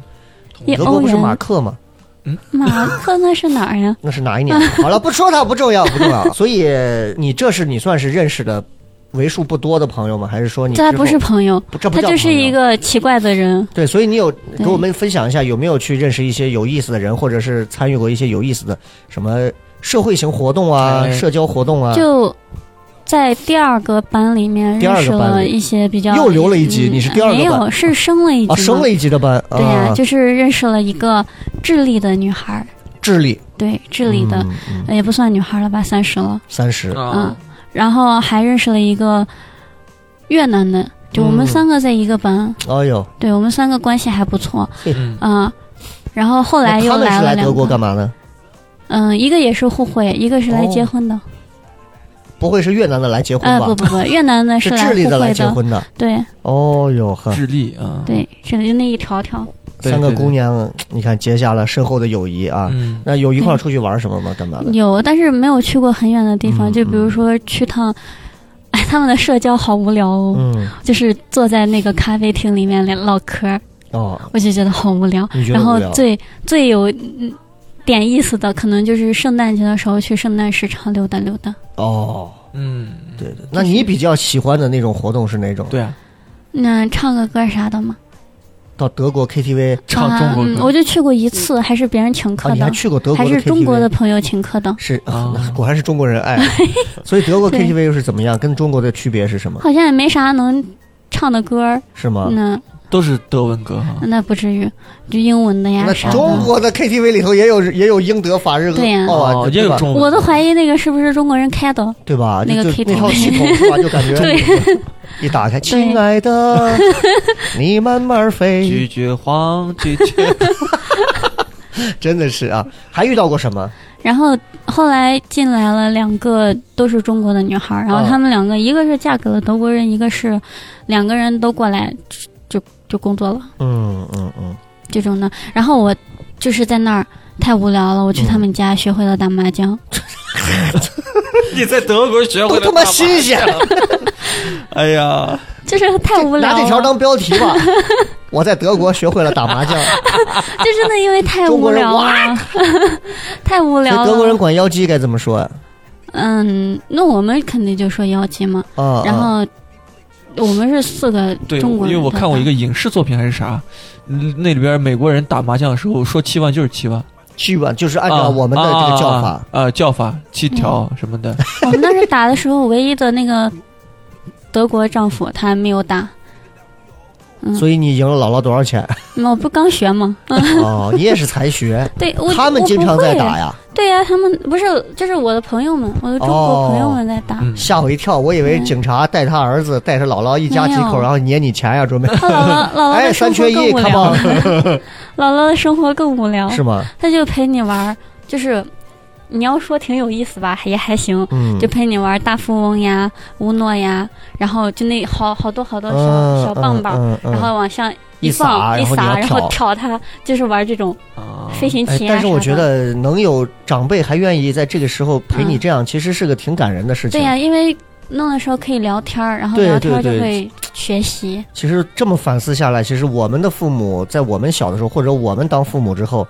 [SPEAKER 5] 一
[SPEAKER 3] 德
[SPEAKER 5] 欧
[SPEAKER 3] 国不是
[SPEAKER 5] 元
[SPEAKER 3] 马克吗？
[SPEAKER 5] 马克那是哪儿呀？
[SPEAKER 3] 那是哪一 年？好了，不说它不重要，不重要。所以你这是你算是认识的为数不多的朋友吗？还是说你
[SPEAKER 5] 这还
[SPEAKER 3] 之
[SPEAKER 5] 不
[SPEAKER 3] 后
[SPEAKER 5] 是朋友，
[SPEAKER 3] 不这不
[SPEAKER 5] 他
[SPEAKER 3] 叫
[SPEAKER 5] 就是
[SPEAKER 3] 朋友
[SPEAKER 5] 一个奇怪的人。
[SPEAKER 3] 对，所以你有给
[SPEAKER 5] 对
[SPEAKER 3] 我们分享一下有没有去认识一些有意思的人，或者是参与过一些有意思的什么社会型活动啊、
[SPEAKER 4] 哎
[SPEAKER 3] 社交活动啊？
[SPEAKER 5] 就在第二个班里面
[SPEAKER 3] 第二
[SPEAKER 5] 认
[SPEAKER 3] 个
[SPEAKER 5] 识
[SPEAKER 3] 班
[SPEAKER 5] 了
[SPEAKER 3] 里
[SPEAKER 5] 一些比较
[SPEAKER 3] 又留了一级
[SPEAKER 5] 嗯
[SPEAKER 3] 你是第二个
[SPEAKER 5] 没
[SPEAKER 3] 班
[SPEAKER 5] 有是升了一级
[SPEAKER 3] 啊，升
[SPEAKER 5] 嘛
[SPEAKER 3] 了一级的班，
[SPEAKER 5] 对呀、
[SPEAKER 3] 啊，
[SPEAKER 5] 就是认识了一个智利的女孩儿，
[SPEAKER 3] 智力，
[SPEAKER 5] 对，智利的、
[SPEAKER 3] 嗯嗯
[SPEAKER 5] 呃也不算女孩儿了吧，三十了。
[SPEAKER 3] 三十，
[SPEAKER 4] 啊，
[SPEAKER 5] 然后还认识了一个越南的，就我们
[SPEAKER 3] 嗯
[SPEAKER 5] 三个在一个班，
[SPEAKER 3] 哎呦，
[SPEAKER 5] 对我们三个关系还不错，
[SPEAKER 3] 啊
[SPEAKER 4] 嗯，
[SPEAKER 5] 嗯、然后后来
[SPEAKER 3] 那
[SPEAKER 5] 又
[SPEAKER 3] 他们是
[SPEAKER 5] 了
[SPEAKER 3] 来德
[SPEAKER 5] 两
[SPEAKER 3] 国
[SPEAKER 5] 个
[SPEAKER 3] 干，嘛呢？
[SPEAKER 5] 嗯、一个也是互惠，一个是来
[SPEAKER 3] 哦
[SPEAKER 5] 结婚的，
[SPEAKER 3] 不会是越南的来结婚
[SPEAKER 5] 呃，
[SPEAKER 3] 吧？
[SPEAKER 5] 不不不，越南的
[SPEAKER 3] 是
[SPEAKER 5] 来
[SPEAKER 3] 智利
[SPEAKER 5] 互
[SPEAKER 3] 的来
[SPEAKER 5] 惠
[SPEAKER 3] 结
[SPEAKER 5] 的，
[SPEAKER 3] 婚的。
[SPEAKER 5] 对
[SPEAKER 3] 哦呦呵，
[SPEAKER 4] 智利啊，
[SPEAKER 5] 对，这里就那一条条，
[SPEAKER 4] 对
[SPEAKER 3] 三个
[SPEAKER 4] 对对
[SPEAKER 3] 姑娘，你看结下了深厚的友谊啊。
[SPEAKER 4] 嗯，
[SPEAKER 3] 那有一块儿出去玩什么吗？干嘛的？
[SPEAKER 5] 有，但是没有去过很远的地方，
[SPEAKER 3] 嗯
[SPEAKER 5] 就比如说去趟，哎，他们的社交好无聊哦，
[SPEAKER 3] 嗯，
[SPEAKER 5] 就是坐在那个咖啡厅里面来唠嗑儿，
[SPEAKER 3] 哦，
[SPEAKER 5] 我就觉得好无聊。
[SPEAKER 3] 你觉得
[SPEAKER 5] 然
[SPEAKER 3] 无
[SPEAKER 5] 后
[SPEAKER 3] 聊？
[SPEAKER 5] 最最有嗯点意思的，可能就是圣诞节的时候去圣诞市场溜达溜达。
[SPEAKER 3] 哦，
[SPEAKER 4] 嗯，
[SPEAKER 3] 对对。那你比较喜欢的那种活动是哪种？
[SPEAKER 4] 对啊，
[SPEAKER 5] 那唱个歌啥的嘛，
[SPEAKER 3] 到德国 KTV
[SPEAKER 4] 唱
[SPEAKER 5] 啊
[SPEAKER 4] 中国
[SPEAKER 5] 嗯，
[SPEAKER 4] 歌
[SPEAKER 5] 我就去过一次，还是别人请
[SPEAKER 3] 啊，
[SPEAKER 5] 客
[SPEAKER 3] 你
[SPEAKER 5] 的，
[SPEAKER 3] 还去过德国
[SPEAKER 5] 还
[SPEAKER 3] 的 KTV？
[SPEAKER 5] 是中国的朋友请客的，
[SPEAKER 3] 是啊
[SPEAKER 4] 啊，
[SPEAKER 3] 那果然是中国人爱啊。所以德国
[SPEAKER 5] 对
[SPEAKER 3] KTV 又是怎么样？跟中国的区别是什么？
[SPEAKER 5] 好像也没啥能唱的歌儿，
[SPEAKER 3] 是吗？
[SPEAKER 5] 那
[SPEAKER 4] 都是德文歌哈，
[SPEAKER 5] 那不至于，就英文的呀
[SPEAKER 3] 那
[SPEAKER 5] 啥
[SPEAKER 3] 中
[SPEAKER 5] 的。
[SPEAKER 3] 国的 KTV 里头也有也有英德法日
[SPEAKER 5] 对呀
[SPEAKER 3] 哦啊，
[SPEAKER 4] 也
[SPEAKER 3] 对吧
[SPEAKER 4] 有中文，
[SPEAKER 5] 我都怀疑那个是不是中国人开的，
[SPEAKER 3] 对吧？
[SPEAKER 5] 那个
[SPEAKER 3] 就就
[SPEAKER 5] KTV
[SPEAKER 3] 那套系统是吧？就感 觉
[SPEAKER 5] 对
[SPEAKER 3] 一打开，亲爱的，你慢慢
[SPEAKER 4] 拒
[SPEAKER 3] 飞，
[SPEAKER 4] 绝黄，拒绝，
[SPEAKER 3] 真的是啊！还遇到过什么？
[SPEAKER 5] 然后后来进来了两个都是中国的女孩儿，然后
[SPEAKER 3] 啊
[SPEAKER 5] 她们两个一个是嫁给了德国人，一个是两个人都过来就就工作了
[SPEAKER 3] 嗯嗯嗯，
[SPEAKER 5] 这种的。然后我就是在那儿太无聊了，我去他
[SPEAKER 3] 嗯
[SPEAKER 5] 们家学会了打麻将，
[SPEAKER 4] 你在德国学
[SPEAKER 3] 都
[SPEAKER 4] 会了
[SPEAKER 3] 他妈新鲜，
[SPEAKER 4] 哎呀，
[SPEAKER 5] 就是太无聊
[SPEAKER 3] 拿
[SPEAKER 5] 了，啊
[SPEAKER 3] 这条当标题 吧。我在德国学会了打麻将，
[SPEAKER 5] 就真的因为太
[SPEAKER 3] 中
[SPEAKER 5] 无
[SPEAKER 3] 国人
[SPEAKER 5] 聊了， 太无
[SPEAKER 3] 所
[SPEAKER 5] 聊
[SPEAKER 3] 以
[SPEAKER 5] 了。
[SPEAKER 3] 德国人管妖姬该怎么说啊？
[SPEAKER 5] 嗯，那我们肯定就说妖姬嘛，
[SPEAKER 3] 啊
[SPEAKER 5] 然后。我们是四个
[SPEAKER 4] 对，
[SPEAKER 5] 中
[SPEAKER 4] 因
[SPEAKER 5] 国人，
[SPEAKER 4] 为我看过一个影视作品还是啥，嗯那里边美国人打麻将的时候说七万就是七万，
[SPEAKER 3] 剧本就是按照我们的这个叫法，
[SPEAKER 4] 啊啊啊啊叫法七
[SPEAKER 5] 嗯
[SPEAKER 4] 条什 么的，
[SPEAKER 5] 我们当时打的时候，唯一的那个德国丈夫他没有打，嗯
[SPEAKER 3] 所以你赢了姥姥多少 钱？
[SPEAKER 5] 那我不刚学吗？嗯，
[SPEAKER 3] 哦，你也是才学，
[SPEAKER 5] 对，我
[SPEAKER 3] 他们
[SPEAKER 5] 我
[SPEAKER 3] 经
[SPEAKER 5] 不
[SPEAKER 3] 常在
[SPEAKER 5] 会
[SPEAKER 3] 打呀，
[SPEAKER 5] 对呀、他们不是就是我的朋友们，我的中国朋友们在打。
[SPEAKER 4] 嗯，
[SPEAKER 3] 吓我一跳，我以为
[SPEAKER 5] 嗯
[SPEAKER 3] 警察带他儿子带他姥姥一家几
[SPEAKER 5] 没
[SPEAKER 3] 口，
[SPEAKER 5] 有
[SPEAKER 3] 然后捏你钱呀，准备。
[SPEAKER 5] 他姥姥姥姥
[SPEAKER 3] 哎，
[SPEAKER 5] 的
[SPEAKER 3] 三
[SPEAKER 5] 生活
[SPEAKER 3] 缺
[SPEAKER 5] 更
[SPEAKER 3] 一，
[SPEAKER 5] 无
[SPEAKER 3] 看
[SPEAKER 5] 聊
[SPEAKER 3] 吧，，
[SPEAKER 5] 姥姥的生活更无聊，
[SPEAKER 3] 是吗？
[SPEAKER 5] 他就陪你玩儿，就是你要说挺有意思吧，也还行，
[SPEAKER 3] 嗯
[SPEAKER 5] 就，陪你玩大富翁呀、乌诺呀，然后就那好好多好多小、
[SPEAKER 3] 嗯
[SPEAKER 5] 小棒棒，
[SPEAKER 3] 嗯嗯
[SPEAKER 5] 然后往上
[SPEAKER 3] 一撒
[SPEAKER 5] 放一
[SPEAKER 3] 然后你要
[SPEAKER 5] 撒，然后
[SPEAKER 3] 挑
[SPEAKER 5] 挑它，就是玩这种
[SPEAKER 4] 啊
[SPEAKER 5] 飞行
[SPEAKER 3] 哎
[SPEAKER 5] 棋，呀、
[SPEAKER 3] 但是我
[SPEAKER 5] 啥
[SPEAKER 3] 觉
[SPEAKER 5] 的
[SPEAKER 3] 得能有长辈还愿意在这个时候陪你
[SPEAKER 5] 嗯
[SPEAKER 3] 这样，其实是个挺感人的事情。
[SPEAKER 5] 对呀、因为弄的时候可以聊天儿，然后
[SPEAKER 3] 对
[SPEAKER 5] 聊天儿就
[SPEAKER 3] 对对
[SPEAKER 5] 会学习。
[SPEAKER 3] 其实这么反思下来，其实我们的父母在我们小的时候，或者我们当父母之后，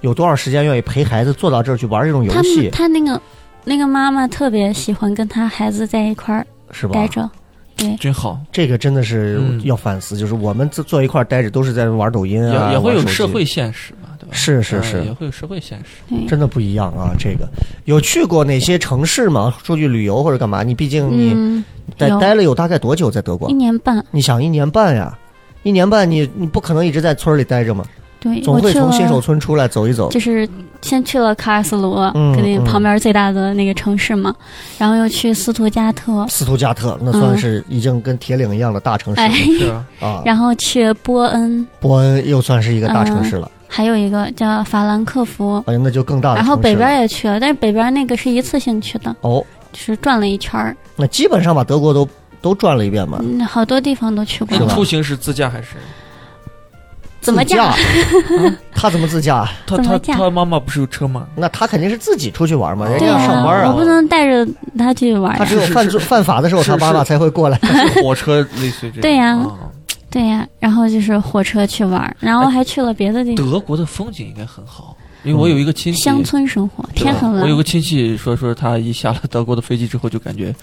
[SPEAKER 3] 有多少时间愿意陪孩子坐到这儿去玩这种游
[SPEAKER 5] 他们
[SPEAKER 3] 戏，
[SPEAKER 5] 他那个那个妈妈特别喜欢跟他孩子在一块儿
[SPEAKER 3] 是吧
[SPEAKER 5] 待？着，
[SPEAKER 4] 真好，
[SPEAKER 3] 这个真的是
[SPEAKER 4] 嗯
[SPEAKER 3] 要反思，就是我们坐坐一块儿待着都是在玩抖音
[SPEAKER 4] 也
[SPEAKER 3] 啊，
[SPEAKER 4] 也会有
[SPEAKER 3] 玩手机
[SPEAKER 4] 社会，现实嘛，对吧？
[SPEAKER 3] 是是是
[SPEAKER 4] 呃也会有社会现实。
[SPEAKER 5] 对，
[SPEAKER 3] 真的不一样啊。这个有去过哪些城市吗？出去旅游或者干嘛？你毕竟你
[SPEAKER 5] 嗯，
[SPEAKER 3] 待、
[SPEAKER 5] 有
[SPEAKER 3] 待了有大概多久在德国
[SPEAKER 5] 一？年半，
[SPEAKER 3] 你想一年半呀，一年半你你不可能一直在村儿里待着嘛，
[SPEAKER 5] 对，
[SPEAKER 3] 总
[SPEAKER 5] 我
[SPEAKER 3] 会
[SPEAKER 5] 去
[SPEAKER 3] 从新手
[SPEAKER 5] 了，
[SPEAKER 3] 村出来走一走。
[SPEAKER 5] 就是先去了卡尔斯鲁，
[SPEAKER 3] 嗯
[SPEAKER 5] 肯定
[SPEAKER 3] 嗯
[SPEAKER 5] 旁边最大的那个城市嘛，然后又去斯图加特，
[SPEAKER 3] 斯图加特那算是已经跟铁岭一样的大城市了、
[SPEAKER 5] 嗯哎，
[SPEAKER 4] 是啊，
[SPEAKER 3] 啊，
[SPEAKER 5] 然后去波恩，
[SPEAKER 3] 波恩又算是一个大城市了，
[SPEAKER 5] 还有一个叫法兰克福，
[SPEAKER 3] 哎，那就更大的
[SPEAKER 5] 嗯然
[SPEAKER 3] 城市
[SPEAKER 5] 后
[SPEAKER 3] 了。
[SPEAKER 5] 北边也去了，但是北边那个是一次性去的，
[SPEAKER 3] 哦，
[SPEAKER 5] 就是转了一圈儿，
[SPEAKER 3] 那基本上把德国都都转了一遍嘛，
[SPEAKER 5] 嗯，好多地方都去过
[SPEAKER 3] 啊是吧
[SPEAKER 5] 了。
[SPEAKER 4] 出行是自驾还是？
[SPEAKER 5] 怎么
[SPEAKER 3] 自
[SPEAKER 5] 驾
[SPEAKER 3] 驾？嗯他怎么自驾？
[SPEAKER 4] 他
[SPEAKER 5] 怎么
[SPEAKER 4] 他
[SPEAKER 5] 驾
[SPEAKER 4] 他妈妈不是有车吗？
[SPEAKER 3] 那他肯定是自己出去玩嘛，人家
[SPEAKER 5] 对啊
[SPEAKER 3] 要
[SPEAKER 5] 呀、
[SPEAKER 3] 上班啊
[SPEAKER 5] 我不能带着他去玩
[SPEAKER 3] 他
[SPEAKER 5] 呀、
[SPEAKER 3] 只有
[SPEAKER 4] 是是
[SPEAKER 3] 犯罪
[SPEAKER 4] 是
[SPEAKER 3] 犯法的时候，
[SPEAKER 4] 是
[SPEAKER 3] 他妈妈
[SPEAKER 4] 是
[SPEAKER 3] 才会过来。
[SPEAKER 4] 是火车类似于这种。
[SPEAKER 5] 对呀
[SPEAKER 4] 啊
[SPEAKER 5] 对呀、然后就是火车去玩儿，然后
[SPEAKER 4] 哎
[SPEAKER 5] 还去了别的地方，
[SPEAKER 4] 德国的风景应该很好，因为我有一个亲戚，
[SPEAKER 5] 乡村生活，
[SPEAKER 3] 啊
[SPEAKER 4] 对
[SPEAKER 5] 天很
[SPEAKER 4] 我有
[SPEAKER 5] 冷
[SPEAKER 4] 个。亲戚说，说他一下了德国的飞机之后，就感觉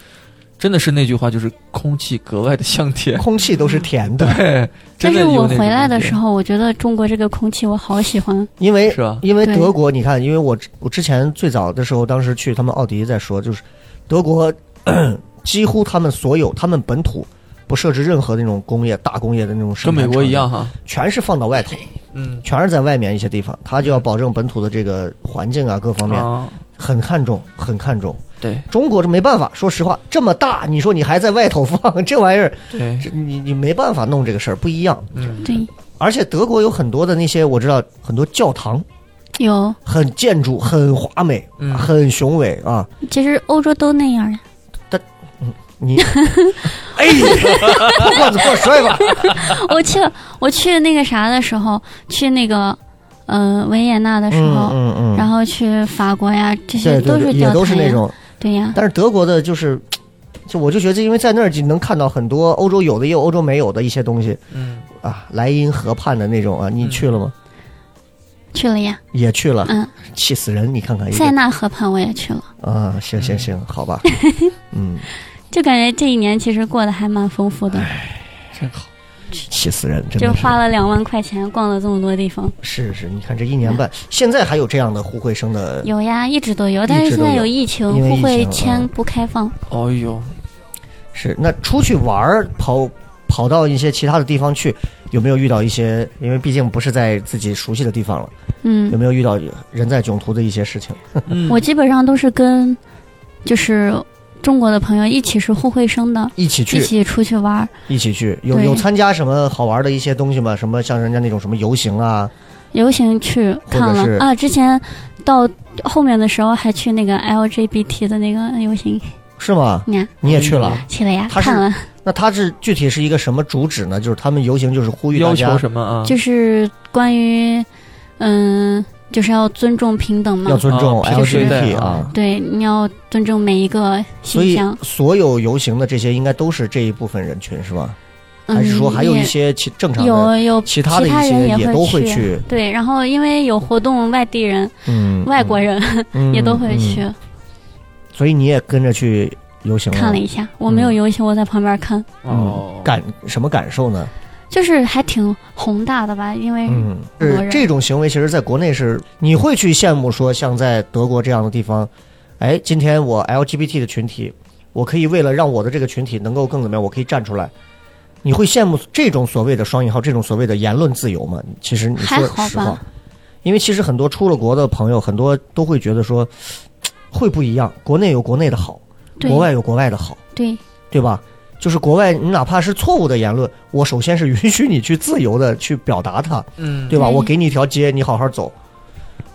[SPEAKER 4] 真的是那句话，就是空气格外的香甜。
[SPEAKER 3] 空气都是甜的，
[SPEAKER 4] 对，
[SPEAKER 5] 但
[SPEAKER 4] 真的
[SPEAKER 5] 是
[SPEAKER 4] 有那
[SPEAKER 5] 我
[SPEAKER 4] 种
[SPEAKER 5] 回来的
[SPEAKER 4] 感觉
[SPEAKER 5] 时，候，我觉得中国这个空气我好喜欢。
[SPEAKER 3] 因为
[SPEAKER 4] 是啊吧？
[SPEAKER 3] 因为
[SPEAKER 5] 对
[SPEAKER 3] 德国，你看，因为我之我之前最早的时候，当时去他们奥迪在说，就是德国 咳几乎他们所有他们本土不设置任何那种工业大工业的那种生
[SPEAKER 4] 跟美
[SPEAKER 3] 产
[SPEAKER 4] 国
[SPEAKER 3] 厂
[SPEAKER 4] 一样
[SPEAKER 3] 的，
[SPEAKER 4] 哈，
[SPEAKER 3] 全是放到外头，
[SPEAKER 4] 嗯，
[SPEAKER 3] 全是在外面一些地方，他就要保证本土的这个环境啊各方面
[SPEAKER 4] 啊，
[SPEAKER 3] 很看重，很看重。
[SPEAKER 4] 对
[SPEAKER 3] 中国这没办法，说实话，这么大，你说你还在外头放这玩意儿，
[SPEAKER 4] 对，
[SPEAKER 3] 这你你没办法弄这个事儿，不一样。
[SPEAKER 4] 嗯，
[SPEAKER 5] 对，
[SPEAKER 3] 而且德国有很多的那些我知道很多教堂。
[SPEAKER 5] 有，
[SPEAKER 3] 很建筑，很华美，
[SPEAKER 4] 嗯
[SPEAKER 3] 很雄伟啊！
[SPEAKER 5] 其实欧洲都那样呀。
[SPEAKER 3] 你， 哎，把罐子给我摔吧！啊
[SPEAKER 5] 我去，我去那个啥的时候，去那个，呃，维也纳的时候，
[SPEAKER 3] 嗯嗯
[SPEAKER 5] 然后去法国呀，这些
[SPEAKER 3] 对对对，
[SPEAKER 5] 是
[SPEAKER 3] 也
[SPEAKER 5] 教
[SPEAKER 3] 都是
[SPEAKER 5] 堂
[SPEAKER 3] 那
[SPEAKER 5] 呀，
[SPEAKER 3] 种，
[SPEAKER 5] 对呀，
[SPEAKER 3] 但是德国的就是，就我就觉得，因为在那儿就能看到很多欧洲有的也有欧洲没有的一些东西
[SPEAKER 4] 嗯，
[SPEAKER 3] 啊，莱茵河畔的那种啊，你
[SPEAKER 4] 嗯
[SPEAKER 3] 去了吗？
[SPEAKER 5] 去了呀，
[SPEAKER 3] 也去了，
[SPEAKER 5] 嗯，
[SPEAKER 3] 气死人！你看看一
[SPEAKER 5] 塞
[SPEAKER 3] 个
[SPEAKER 5] 纳河畔我也去了，
[SPEAKER 3] 啊，行行行，好 吧，嗯，
[SPEAKER 5] 就感觉这一年其实过得还蛮丰富的，
[SPEAKER 4] 真好，
[SPEAKER 3] 气死人，哎真
[SPEAKER 5] 就
[SPEAKER 3] 的
[SPEAKER 5] 花了两万块钱逛了这么多地方。
[SPEAKER 3] 是是是，你看这一年半，现在还有这样的互惠生的，
[SPEAKER 5] 有呀，一直都有，
[SPEAKER 3] 一
[SPEAKER 5] 但是
[SPEAKER 3] 直
[SPEAKER 5] 现
[SPEAKER 3] 都
[SPEAKER 5] 在
[SPEAKER 3] 有
[SPEAKER 5] 有疫情，
[SPEAKER 3] 因为
[SPEAKER 5] 互
[SPEAKER 3] 疫
[SPEAKER 5] 惠
[SPEAKER 3] 情
[SPEAKER 5] 签
[SPEAKER 3] 嗯
[SPEAKER 5] 不开放。
[SPEAKER 4] 哦呦，
[SPEAKER 3] 是，那出去玩儿，跑跑到一些其他的地方去，有没有遇到一些？因为毕竟不是在自己熟悉的地方了，有
[SPEAKER 5] 嗯，
[SPEAKER 3] 没有遇到人在囧途的一些事情？
[SPEAKER 4] 嗯，
[SPEAKER 5] 我基本上都是跟就是中国的朋友一起是互惠生的，
[SPEAKER 3] 一起去，
[SPEAKER 5] 一
[SPEAKER 3] 一起
[SPEAKER 5] 起出去玩儿。
[SPEAKER 3] 去，有
[SPEAKER 5] 对
[SPEAKER 3] 有参加什么好玩的一些东西吗？什么像人家那种什么游行啊？
[SPEAKER 5] 游行去看
[SPEAKER 3] 或者是
[SPEAKER 5] 了啊，之前到后面的时候还去那个 LGBT 的那个游行，
[SPEAKER 3] 是吗？
[SPEAKER 5] 你看
[SPEAKER 3] 你也去了？
[SPEAKER 5] 去了呀，
[SPEAKER 3] 他是啊
[SPEAKER 5] 看了，
[SPEAKER 3] 那它是具体是一个什么主旨呢？就是他们游行就是呼吁大
[SPEAKER 4] 要求
[SPEAKER 3] 家
[SPEAKER 4] 什么啊？
[SPEAKER 5] 就是关于嗯，就是要尊重平等
[SPEAKER 3] 要
[SPEAKER 5] 嘛，
[SPEAKER 3] 尊重
[SPEAKER 4] 啊平
[SPEAKER 5] 时对
[SPEAKER 3] LGBT
[SPEAKER 4] 啊
[SPEAKER 3] 啊，
[SPEAKER 5] 对，你要尊重每一个
[SPEAKER 3] 所
[SPEAKER 5] 形
[SPEAKER 3] 以
[SPEAKER 5] 象。
[SPEAKER 3] 所有游行的这些应该都是这一部分人群是吧？还是
[SPEAKER 5] 嗯
[SPEAKER 3] 说还有
[SPEAKER 5] 也
[SPEAKER 3] 一些其正常的
[SPEAKER 5] 有有
[SPEAKER 3] 其他的一
[SPEAKER 5] 人
[SPEAKER 3] 些也都会
[SPEAKER 5] 去。
[SPEAKER 3] 去？
[SPEAKER 5] 对，然后因为有活动，外地人、
[SPEAKER 3] 嗯，
[SPEAKER 5] 外国人
[SPEAKER 3] 嗯
[SPEAKER 5] 也都会去、
[SPEAKER 3] 嗯嗯所以你也跟着去游行
[SPEAKER 5] 看了一下。我没有游行，我在旁边看，
[SPEAKER 3] 嗯
[SPEAKER 4] 哦，
[SPEAKER 3] 感什么感受呢？
[SPEAKER 5] 就是还挺宏大的吧，因为
[SPEAKER 3] 嗯，
[SPEAKER 5] 我
[SPEAKER 3] 是
[SPEAKER 5] 认
[SPEAKER 3] 这种行为，其实在国内是你会去羡慕说，像在德国这样的地方，哎，今天我 LGBT 的群体，我可以为了让我的这个群体能够更怎么样，我可以站出来。你会羡慕这种所谓的双引号，这种所谓的言论自由吗？其实你
[SPEAKER 5] 还
[SPEAKER 3] 说
[SPEAKER 5] 好
[SPEAKER 3] 实话
[SPEAKER 5] 吧，，
[SPEAKER 3] 因为其实很多出了国的朋友，很多都会觉得说，会不一样，国内有国内的好，
[SPEAKER 5] 对
[SPEAKER 3] 国外有国外的好。
[SPEAKER 5] 对
[SPEAKER 3] 对吧？就是国外，你哪怕是错误的言论，我首先是 允许你去自由的去表达它，
[SPEAKER 4] 嗯，
[SPEAKER 3] 对吧？
[SPEAKER 5] 对
[SPEAKER 3] 我给你一条街，你好好走。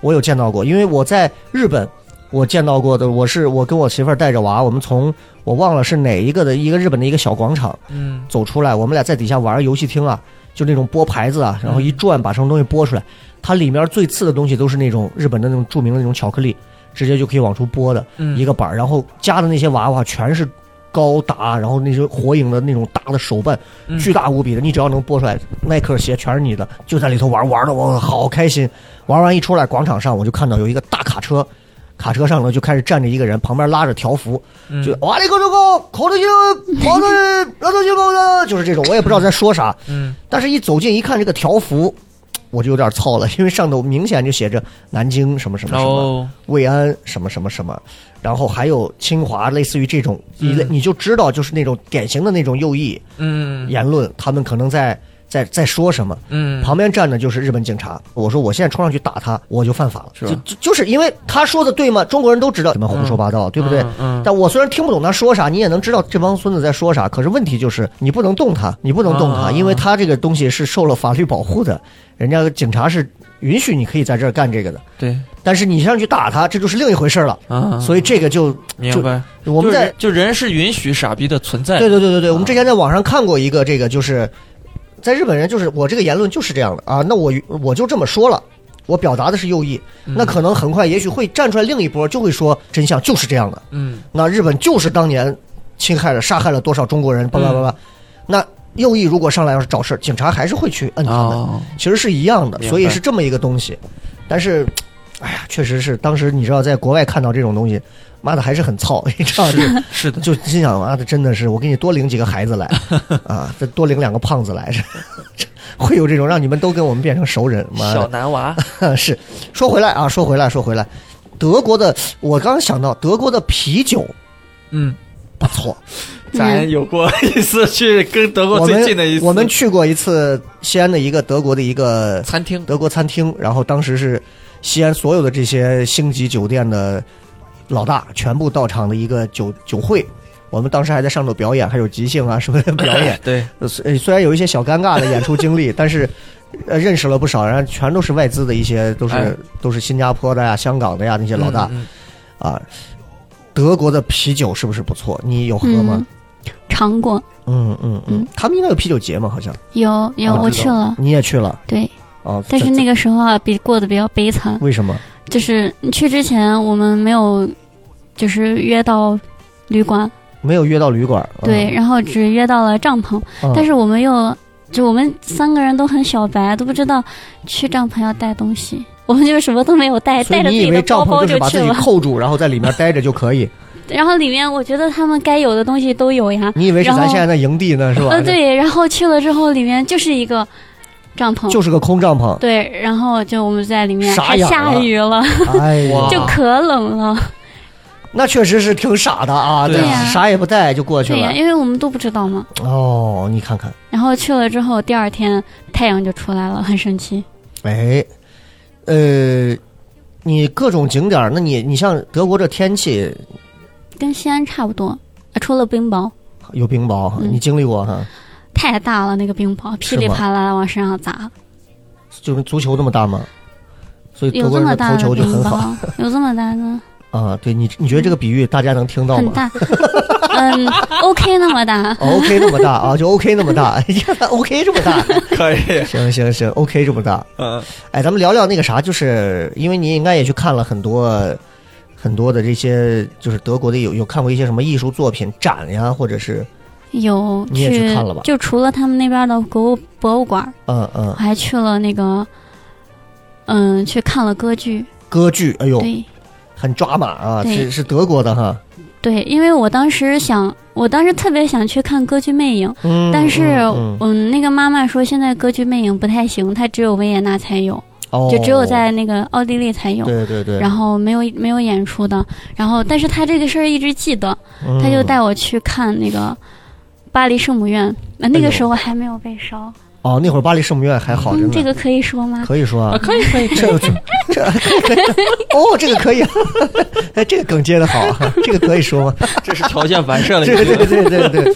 [SPEAKER 3] 我有见到过，因为我在日本，我见到过的，我是我跟我媳妇儿带着娃，我们从我忘了是哪一个的一个日本的一个小广场
[SPEAKER 4] 嗯，
[SPEAKER 3] 走出来，我们俩在底下玩游戏厅啊，就那种拨牌子啊，然后一转把什么东西拨出来，它里面最次的东西都是那种日本的那种著名的那种巧克力，直接就可以往出拨的。
[SPEAKER 4] 嗯
[SPEAKER 3] 一个板儿，然后加的那些娃娃全是高达，然后那些火影的那种大的手办，
[SPEAKER 4] 嗯
[SPEAKER 3] 巨大无比的，你只要能播出来，耐克鞋全是你的，就在里头玩，玩的我好开心。玩完一出来，广场上我就看到有一个大卡车，卡车上呢就开始站着一个人，旁边拉着条幅，
[SPEAKER 4] 嗯
[SPEAKER 3] 就哇里口中口口头就口头口头就口头，就是这种，我也不知道在说啥，
[SPEAKER 4] 嗯
[SPEAKER 3] 但是一走近一看这个条幅。我就有点操了，因为上头明显就写着南京什么什么
[SPEAKER 4] 然
[SPEAKER 3] 什么，
[SPEAKER 4] 后
[SPEAKER 3] 魏安什么什么什么，然后还有清华，类似于这种一类，
[SPEAKER 4] 嗯
[SPEAKER 3] 你就知道就是那种典型的那种右翼
[SPEAKER 4] 嗯
[SPEAKER 3] 言论，他们可能在在在说什么。
[SPEAKER 4] 嗯，
[SPEAKER 3] 旁边站的就是日本警察，我说我现在冲上去打他，我就犯法了，
[SPEAKER 4] 是吧
[SPEAKER 3] 就就就是因为他说的对吗？中国人都知道你们胡说八道，对不对？
[SPEAKER 4] 嗯嗯
[SPEAKER 3] 但我虽然听不懂他说啥，你也能知道这帮孙子在说啥。可是问题就是，你不能动他，你不能动他，
[SPEAKER 4] 啊
[SPEAKER 3] 因为他这个东西是受了法律保护的，人家警察是允许你可以在这儿干这个的。
[SPEAKER 4] 对
[SPEAKER 3] 但是你上去打他，这就是另一回事儿了。
[SPEAKER 4] 啊，
[SPEAKER 3] 所
[SPEAKER 4] 以
[SPEAKER 3] 以这个就
[SPEAKER 4] 明白，
[SPEAKER 3] 我们在
[SPEAKER 4] 就人就嗯人是允许傻逼的存在，
[SPEAKER 3] 对对对对对，我们之前在网上看过一个这个，就是在日本人就是我这个言论就是这样的啊，那我我就这么说了。我表达的是右翼，
[SPEAKER 4] 嗯
[SPEAKER 3] 那可能很快也许会站出来另一波，就会说真相就是这样的。
[SPEAKER 4] 嗯
[SPEAKER 3] 那日本就是当年侵害了、杀害了多少中国人，叭叭叭
[SPEAKER 4] 嗯
[SPEAKER 3] 叭。那右翼如果上来要是找事儿，警察还是会去摁他们。
[SPEAKER 4] 哦，
[SPEAKER 3] 其实是一样的，
[SPEAKER 4] 明白
[SPEAKER 3] 所以是这么一个东西。但是，哎呀，确实是当时你知道，在国外看到这种东西，妈的还是很操， 你知道这
[SPEAKER 4] 是是的，
[SPEAKER 3] 就心想妈的真的是，我给你多领几个孩 子来啊，再多领两个胖子来， 是会有这种让你们都跟我们变成熟人。妈
[SPEAKER 4] 小男娃，
[SPEAKER 3] 的，是说回来啊，说回来，说回来，德国的我刚想到德国的啤酒
[SPEAKER 4] 嗯，
[SPEAKER 3] 不错，
[SPEAKER 4] 咱有过一次去跟德国
[SPEAKER 3] 我
[SPEAKER 4] 最近的一
[SPEAKER 3] 们
[SPEAKER 4] 次
[SPEAKER 3] 我们去过一次西安的一个德国的一个
[SPEAKER 4] 餐厅，。
[SPEAKER 3] 德国餐厅，然后当时是西安所有的这些星级酒店的老大全部到场的一个酒酒会。我们当时还在上头表演，还有即兴啊什么的表演
[SPEAKER 4] 对，
[SPEAKER 3] 呃虽呃虽然有一些小尴尬的演出经历，但是 呃认识了不少，然后全都是外资的一些，都是、
[SPEAKER 4] 哎
[SPEAKER 3] 都是新加坡的呀、香港的呀那些老大、
[SPEAKER 4] 嗯，
[SPEAKER 3] 啊。德国的啤酒是不是不错？你有喝吗
[SPEAKER 5] 嗯？，尝过
[SPEAKER 3] 嗯嗯嗯
[SPEAKER 5] 嗯
[SPEAKER 3] 他们应该有啤酒节嘛，好像
[SPEAKER 5] 有有
[SPEAKER 3] 啊
[SPEAKER 5] 我
[SPEAKER 3] 知
[SPEAKER 5] 去
[SPEAKER 3] 道
[SPEAKER 5] 了，
[SPEAKER 3] 你也去了
[SPEAKER 5] 对，
[SPEAKER 3] 哦。
[SPEAKER 5] 但是
[SPEAKER 3] 这嗯
[SPEAKER 5] 那个时候啊，比过得比较悲惨，
[SPEAKER 3] 为什么？
[SPEAKER 5] 就是去之前我们没有，就是约到旅馆，
[SPEAKER 3] 没有约到旅馆，
[SPEAKER 5] 对，然后只约到了帐篷，
[SPEAKER 3] 嗯，
[SPEAKER 5] 但是我们又就我们三个人都很小白，都不知道去帐篷要带东西，我们就什么都没有哎带，
[SPEAKER 3] 所以
[SPEAKER 5] 带着自
[SPEAKER 3] 你以
[SPEAKER 5] 己
[SPEAKER 3] 为
[SPEAKER 5] 的
[SPEAKER 3] 帐
[SPEAKER 5] 包
[SPEAKER 3] 篷
[SPEAKER 5] 包
[SPEAKER 3] 就是把
[SPEAKER 5] 去
[SPEAKER 3] 自己
[SPEAKER 5] 了。
[SPEAKER 3] 扣住，然后在里面待着就可 以？
[SPEAKER 5] 然后里面我觉得他们该有的东西都有呀，
[SPEAKER 3] 你以为是咱
[SPEAKER 5] 然后
[SPEAKER 3] 现在的营地呢，
[SPEAKER 4] 嗯
[SPEAKER 3] 是吧？
[SPEAKER 5] 呃对，然后去了之后里面就是一个帐篷，。
[SPEAKER 3] 就是个空帐篷
[SPEAKER 5] 对，然后就我们在里面
[SPEAKER 3] 傻
[SPEAKER 5] 还
[SPEAKER 3] 眼
[SPEAKER 5] 下
[SPEAKER 3] 了啊
[SPEAKER 5] 雨了，
[SPEAKER 3] 哎呀
[SPEAKER 4] 哇，
[SPEAKER 5] 就可冷了。
[SPEAKER 3] 那确实是挺傻的啊，
[SPEAKER 4] 对
[SPEAKER 5] 呀
[SPEAKER 3] 啥也不带就过去
[SPEAKER 5] 对呀、
[SPEAKER 3] 了。
[SPEAKER 5] 因为我们都不知道嘛。
[SPEAKER 3] 哦，你看看，
[SPEAKER 5] 然后去了之后，第二天太阳就出来了，很神奇。
[SPEAKER 3] 哎，呃，你各种景点儿，那你你像德国这天气
[SPEAKER 5] 跟西安差不多，呃除了冰雹
[SPEAKER 3] 有冰雹，
[SPEAKER 5] 嗯
[SPEAKER 3] 你经历过哈？
[SPEAKER 5] 太大了，那个冰雹噼
[SPEAKER 3] 是
[SPEAKER 5] 里
[SPEAKER 3] 吗
[SPEAKER 5] 啪啦地往身上砸，
[SPEAKER 3] 就跟足球那么大吗？所以德
[SPEAKER 5] 有
[SPEAKER 3] 国
[SPEAKER 5] 这
[SPEAKER 3] 人
[SPEAKER 5] 么
[SPEAKER 3] 的
[SPEAKER 5] 大
[SPEAKER 3] 头
[SPEAKER 5] 的
[SPEAKER 3] 球就
[SPEAKER 5] 冰
[SPEAKER 3] 很好
[SPEAKER 5] 雹，有这么大的，
[SPEAKER 3] 啊。对你，你觉得这个比喻大家能听到
[SPEAKER 5] 很
[SPEAKER 3] 吗
[SPEAKER 5] 大，嗯，OK 那么大，
[SPEAKER 3] 哦？OK 那么大啊，就 OK 那么大 ，OK 这么大，
[SPEAKER 4] 可以，
[SPEAKER 3] 行行行，OK 这么大。
[SPEAKER 4] 嗯
[SPEAKER 3] 哎，咱们聊聊那个啥，就是因为你应该也去看了很多很多的这些，就是德国的有有看过一些什么艺术作品展呀，或者是
[SPEAKER 5] 有
[SPEAKER 3] 你也去看了吧
[SPEAKER 5] 就除了他们那边的国物博物馆，
[SPEAKER 3] 嗯嗯
[SPEAKER 5] 我还去了那个，嗯，去看了歌剧，
[SPEAKER 3] 歌剧，哎呦，
[SPEAKER 5] 对
[SPEAKER 3] 很抓马啊，
[SPEAKER 5] 对
[SPEAKER 3] 是是德国的哈，
[SPEAKER 5] 对，因为我当时想，我当时特别想去看《歌剧魅影》，
[SPEAKER 3] 嗯
[SPEAKER 5] 但是
[SPEAKER 3] 嗯嗯
[SPEAKER 5] 嗯，那个妈妈说现在《歌剧魅影》不太行，它只有维也纳才有，
[SPEAKER 3] 哦
[SPEAKER 5] 就只有在那个奥地利才有。
[SPEAKER 3] 对对对，
[SPEAKER 5] 然后没有没有演出的，然后但是他这个事儿一直记得，
[SPEAKER 3] 嗯
[SPEAKER 5] 他就带我去看那个巴黎圣母院，那那
[SPEAKER 3] 哎呦
[SPEAKER 5] 个时候还没有被烧，
[SPEAKER 3] 哦，那会儿巴黎圣母院还好着呢
[SPEAKER 5] 嗯，，这个可以说吗？
[SPEAKER 3] 可以说啊，
[SPEAKER 4] 可以可以
[SPEAKER 3] 这有这这 可以可以哦，这个可以啊， 哎，这个梗接的好啊， 这个可以说吗？
[SPEAKER 4] 这是条件完善了。
[SPEAKER 3] 这
[SPEAKER 4] 你
[SPEAKER 3] 个
[SPEAKER 4] 觉
[SPEAKER 3] 对
[SPEAKER 4] 得
[SPEAKER 3] 对对对对，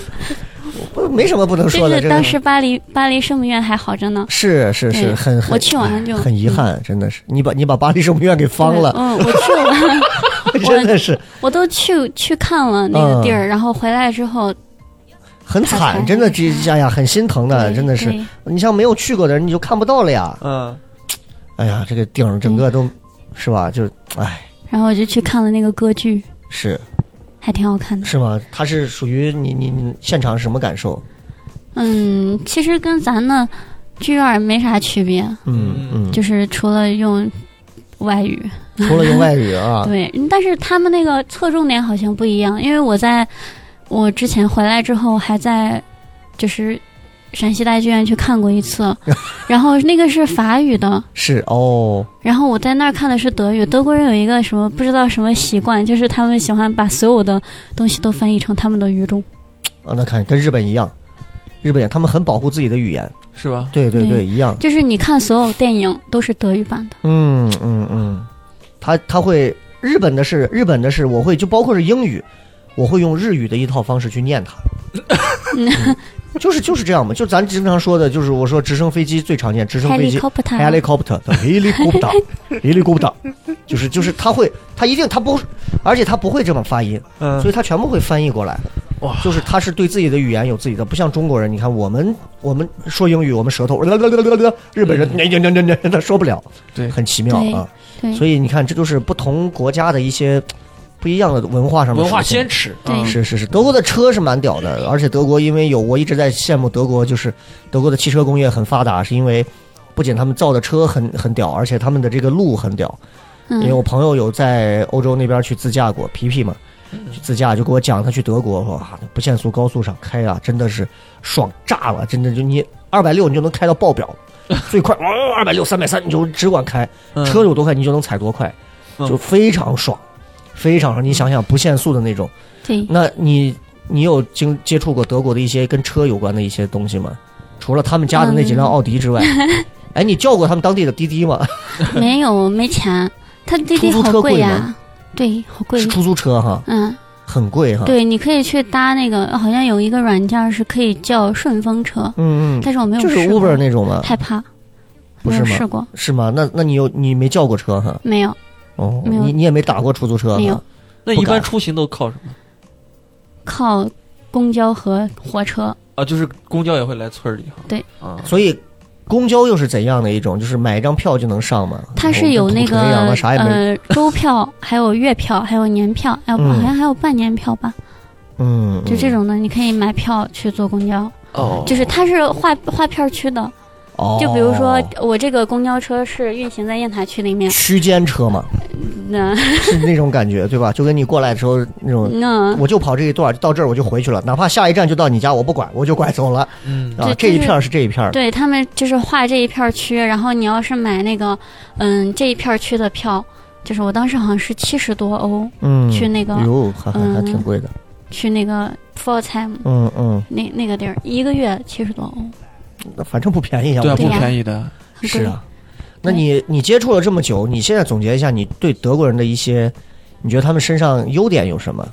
[SPEAKER 3] 我没什么不能说
[SPEAKER 5] 就
[SPEAKER 3] 的，
[SPEAKER 5] 是
[SPEAKER 3] 真
[SPEAKER 5] 当
[SPEAKER 3] 的
[SPEAKER 5] 时巴黎巴黎圣母院还好着 呢，
[SPEAKER 3] 是是是
[SPEAKER 5] 对
[SPEAKER 3] 很很，
[SPEAKER 5] 我去完了就嗯
[SPEAKER 3] 很遗憾，真的是你把你把巴黎圣母院给方
[SPEAKER 5] 对
[SPEAKER 3] 了，
[SPEAKER 5] 嗯，我去 了，
[SPEAKER 3] 真的是
[SPEAKER 5] 我都去去看了那个地
[SPEAKER 3] 嗯
[SPEAKER 5] 儿，然后回来之后，
[SPEAKER 3] 很惨，
[SPEAKER 5] 很
[SPEAKER 3] 真的这哎呀很心疼的，
[SPEAKER 5] 对
[SPEAKER 3] 真的是
[SPEAKER 5] 对
[SPEAKER 3] 你像没有去过的人你就看不到了呀，
[SPEAKER 4] 嗯，
[SPEAKER 3] 哎呀这个顶儿整
[SPEAKER 5] 嗯
[SPEAKER 3] 个都是吧，就是哎
[SPEAKER 5] 然后我就去看了那个歌剧，
[SPEAKER 3] 是
[SPEAKER 5] 还挺好看的。
[SPEAKER 3] 是吗？它是属于你你你现场什么感受？
[SPEAKER 5] 嗯，其实跟咱的剧院没啥区别，
[SPEAKER 3] 嗯嗯，
[SPEAKER 5] 就是除了用外语，
[SPEAKER 3] 除了用外语啊，
[SPEAKER 5] 对，但是他们那个侧重点好像不一样，因为我在我之前回来之后还在就是陕西大剧院去看过 一次，然后那个是法语的，
[SPEAKER 3] 是哦，
[SPEAKER 5] 然后我在那儿看的是德语。德国人有一个什么不知道什么习惯，就是他们喜欢把所有的东西都翻译成他们的语种。
[SPEAKER 3] 啊，那看跟日本一样，日本也他们很保护自己的语言，
[SPEAKER 4] 是吧？
[SPEAKER 3] 对对对，
[SPEAKER 5] 对
[SPEAKER 3] 一样，
[SPEAKER 5] 就是你看所有电影都是德语版的，
[SPEAKER 3] 嗯嗯嗯，他他会日本的是日本的是，我会就包括是英语，我会用日语的一套方式去念它，嗯就是 就是这样嘛，就咱经常说的，就是我说直升飞机最常见，直升飞机
[SPEAKER 5] helicopter，
[SPEAKER 3] helicopter 的 helicopter helicopter，就是就是他会他一定他不，而且他不会这么发音，
[SPEAKER 4] 嗯
[SPEAKER 3] 所以他全部会翻译过来。
[SPEAKER 4] 哇
[SPEAKER 3] 就是他是对自己的语言有自己的，不像中国人。你看我们我们说英语，我们舌头，日本人那那那那那他说不了，
[SPEAKER 4] 嗯对
[SPEAKER 3] 很奇妙啊。
[SPEAKER 5] 对
[SPEAKER 3] 所以你看，这都是不同国家的一些不一样的文化上的
[SPEAKER 4] 文化
[SPEAKER 3] 属性
[SPEAKER 4] 先驱。
[SPEAKER 5] 对
[SPEAKER 4] 嗯
[SPEAKER 3] 是是是，德国的车是蛮屌的，而且德国因为有我一直在羡慕德国，就是德国的汽车工业很发达，是因为不仅他们造的车很很屌，而且他们的这个路很屌。因为
[SPEAKER 5] 嗯，
[SPEAKER 3] 我朋友有在欧洲那边去自驾过，皮皮嘛，
[SPEAKER 4] 嗯
[SPEAKER 3] 去自驾就给我讲他去德国，哇，那不限速高速上开啊，真的是爽炸了，真的就你二百六你就能开到爆表，最快二百六三百三你就只管开，
[SPEAKER 4] 嗯
[SPEAKER 3] 车有多快你就能踩多快，
[SPEAKER 4] 嗯
[SPEAKER 3] 就非常爽，非常爽。你想想不限速的那种，
[SPEAKER 5] 对，
[SPEAKER 3] 那你你有经接触过德国的一些跟车有关的一些东西吗？除了他们家的那几辆奥迪之外，哎，你叫过他们当地的滴滴吗？
[SPEAKER 5] 没有 没钱，他滴
[SPEAKER 3] 出
[SPEAKER 5] 滴
[SPEAKER 3] 租
[SPEAKER 5] 好
[SPEAKER 3] 车贵
[SPEAKER 5] 贵呀、
[SPEAKER 3] 吗
[SPEAKER 5] 对，好贵
[SPEAKER 3] 是，出啊租车哈，
[SPEAKER 5] 嗯。
[SPEAKER 3] 很贵哈。
[SPEAKER 5] 对，你可以去搭那个，好像有一个软件是可以叫顺风车，
[SPEAKER 3] 嗯，嗯，
[SPEAKER 5] 但是我没有
[SPEAKER 3] 就是
[SPEAKER 5] 试过
[SPEAKER 3] Uber 那种吗？
[SPEAKER 5] 害怕，
[SPEAKER 3] 不
[SPEAKER 5] 没
[SPEAKER 3] 是
[SPEAKER 5] 有
[SPEAKER 3] 吗
[SPEAKER 5] 试过，
[SPEAKER 3] 是吗？那那你有你没叫过车哈？
[SPEAKER 5] 没有
[SPEAKER 3] 哦，
[SPEAKER 5] 没有
[SPEAKER 3] 你你也没打过出租车
[SPEAKER 5] 没有
[SPEAKER 3] 哈？
[SPEAKER 4] 那一
[SPEAKER 3] 不敢
[SPEAKER 4] 般出行都靠什么？
[SPEAKER 5] 靠公交和火车，
[SPEAKER 4] 啊，就是公交也会来村儿里哈。
[SPEAKER 5] 对
[SPEAKER 4] 啊，
[SPEAKER 3] 所以公交又是怎样的一种？就是买一张票就能上吗？
[SPEAKER 5] 它是有那个
[SPEAKER 3] 哦跟土城一样吗啥也没。
[SPEAKER 5] 呃 周票，还有月票，还有年票，哎，不
[SPEAKER 3] 嗯
[SPEAKER 5] 好像还有半年票吧，
[SPEAKER 3] 嗯，
[SPEAKER 5] 就这种的，你可以买票去坐公交，
[SPEAKER 4] 哦，
[SPEAKER 5] 就是它是划划片区的，
[SPEAKER 3] 哦，
[SPEAKER 5] 就比如说我这个公交车是运行在雁塔区里面，
[SPEAKER 3] 区间车嘛，
[SPEAKER 5] 那
[SPEAKER 3] 是那种感觉对吧？就跟你过来的时候那种。
[SPEAKER 5] 那
[SPEAKER 3] 我就跑这一段，到这儿我就回去了，哪怕下一站就到你家，我不管，我就拐走了
[SPEAKER 4] 嗯，
[SPEAKER 3] 啊
[SPEAKER 5] 对。
[SPEAKER 3] 这一
[SPEAKER 5] 就是
[SPEAKER 3] 片儿是这一片儿，
[SPEAKER 5] 对他们就是划这一片儿区，然后你要是买那个，嗯，这一片儿区的票，就是我当时好像是七十多欧
[SPEAKER 3] 嗯，
[SPEAKER 5] 去那个
[SPEAKER 3] 哟，还还还
[SPEAKER 5] 嗯
[SPEAKER 3] 挺贵的，
[SPEAKER 5] 去那个 full time
[SPEAKER 3] 嗯嗯，
[SPEAKER 5] 那那个地儿，一个月七十多欧，
[SPEAKER 3] 那反正不便宜呀，
[SPEAKER 4] 对啊，
[SPEAKER 3] 我
[SPEAKER 4] 不
[SPEAKER 5] 对呀
[SPEAKER 4] 便宜的。
[SPEAKER 5] 很
[SPEAKER 3] 是
[SPEAKER 5] 贵。
[SPEAKER 3] 啊，那你你接触了这么久，你现在总结一下，你对德国人的一些，你觉得他们身上优点有什么？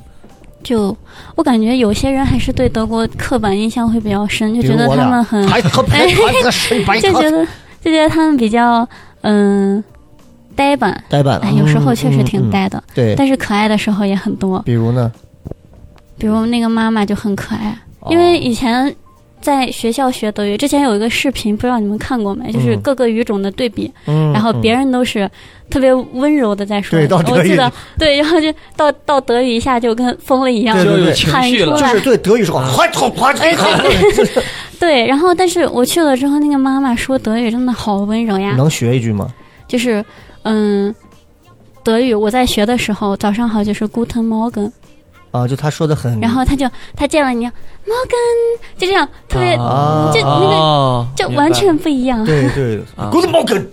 [SPEAKER 5] 就我感觉有些人还是对德国刻板印象会比较深，就
[SPEAKER 3] 比
[SPEAKER 5] 觉
[SPEAKER 3] 如
[SPEAKER 5] 得
[SPEAKER 3] 我
[SPEAKER 5] 他
[SPEAKER 3] 俩
[SPEAKER 5] 们很，
[SPEAKER 3] 还特白，还特神白，
[SPEAKER 5] 嗯哎就觉得就觉得他们比较嗯呆板，
[SPEAKER 3] 呆板，啊
[SPEAKER 5] 哎，有时候确实挺
[SPEAKER 3] 嗯嗯。嗯
[SPEAKER 5] 呆的，
[SPEAKER 3] 嗯对，
[SPEAKER 5] 但是可爱的时候也很多。
[SPEAKER 3] 比如呢，
[SPEAKER 5] 比如那个妈妈就很可爱，
[SPEAKER 3] 哦
[SPEAKER 5] 因为以前在学校学德语，之前有一个视频，不知道你们看过没？就是
[SPEAKER 3] 嗯
[SPEAKER 5] 各个语种的对比，
[SPEAKER 3] 嗯
[SPEAKER 5] 然后别
[SPEAKER 3] 嗯
[SPEAKER 5] 人都是特别温柔的在说，
[SPEAKER 3] 对到德
[SPEAKER 5] 我
[SPEAKER 3] 语
[SPEAKER 5] 记得 对，然后就到到德语一下就跟疯了一样，
[SPEAKER 3] 对对
[SPEAKER 4] 就
[SPEAKER 3] 对
[SPEAKER 4] 有情绪
[SPEAKER 5] 看出
[SPEAKER 4] 了
[SPEAKER 5] 来，
[SPEAKER 3] 就是对德语说，
[SPEAKER 5] 嗯
[SPEAKER 3] 还特白，就是
[SPEAKER 5] 对，然后但是我去了之后，那个妈妈说德语真的好温柔呀，
[SPEAKER 3] 能学一句吗？
[SPEAKER 5] 就是嗯。德语我在学的时候，早上好就是 Guten Morgen，
[SPEAKER 3] 啊，就他说的很，
[SPEAKER 5] 然后他就他见了你，摩根就这样特别、
[SPEAKER 4] 啊，
[SPEAKER 5] 就那个
[SPEAKER 4] 哦
[SPEAKER 5] 就完全不一样，
[SPEAKER 3] 对 对
[SPEAKER 4] 啊
[SPEAKER 3] ，Good morning，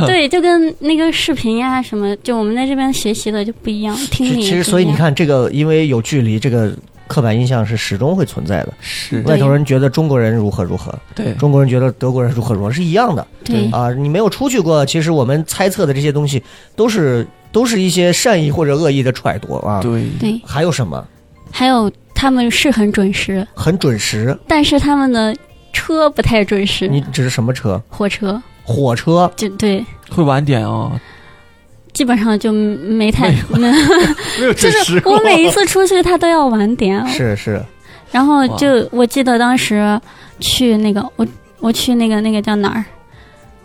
[SPEAKER 5] 对，就跟那个视频呀、什么，就我们在这边学习的就不一样，听啊
[SPEAKER 3] 其
[SPEAKER 5] 力
[SPEAKER 3] 其
[SPEAKER 5] 也
[SPEAKER 3] 实
[SPEAKER 5] 不
[SPEAKER 3] 所以
[SPEAKER 5] 一
[SPEAKER 3] 你
[SPEAKER 5] 样，
[SPEAKER 3] 看这个，因为有距离，这个刻板印象是始终会存在的。
[SPEAKER 4] 是
[SPEAKER 5] 对
[SPEAKER 3] 外头人觉得中国人如何如何，
[SPEAKER 4] 对
[SPEAKER 3] 中国人觉得德国人如何如何是一样的
[SPEAKER 5] 对
[SPEAKER 3] 啊。你没有出去过，其实我们猜测的这些东西都是都是一些善意或者恶意的揣度啊。
[SPEAKER 4] 对
[SPEAKER 5] 对，
[SPEAKER 3] 还有什么
[SPEAKER 5] 还有他们是很准时，
[SPEAKER 3] 很准时？
[SPEAKER 5] 但是他们的车不太准时，
[SPEAKER 3] 你指什么车？
[SPEAKER 5] 火车
[SPEAKER 3] 火车
[SPEAKER 5] 就对，
[SPEAKER 4] 会晚点哦，
[SPEAKER 5] 基本上就没 太，
[SPEAKER 4] 没有
[SPEAKER 5] 就是我每一次出去他都要晚点，
[SPEAKER 3] 是是
[SPEAKER 5] 然后就我记得当时去那个我我去那个那个叫哪儿？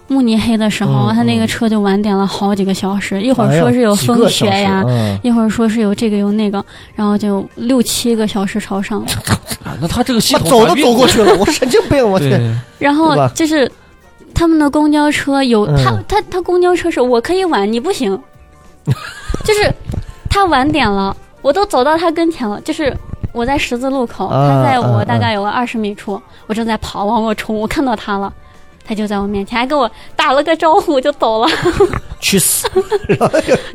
[SPEAKER 5] 慕尼黑的时候，
[SPEAKER 3] 嗯
[SPEAKER 5] 他那个车就晚点了好几个小时，一会
[SPEAKER 3] 哎
[SPEAKER 5] 儿
[SPEAKER 3] 呀
[SPEAKER 5] 说是有
[SPEAKER 3] 几个
[SPEAKER 5] 风雪
[SPEAKER 3] 小时
[SPEAKER 5] 呀，
[SPEAKER 3] 嗯
[SPEAKER 5] 一会儿说是有这个有那个，然后就六七个小时朝上，
[SPEAKER 4] 啊那他这个系
[SPEAKER 3] 妈
[SPEAKER 4] 统
[SPEAKER 3] 走
[SPEAKER 4] 还
[SPEAKER 3] 都
[SPEAKER 4] 运
[SPEAKER 3] 走过去了，我神经病，我去
[SPEAKER 4] 对，
[SPEAKER 3] 对
[SPEAKER 5] 然后
[SPEAKER 3] 吧
[SPEAKER 5] 就是他们的公交车有
[SPEAKER 3] 嗯
[SPEAKER 5] 他他他公交车是我可以晚，你不 行，就是他晚点了，我都走到他跟前了，就是。我在十字路口，
[SPEAKER 3] 啊
[SPEAKER 5] 他在
[SPEAKER 3] 啊
[SPEAKER 5] 我
[SPEAKER 3] 啊
[SPEAKER 5] 大概有个二十米处，我正在跑往我冲，我看到他了，他就在我面前，还跟我打了个招呼就走了，
[SPEAKER 3] 去死！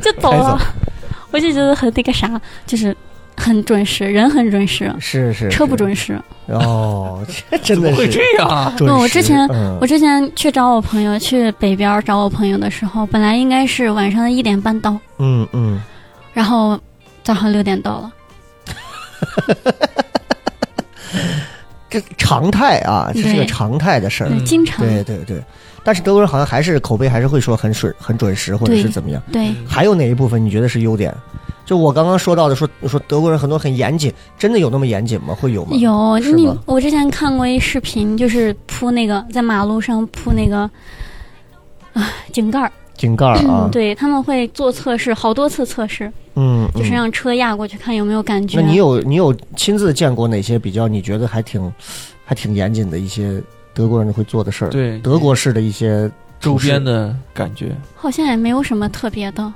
[SPEAKER 5] 就走
[SPEAKER 3] 开走
[SPEAKER 5] 了， 我就觉得很那个啥，就是很准时，人很准时，
[SPEAKER 3] 是是，
[SPEAKER 5] 车不
[SPEAKER 3] 是
[SPEAKER 5] 准时，
[SPEAKER 3] 哦，这真
[SPEAKER 4] 怎
[SPEAKER 3] 的
[SPEAKER 4] 么会
[SPEAKER 3] 是
[SPEAKER 4] 这样？啊
[SPEAKER 3] 准时。
[SPEAKER 5] 嗯我之前
[SPEAKER 3] 嗯
[SPEAKER 5] 我之前去找我朋友，去北边儿找我朋友的时候，本来应该是晚上的一点半到，
[SPEAKER 3] 嗯嗯，
[SPEAKER 5] 然后早上六点到了。
[SPEAKER 3] 这常态啊，这是个
[SPEAKER 5] 对
[SPEAKER 3] 常态的事儿
[SPEAKER 5] 对，。
[SPEAKER 4] 嗯
[SPEAKER 5] 经常
[SPEAKER 3] 对对对，但是德国人好像还是口碑还是会说很准很准时，或者
[SPEAKER 5] 对
[SPEAKER 3] 是怎么样。
[SPEAKER 5] 对
[SPEAKER 3] 还有哪一部分你觉得是优点？就我刚刚说到的，说说德国人很多很严谨，真的有那么严谨吗？会有吗？
[SPEAKER 5] 有
[SPEAKER 3] 是
[SPEAKER 5] 你
[SPEAKER 3] 吗，
[SPEAKER 5] 我之前看过一视频，就是铺那个在马路上铺那个啊井盖儿，
[SPEAKER 3] 井盖儿啊，
[SPEAKER 5] 嗯对他们会做测试，好多次测试，
[SPEAKER 3] 嗯，
[SPEAKER 5] 就
[SPEAKER 3] 嗯
[SPEAKER 5] 是让车压过去看有没有感觉。
[SPEAKER 3] 那你有你有亲自见过哪些比较你觉得还挺还挺严谨的一些德国人会做的事儿？
[SPEAKER 4] 对，
[SPEAKER 3] 德国式的一些
[SPEAKER 4] 周
[SPEAKER 3] 处事
[SPEAKER 4] 边的感觉，
[SPEAKER 5] 好像也没有什么特别的，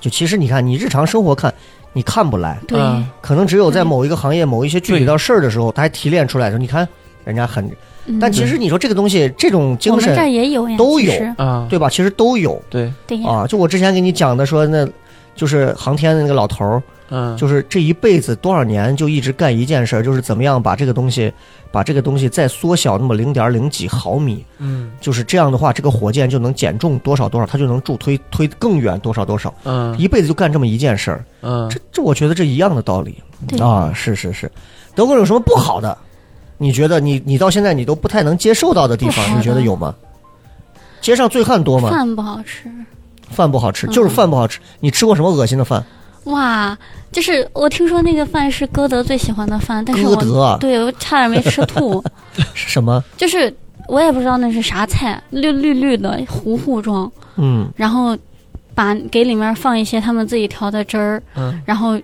[SPEAKER 3] 就其实你看，你日常生活看，你看不来，
[SPEAKER 5] 对、
[SPEAKER 4] 啊
[SPEAKER 3] 可能只有在某一个行业、某一些具体到事儿的时候，他还提炼出来的时候，你看人家很。
[SPEAKER 5] 嗯
[SPEAKER 3] 但其实你说这个东西，这种
[SPEAKER 5] 我
[SPEAKER 3] 精
[SPEAKER 5] 们这儿
[SPEAKER 3] 神，
[SPEAKER 5] 也有呀，
[SPEAKER 3] 都有
[SPEAKER 5] 其实
[SPEAKER 4] 啊，
[SPEAKER 3] 对吧？其实都有
[SPEAKER 4] 对，
[SPEAKER 5] 对呀，
[SPEAKER 3] 啊。就我之前给你讲的说，那就是航天的那个老头儿，
[SPEAKER 4] 嗯，
[SPEAKER 3] 就是这一辈子多少年就一直干一件事儿，就是怎么样把这个东西，把这个东西再缩小那么零点零几毫米，
[SPEAKER 4] 嗯
[SPEAKER 3] 就是这样的话，这个火箭就能减重多少多少，它就能助推推更远多少多少，
[SPEAKER 4] 嗯
[SPEAKER 3] 一辈子就干这么一件事儿。
[SPEAKER 4] 嗯
[SPEAKER 3] 这，这我觉得这一样的道理
[SPEAKER 5] 对
[SPEAKER 3] 啊，是是是，德国人有什么不好的？你觉得你你到现在你都不太能接受到的地
[SPEAKER 5] 不好
[SPEAKER 3] 方，
[SPEAKER 5] 的
[SPEAKER 3] 你觉得有吗？街上醉汉多吗？
[SPEAKER 5] 饭不好吃。
[SPEAKER 3] 饭不好吃，
[SPEAKER 5] 嗯
[SPEAKER 3] 就是饭不好吃。你吃过什么恶心的饭？
[SPEAKER 5] 哇，就是我听说那个饭是歌德最喜欢的饭，但是
[SPEAKER 3] 歌
[SPEAKER 5] 哎我
[SPEAKER 3] 德啊，
[SPEAKER 5] 对我差点没吃 吐，
[SPEAKER 3] 是什么？
[SPEAKER 5] 就是我也不知道那是啥菜，绿绿绿的糊糊状，
[SPEAKER 3] 嗯，
[SPEAKER 5] 然后把给里面放一些他们自己调的汁儿，
[SPEAKER 4] 嗯
[SPEAKER 5] 然后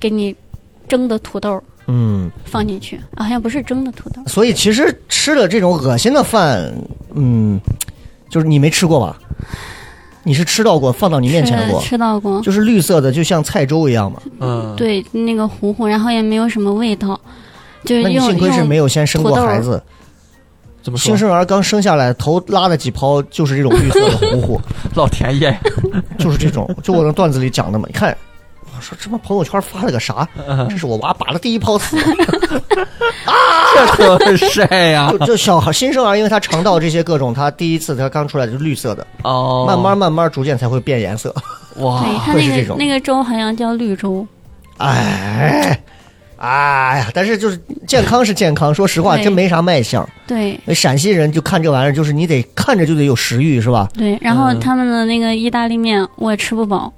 [SPEAKER 5] 给你蒸的土豆
[SPEAKER 3] 嗯，
[SPEAKER 5] 放进去，啊好像不是蒸的土豆，
[SPEAKER 3] 所以其实吃了这种恶心的饭，嗯，就是你没吃过吧？你是吃到过，放到你面前过嗯
[SPEAKER 5] 吃，吃到过，
[SPEAKER 3] 就是绿色的，就像菜粥一样嘛。
[SPEAKER 4] 嗯，
[SPEAKER 5] 对那个糊糊，然后也没有什么味道，就是
[SPEAKER 3] 那你
[SPEAKER 5] 用
[SPEAKER 3] 幸亏是
[SPEAKER 5] 用
[SPEAKER 3] 没有先生过
[SPEAKER 5] 土豆
[SPEAKER 3] 孩子，
[SPEAKER 4] 怎么说
[SPEAKER 3] 新？生儿刚生下来，头拉了几泡，就是这种绿色的糊糊，
[SPEAKER 4] 老田爷，
[SPEAKER 3] 就是这种，就我那段子里讲的嘛。你看，我说这妈朋友圈发了个啥？这是我娃把了第一泡死，
[SPEAKER 4] 这可晒呀
[SPEAKER 3] 就！就小孩新生儿，因为他肠道这些各种，他第一次他刚出来就是绿色的，
[SPEAKER 4] 哦，
[SPEAKER 3] 慢慢慢慢逐渐才会变颜色。
[SPEAKER 5] 对
[SPEAKER 4] 哇，
[SPEAKER 5] 它
[SPEAKER 3] 会是
[SPEAKER 5] 那
[SPEAKER 3] 这
[SPEAKER 5] 个
[SPEAKER 3] 种
[SPEAKER 5] 那个粥好像叫绿粥，
[SPEAKER 3] 哎，哎呀，但是就是健康是健康，说实话
[SPEAKER 5] 对
[SPEAKER 3] 真没啥卖相。
[SPEAKER 5] 对。
[SPEAKER 3] 陕西人就看这玩意儿，就是你得看着就得有食欲，是吧？
[SPEAKER 5] 对，然后
[SPEAKER 4] 嗯
[SPEAKER 5] 他们的那个意大利面我也吃不饱，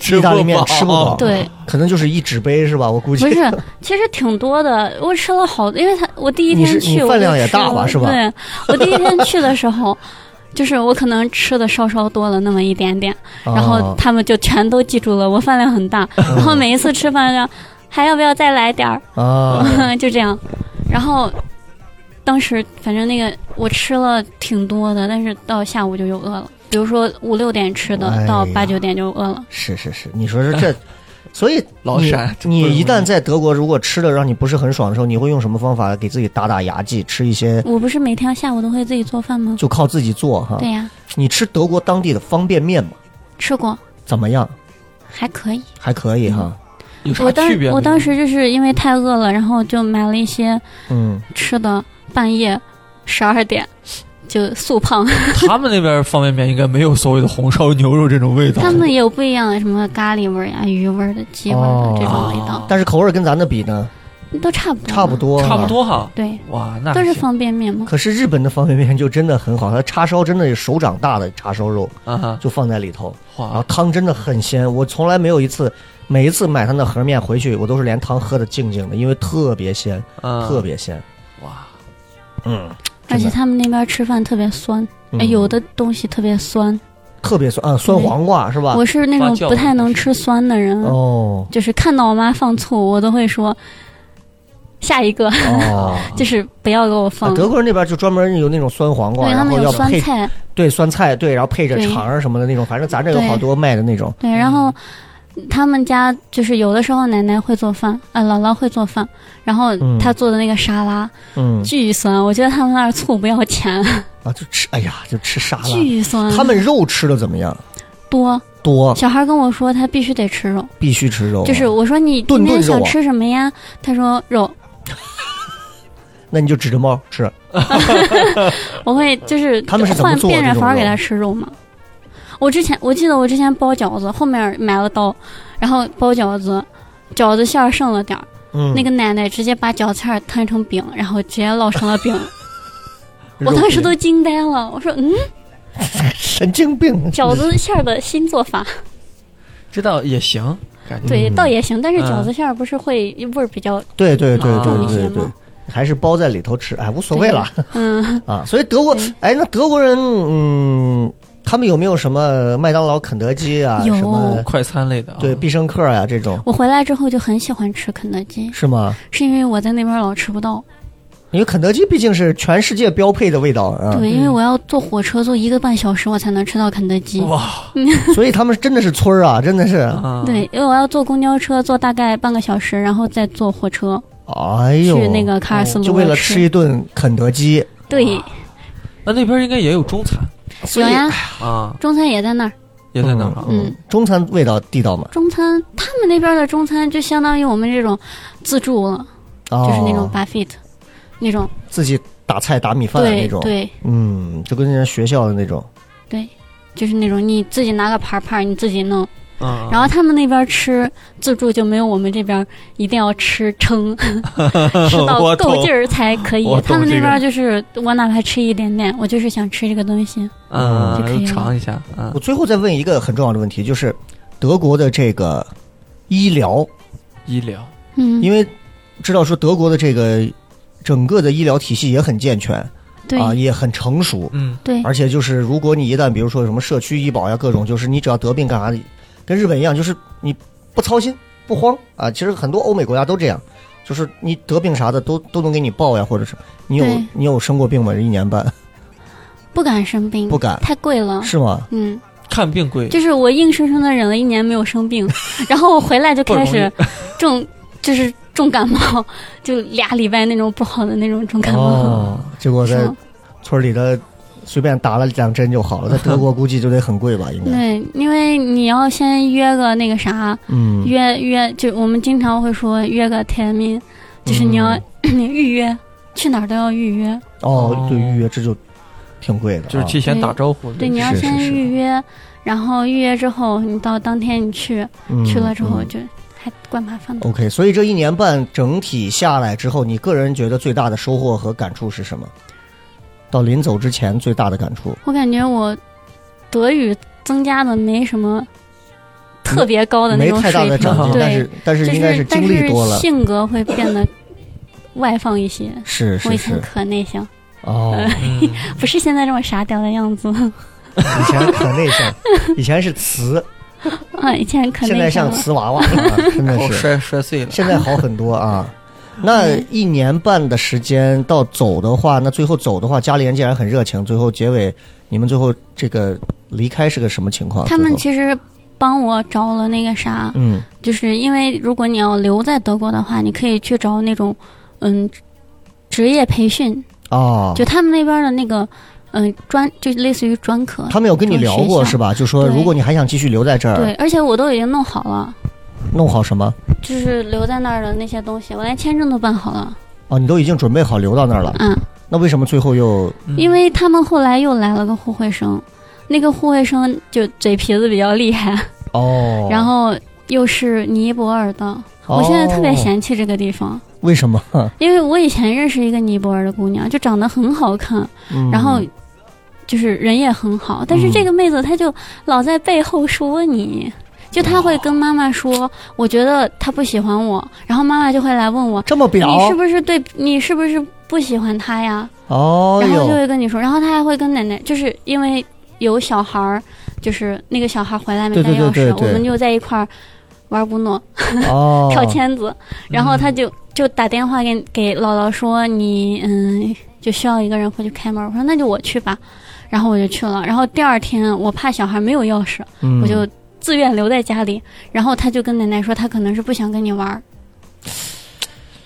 [SPEAKER 4] 吃
[SPEAKER 3] 意大利
[SPEAKER 4] 不
[SPEAKER 3] 面
[SPEAKER 4] 饱
[SPEAKER 3] 吃不饱，
[SPEAKER 5] 对，
[SPEAKER 3] 可能就是一纸杯，是吧？我估计
[SPEAKER 5] 不是，其实挺多的，我吃了好，因为他我第一
[SPEAKER 3] 你是
[SPEAKER 5] 天
[SPEAKER 3] 你
[SPEAKER 5] 去，我
[SPEAKER 3] 饭
[SPEAKER 5] 就
[SPEAKER 3] 量也
[SPEAKER 5] 吃
[SPEAKER 3] 大吧
[SPEAKER 5] 了
[SPEAKER 3] 是吧
[SPEAKER 5] 对，我第一天去的时候， 就是我可能吃的稍稍多了那么一点点，然后
[SPEAKER 3] 啊
[SPEAKER 5] 他们就全都记住了我饭量很大，
[SPEAKER 3] 嗯
[SPEAKER 5] 然后每一次吃饭量还要不要再来点儿，
[SPEAKER 3] 啊，
[SPEAKER 5] 就这样，然后。当时反正那个我吃了挺多的，但是到下午就又饿了。比如说五六点吃的，
[SPEAKER 3] 哎
[SPEAKER 5] 到
[SPEAKER 3] 呀
[SPEAKER 5] 八九点就饿了。
[SPEAKER 3] 是是是，你说说这所以
[SPEAKER 4] 老
[SPEAKER 3] 你
[SPEAKER 4] 闪
[SPEAKER 3] 你
[SPEAKER 4] 不容易
[SPEAKER 3] 一旦在德国，如果吃的让你不是很爽的时候，你会用什么方法给自己打打牙祭？吃一些
[SPEAKER 5] 我不是每天下午都会自己做饭吗？
[SPEAKER 3] 就靠自己做
[SPEAKER 4] 哦
[SPEAKER 3] 哈
[SPEAKER 5] 对。呀，
[SPEAKER 3] 你吃德国当地的方便面吗？
[SPEAKER 5] 吃过，
[SPEAKER 3] 怎么样？
[SPEAKER 5] 还可以。
[SPEAKER 3] 还可以哈。
[SPEAKER 4] 有啥
[SPEAKER 5] 我当
[SPEAKER 4] 区别呢？
[SPEAKER 5] 我当时就是因为太饿了，然后就买了一些
[SPEAKER 3] 嗯，
[SPEAKER 5] 吃的，半夜十二点就 速胖。
[SPEAKER 4] 他们那边方便面应该没有所谓的红烧牛肉这种味道。啊
[SPEAKER 5] 他们也有不一样的，什么咖喱味儿呀、啊鱼味儿的、鸡味儿的这种味道，
[SPEAKER 3] 但是口味跟咱的比呢，
[SPEAKER 5] 都差不多。
[SPEAKER 3] 差不。多，
[SPEAKER 4] 哦嗯
[SPEAKER 3] 啊
[SPEAKER 4] 差不。多哈。
[SPEAKER 5] 对，
[SPEAKER 4] 哇，那
[SPEAKER 5] 都是
[SPEAKER 4] 还行
[SPEAKER 5] 方便面嘛。
[SPEAKER 3] 可是日本的方便面就真的很好，它叉烧真的是手掌大的叉烧肉，
[SPEAKER 4] 啊哈，
[SPEAKER 3] 就放在里头，然后
[SPEAKER 4] 哇，
[SPEAKER 3] 汤真的很鲜。我从来没有一次，每一次买它那盒面回去，我都是连汤喝的静静的，因为特别鲜，
[SPEAKER 4] 嗯
[SPEAKER 3] 特别鲜。
[SPEAKER 4] 哇，
[SPEAKER 3] 嗯，
[SPEAKER 5] 而
[SPEAKER 3] 真
[SPEAKER 5] 且
[SPEAKER 3] 的
[SPEAKER 5] 他们那边吃饭特别酸，
[SPEAKER 3] 嗯
[SPEAKER 5] 哎有的东西特别酸。
[SPEAKER 3] 特别酸啊，酸
[SPEAKER 5] 对
[SPEAKER 3] 黄瓜是吧？
[SPEAKER 5] 我是那
[SPEAKER 4] 发
[SPEAKER 5] 种
[SPEAKER 4] 酵
[SPEAKER 5] 不太能吃酸的人，
[SPEAKER 3] 哦
[SPEAKER 5] 就是看到我妈放醋，我都会说下一个，
[SPEAKER 3] 哦，
[SPEAKER 5] 就是不要给我放。
[SPEAKER 3] 啊德国人那边就专门有那种酸黄瓜，
[SPEAKER 5] 对他
[SPEAKER 3] 然
[SPEAKER 5] 们
[SPEAKER 3] 后
[SPEAKER 5] 有
[SPEAKER 3] 要么
[SPEAKER 5] 酸
[SPEAKER 3] 配
[SPEAKER 5] 菜，
[SPEAKER 3] 对酸菜，对，然后配着
[SPEAKER 5] 对
[SPEAKER 3] 肠儿什么的那种，反正咱这有
[SPEAKER 5] 对
[SPEAKER 3] 好多卖的那种。
[SPEAKER 5] 对，然后他们家就是有的时候奶奶会做饭，啊、姥姥会做饭，然后
[SPEAKER 3] 嗯
[SPEAKER 5] 她做的那个沙拉、
[SPEAKER 3] 嗯
[SPEAKER 5] 巨酸，我觉得他们那儿醋不要 钱，
[SPEAKER 3] 啊，就吃，哎呀，就吃沙拉。
[SPEAKER 5] 巨啊酸。
[SPEAKER 3] 他们哦肉吃的怎么样？
[SPEAKER 5] 多
[SPEAKER 3] 多，
[SPEAKER 5] 小孩跟我说他必须得吃肉，
[SPEAKER 3] 必须吃肉啊。
[SPEAKER 5] 就是我说你
[SPEAKER 3] 顿
[SPEAKER 5] 今
[SPEAKER 3] 顿
[SPEAKER 5] 天
[SPEAKER 3] 肉啊
[SPEAKER 5] 想吃什么呀？他说肉，
[SPEAKER 3] 那你就指着猫吃。
[SPEAKER 5] 我会就是
[SPEAKER 3] 他们是怎么
[SPEAKER 5] 换
[SPEAKER 3] 做的
[SPEAKER 5] 变着
[SPEAKER 3] 这种
[SPEAKER 5] 法儿给
[SPEAKER 3] 肉
[SPEAKER 5] 他吃肉嘛。我之前我记得我之前包饺子，后面买了刀，然后包饺子，饺子馅儿剩了点儿，
[SPEAKER 3] 嗯，
[SPEAKER 5] 那个奶奶直接把饺子馅儿摊成饼，然后直接烙成 了饼。
[SPEAKER 3] 肉
[SPEAKER 5] 我当时都惊呆了，我说嗯，
[SPEAKER 3] 神经病。
[SPEAKER 5] 饺子馅儿的新做法，
[SPEAKER 4] 这倒也行，感觉
[SPEAKER 5] 对，
[SPEAKER 3] 嗯
[SPEAKER 5] 倒也行，但是饺
[SPEAKER 4] 嗯
[SPEAKER 5] 子馅儿不是会味儿比较
[SPEAKER 3] 对对对
[SPEAKER 4] 啊
[SPEAKER 3] 对
[SPEAKER 5] 重一些
[SPEAKER 3] 对对
[SPEAKER 5] 哦吗，
[SPEAKER 3] 还是包在里头吃，哎，无所谓了
[SPEAKER 5] 嗯，
[SPEAKER 3] 啊。所以德国
[SPEAKER 5] 对，
[SPEAKER 3] 哎，那德国人，嗯，他们有没有什么麦当劳、肯德基啊，
[SPEAKER 5] 有
[SPEAKER 3] 什么
[SPEAKER 4] 快餐类的啊。
[SPEAKER 3] 对必胜客啊这种，
[SPEAKER 5] 我回来之后就很喜欢吃肯德基，
[SPEAKER 3] 是吗？
[SPEAKER 5] 是因为我在那边老吃不到，
[SPEAKER 3] 因为肯德基毕竟是全世界标配的味道啊，
[SPEAKER 5] 对，因为我要坐火车坐一个半小时我才能吃到肯德基，
[SPEAKER 4] 哇
[SPEAKER 3] 所以他们真的是村儿啊，真的是，
[SPEAKER 4] 啊，
[SPEAKER 5] 对，因为我要坐公交车坐大概半个小时，然后再坐火车
[SPEAKER 3] 哎
[SPEAKER 5] 去
[SPEAKER 3] 呦，
[SPEAKER 5] 那个卡尔斯
[SPEAKER 3] 就
[SPEAKER 5] 鲁
[SPEAKER 3] 为了
[SPEAKER 5] 沃
[SPEAKER 3] 吃，一顿肯德基，
[SPEAKER 5] 对，
[SPEAKER 4] 那那边应该也有中餐
[SPEAKER 3] 所以
[SPEAKER 5] 有呀，
[SPEAKER 4] 啊，
[SPEAKER 5] 中餐也在那儿。
[SPEAKER 4] 也在那儿啊。
[SPEAKER 5] 嗯，
[SPEAKER 3] 中餐味道地道嘛，
[SPEAKER 5] 中餐，他们那边的中餐就相当于我们这种自助了，
[SPEAKER 3] 哦
[SPEAKER 5] 就是那种 buffet，那种
[SPEAKER 3] 自己打菜打米饭的那
[SPEAKER 5] 对
[SPEAKER 3] 种，
[SPEAKER 5] 对
[SPEAKER 3] 嗯，就跟人家学校的那种，
[SPEAKER 5] 对，就是那种你自己拿个盘盘儿你自己
[SPEAKER 3] 哦
[SPEAKER 5] 弄，
[SPEAKER 4] 嗯，
[SPEAKER 5] 然后他们那边吃自助就没有我们这边一定要吃 撑，吃
[SPEAKER 4] 我
[SPEAKER 5] 到
[SPEAKER 4] 懂
[SPEAKER 5] 够劲儿才可以
[SPEAKER 4] 我。懂
[SPEAKER 5] 他们那
[SPEAKER 4] 这个
[SPEAKER 5] 边就是我哪怕吃一点点，我就是想吃这个东西。
[SPEAKER 4] 嗯，
[SPEAKER 5] 就可以了
[SPEAKER 4] 尝一下啊
[SPEAKER 3] 我，最后再问一个很重要的问题，就是德国的这个医疗，
[SPEAKER 4] 医疗
[SPEAKER 5] 嗯，
[SPEAKER 3] 因为知道说德国的这个整个的医疗体系也很健全
[SPEAKER 5] 对、
[SPEAKER 3] 啊，也很成熟，
[SPEAKER 4] 嗯
[SPEAKER 5] 对，
[SPEAKER 3] 而且就是如果你一旦比如说有什么社区医保呀各种，就是你只要得病干啥的，跟日本一样，就是你不操心不慌啊。其实很多欧美国家都这样。就是你得病啥的都都能给你报呀，或者是你有
[SPEAKER 5] 对
[SPEAKER 3] 你有生过病吗？这一年半
[SPEAKER 5] 不敢生病，
[SPEAKER 3] 不敢
[SPEAKER 5] 太贵了。
[SPEAKER 3] 是吗？
[SPEAKER 5] 嗯，
[SPEAKER 4] 看病贵，
[SPEAKER 5] 就是我硬生生的忍了一年没有 生病，然后我回来就
[SPEAKER 4] 不容
[SPEAKER 5] 开
[SPEAKER 4] 易
[SPEAKER 5] 始重，就是重感冒， 就俩礼拜那种不好的那种重感冒。
[SPEAKER 3] 哦，结果
[SPEAKER 5] 是
[SPEAKER 3] 在
[SPEAKER 5] 吗
[SPEAKER 3] 村里的随便打了两针就好了，在德国估计就得很贵吧，应该。
[SPEAKER 5] 对，因为你要先约个那个啥，
[SPEAKER 3] 嗯，
[SPEAKER 5] 约约就我们经常会说约个 t i m i 就是你要、
[SPEAKER 3] 嗯
[SPEAKER 5] 你 预约，去哪儿都要预约。
[SPEAKER 3] 哦
[SPEAKER 4] 哦，
[SPEAKER 3] 对，预约制就挺贵的啊，
[SPEAKER 4] 就是提前打招呼。
[SPEAKER 5] 对，你要
[SPEAKER 3] 是
[SPEAKER 5] 先
[SPEAKER 3] 是
[SPEAKER 5] 预约，然后预约之后，你到当天你去，
[SPEAKER 3] 嗯
[SPEAKER 5] 去了之后
[SPEAKER 3] 嗯
[SPEAKER 5] 就还怪麻烦的。
[SPEAKER 3] OK，所以这一年半整体下来之后，你个人觉得最大的收获和感触是什么？到临走之前最大的感触，
[SPEAKER 5] 我感觉我德语增加的没什么特别高的
[SPEAKER 3] 嗯
[SPEAKER 5] 那
[SPEAKER 3] 没
[SPEAKER 5] 种
[SPEAKER 3] 太
[SPEAKER 5] 水
[SPEAKER 3] 大
[SPEAKER 5] 平，
[SPEAKER 3] 的长进，
[SPEAKER 5] 对，
[SPEAKER 3] 但是但是
[SPEAKER 5] 就
[SPEAKER 3] 应该是
[SPEAKER 5] 但
[SPEAKER 3] 经历多了，
[SPEAKER 5] 性格会变得外放一些。
[SPEAKER 3] 是
[SPEAKER 5] 我
[SPEAKER 3] 是
[SPEAKER 5] 以前
[SPEAKER 3] 是，
[SPEAKER 5] 可内向，
[SPEAKER 3] 哦，
[SPEAKER 4] 嗯
[SPEAKER 5] 不是现在这么傻屌的样子。
[SPEAKER 3] 以前可内向，以前是词，
[SPEAKER 5] 啊，以前可
[SPEAKER 3] 现在
[SPEAKER 5] 内向
[SPEAKER 3] 像
[SPEAKER 5] 了。
[SPEAKER 3] 瓷娃 娃，啊真的
[SPEAKER 4] 然后
[SPEAKER 3] 是，
[SPEAKER 4] 哦摔摔碎了。
[SPEAKER 3] 现在好很多啊。那
[SPEAKER 5] 嗯
[SPEAKER 3] 一年半的时间到走的话，那最后走的话，家里人既然很热情，最后结尾你们最后这个离开是个什么情况？
[SPEAKER 5] 他们
[SPEAKER 3] 最后
[SPEAKER 5] 其实帮我找了那个啥，
[SPEAKER 3] 嗯
[SPEAKER 5] 就是因为如果你要留在德国的话，你可以去找那种嗯职业培训，
[SPEAKER 3] 哦，
[SPEAKER 5] 就他们那边的那个嗯专，就类似于专科。
[SPEAKER 3] 他们有跟你聊过
[SPEAKER 5] 这种学校
[SPEAKER 3] 是吧？就说
[SPEAKER 5] 对
[SPEAKER 3] 如果你还想继续留在这
[SPEAKER 5] 对
[SPEAKER 3] 儿，，
[SPEAKER 5] 而且我都已经弄好了，
[SPEAKER 3] 弄好什么
[SPEAKER 5] 就是留在那儿的那些东西，我连签证都办好了。
[SPEAKER 3] 哦，你都已经准备好留到那儿了，
[SPEAKER 5] 嗯，
[SPEAKER 3] 那为什么最后又
[SPEAKER 4] 嗯
[SPEAKER 5] 因为他们后来又来了个互惠生，那个互惠生就嘴皮子比较厉害，
[SPEAKER 3] 哦？
[SPEAKER 5] 然后又是尼泊尔的，
[SPEAKER 3] 哦
[SPEAKER 5] 我现在特别嫌弃这个地方，
[SPEAKER 3] 为什 么？
[SPEAKER 5] 因为我以前认识一个尼泊尔的姑娘，就长得很好看，
[SPEAKER 3] 嗯
[SPEAKER 5] 然后就是人也很好，但是这个妹子她就老在背后说你。就她会跟妈妈说，我觉得她不喜欢我，然后妈妈就会来问我，
[SPEAKER 3] 这么表
[SPEAKER 5] 你是不是对你是不是不喜欢他呀？
[SPEAKER 3] 哦
[SPEAKER 5] 然后就
[SPEAKER 3] 哟
[SPEAKER 5] 会跟你说，然后他还会跟奶奶，就是因为有小孩儿，就是那个小孩回来没
[SPEAKER 3] 对
[SPEAKER 5] 带
[SPEAKER 3] 对
[SPEAKER 5] 钥匙，
[SPEAKER 3] 对对对
[SPEAKER 5] 我们就在一块儿玩儿乌诺、
[SPEAKER 3] 哦，
[SPEAKER 5] 跳签子，然后他就就打电话给给姥姥说你嗯就需要一个人回去开门，我说那就我去吧，然后我就去了，然后第二天我怕小孩没有钥匙，
[SPEAKER 3] 嗯
[SPEAKER 5] 我就自愿留在家里，然后他就跟奶奶说他可能是不想跟你玩儿，